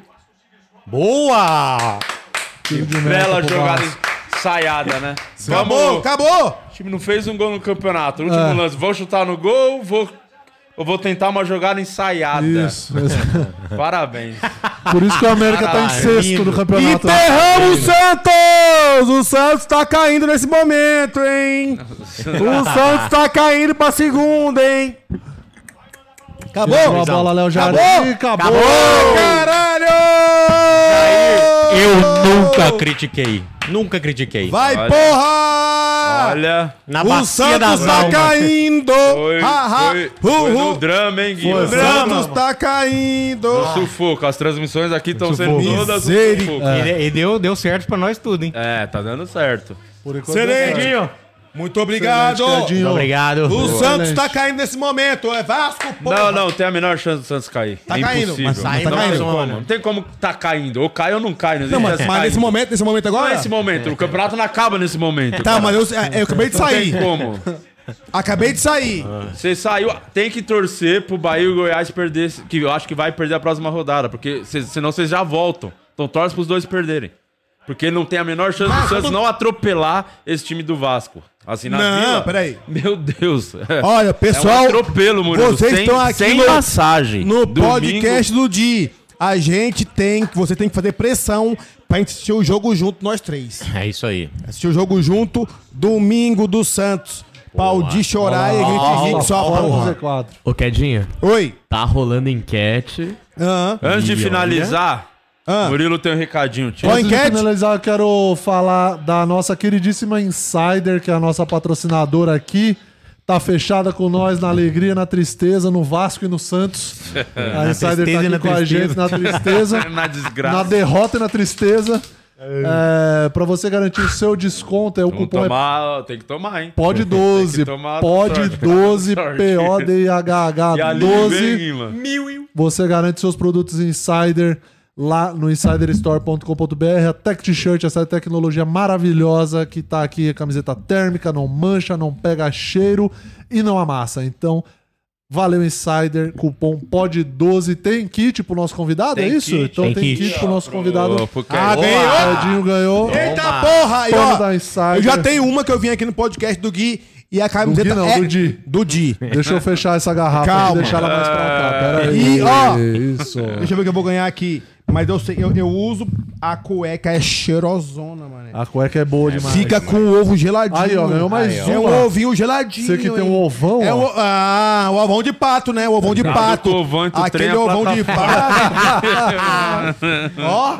S2: Boa!
S4: Tiro
S1: É,
S4: de meta
S3: Bela
S1: tá
S4: pro
S3: jogada
S4: Vasco.
S3: ensaiada, né?
S1: Acabou, acabou!
S3: O time não fez um gol no campeonato. Último
S1: É.
S3: lance, vou chutar no gol, vou... Eu vou tentar uma jogada ensaiada.
S4: Isso. exato.
S1: [laughs]
S3: Parabéns.
S4: Por isso que o América tá em
S2: Caralho,
S4: sexto
S2: lindo.
S4: no campeonato.
S1: Enterramos o Santos! O Santos tá caindo nesse momento, hein?
S3: [laughs]
S1: O Santos tá caindo pra segunda, hein?
S4: Acabou. a bola, Léo Jardim.
S1: Acabou.
S4: Acabou.
S1: Caralho!
S2: Eu nunca critiquei. Nunca critiquei.
S1: Vai,
S3: Olha.
S1: porra!
S3: Olha,
S2: Na
S1: O
S2: bacia
S1: Santos
S2: das
S1: tá
S2: almas.
S1: caindo!
S3: foi,
S1: Ha, ha,
S3: foi, foi
S1: hu,
S3: no
S1: hu.
S3: drama, hein, Guilherme?
S1: O Santos tá caindo!
S3: Sufoco, as transmissões aqui estão sendo
S1: Sufoco.
S3: todas um
S1: Misericórdia.
S3: sufoco.
S2: E, de- e deu, deu certo pra nós tudo, hein?
S3: É, tá dando certo.
S4: Por enquanto, é
S1: Excelente! Muito obrigado!
S3: é
S4: Cadinho.
S2: Obrigado.
S1: O Santos
S4: Excelente.
S1: tá caindo nesse momento! É Vasco,
S3: Não, não, tem a menor chance do Santos cair.
S1: Tá
S3: é
S1: caindo,
S3: impossível.
S1: mas sai,
S3: não
S1: tá
S3: tem
S1: caindo.
S3: como. Não tem como tá caindo. Ou cai ou não cai. né? Não,
S1: Não,
S3: existe
S1: mas,
S3: essa
S1: mas nesse
S3: caída.
S1: momento, nesse momento
S3: É. Não é
S1: agora?
S3: esse momento. O campeonato não acaba nesse momento.
S1: Tá,
S3: cara.
S1: mas eu, é, eu acabei de
S3: Não tem
S1: sair.
S3: como. Ah.
S1: Acabei de sair.
S3: Você saiu, tem que torcer pro Bahia e o Goiás perder, que eu acho que vai perder a próxima rodada, porque cê, senão vocês já voltam. Então torce pros dois perderem. Porque não tem a menor chance
S1: Ah,
S3: do Santos não atropelar esse time do Vasco. Assim, na
S1: Não,
S3: Vila-
S1: peraí.
S3: Meu Deus. [laughs] É.
S1: Olha, pessoal,
S3: é um atropelo, Murilo.
S1: vocês
S3: sem,
S1: estão aqui
S3: sem
S1: no-
S3: passagem.
S1: no
S3: Domingo-
S1: podcast do Di, a gente tem, você tem que fazer pressão pra gente assistir o jogo junto, nós três.
S2: É isso aí.
S1: Assistir o jogo junto, domingo do Santos. Pau de chorar e a gente rir que só a
S4: Fora do
S1: porra.
S4: Z4.
S5: Ô, Quedinha,
S1: Oi.
S5: tá rolando enquete.
S1: Aham.
S3: Antes de
S5: E olha-
S3: finalizar,
S1: Ah.
S3: Murilo tem um recadinho, tio.
S1: Ó,
S4: Antes
S1: enquete.
S4: de finalizar, eu quero falar da nossa queridíssima Insider, que é a nossa patrocinadora aqui. Tá fechada com nós na alegria, na tristeza, no Vasco e
S2: [laughs]
S4: no Santos. A Insider
S2: tristeza
S4: tá
S2: e
S4: aqui
S2: na
S4: com a
S2: tristeza.
S4: gente na tristeza.
S2: [laughs]
S3: Tá Na
S4: na
S3: desgraça.
S4: derrota e na tristeza. É, para você garantir o seu desconto, é o
S3: Vamos
S4: cupom é
S3: tomar, [laughs] tem que tomar, hein?
S4: pode 12,
S3: tomar
S4: pode
S3: sorte. [laughs]
S4: 12,
S3: Sorte.
S4: p o d
S3: E
S4: h
S3: ali
S4: 12
S3: vem, mano.
S4: Você garante seus produtos Insider lá no insiderstore.com.br. A Tech T-Shirt, essa tecnologia maravilhosa que tá aqui, a camiseta térmica, não mancha, não pega cheiro e não amassa. Então, valeu Insider, cupom POD12. Tem kit pro nosso convidado, é isso?
S3: kit,
S4: então
S2: tem
S4: tem, kit.
S2: kit
S4: pro nosso convidado.
S3: Ô, porque-
S1: Ah,
S3: Ô,
S1: ganhou!
S4: O Edinho ganhou.
S1: Eita porra! Aí, ó,
S4: Pano da Insider.
S1: eu já tenho uma que eu vim aqui no podcast do Gui e a camiseta
S4: Gui não,
S1: é
S4: do Di.
S1: Do Di.
S4: Deixa eu fechar essa garrafa
S1: Calma. É.
S4: e deixar ela mais pra cá. Pera aí.
S1: E, ó.
S4: Isso.
S1: Deixa eu ver o que eu vou ganhar aqui. Mas eu sei, eu, eu uso a cueca, é cheirosona, mano.
S4: A cueca é boa demais.
S1: Fica com o ovo geladinho.
S4: Aí, ó, ganhou mais
S1: É um
S4: uma.
S1: ovinho geladinho.
S4: Você que tem um
S1: hein?
S4: ovão,
S1: É
S4: ó.
S1: o, ah, o ovão de pato, né? O ovão de pato.
S3: com o ovão entre o trem é e
S1: Aquele
S3: a
S1: ovão de pato. ó.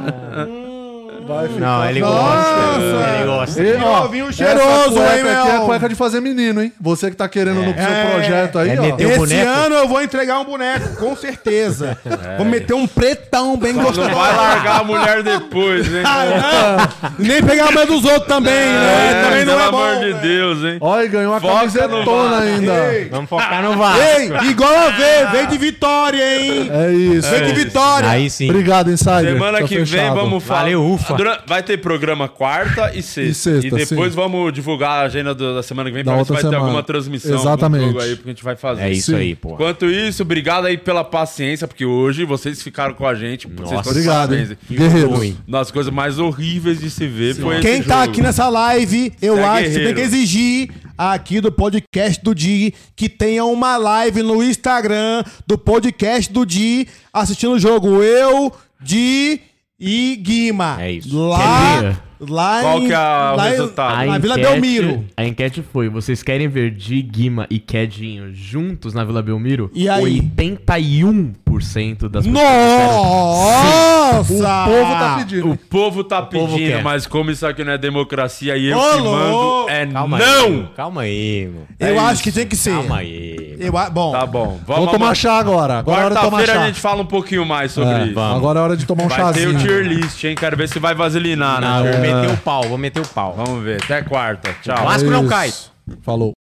S4: Vai ficar.
S2: Não, ele
S1: Nossa.
S2: gosta. Ele gosta.
S4: E,
S1: Que
S4: ó,
S1: ovinho cheiroso,
S4: essa cueca
S1: hein,
S4: aqui é a
S1: meu?
S4: cueca de fazer menino, hein? Você que tá querendo no seu
S1: É.
S4: projeto aí,
S2: É
S4: ó.
S2: meter Tem um
S1: Esse
S2: boneco?
S1: ano eu vou entregar um boneco, com certeza.
S4: [laughs]
S2: É.
S1: Vou meter um pretão bem
S3: Não
S1: gostoso.
S3: vai largar a mulher depois,
S4: [laughs]
S3: hein?
S4: Ah,
S1: Nem pegar a mãe dos outros também, né? Também não
S3: pelo
S1: é
S3: amor
S1: bom.
S3: de
S1: né?
S3: Deus, hein?
S4: Ó, e ganhou uma
S3: Foca no
S4: camisetona
S3: VAR.
S4: ainda.
S1: Ei,
S2: Vamos focar no VAR.
S1: ei, igual a ver, vem de vitória, hein?
S4: É isso.
S1: Vem de vitória.
S2: Aí sim.
S4: Obrigado, Insider.
S3: Semana
S4: Tá
S3: que
S4: fechado.
S3: vem vamos falar.
S2: Valeu, ufa.
S3: Dura- Vai ter programa quarta e sexta.
S4: E sexta,
S3: depois
S4: sim.
S3: vamos divulgar a agenda do- da semana que vem
S4: Da
S3: pra ver se
S4: outra
S3: vai ter
S4: semana.
S3: alguma transmissão. algum
S4: Exatamente.
S3: jogo aí que a gente vai fazer.
S2: É isso
S4: Sim.
S2: aí, pô.
S3: Enquanto isso, obrigado aí pela paciência, porque hoje vocês ficaram com a gente. Vocês
S2: Nossa.
S3: estão de
S4: Obrigado,
S3: parabéns,
S4: hein?
S3: hein?
S4: Guerreiros.
S2: Ui.
S3: Uma das coisas mais horríveis de se ver foi esse
S1: Quem tá
S3: jogo.
S1: aqui nessa live, eu
S3: Você é
S1: acho que você tem
S3: guerreiro.
S1: que exigir aqui do podcast do Di que tenha uma live no Instagram do podcast do Di assistindo o jogo. Eu, Di e Guima.
S2: É isso.
S1: Lá, lá
S3: Qual que é o
S1: lá em-
S3: resultado?
S1: Ah, Na Vila Belmiro.
S5: A enquete foi: vocês querem ver Di, Guima e Kedinho juntos na Vila Belmiro?
S1: E aí?
S5: 81% das pessoas.
S1: Nossa!
S4: O povo tá
S1: Ah,
S4: pedindo.
S3: O povo tá
S2: povo
S3: pedindo,
S2: quer.
S3: mas como isso aqui não é democracia e eu
S1: Ô,
S3: que mando,
S1: louco!
S3: é
S2: Calma
S3: não!
S2: aí. meu. Calma aí, meu.
S1: Eu acho que tem que ser.
S2: Calma aí.
S1: Eu, a- bom,
S3: Tá bom.
S4: Vamos tomar chá agora. Agora é hora de tomar
S3: Quarta-feira
S4: chá.
S3: a gente fala um pouquinho mais sobre
S4: É,
S3: isso.
S4: agora é hora de tomar um
S3: Vai ter
S4: chazinho.
S3: o tier list, hein? Quero ver se vai vaselinar,
S2: Não,
S3: né?
S2: vou meter o pau, vou meter o pau.
S3: Vamos ver. Até quarta. Tchau.
S2: Vasco não cai.
S4: É Falou.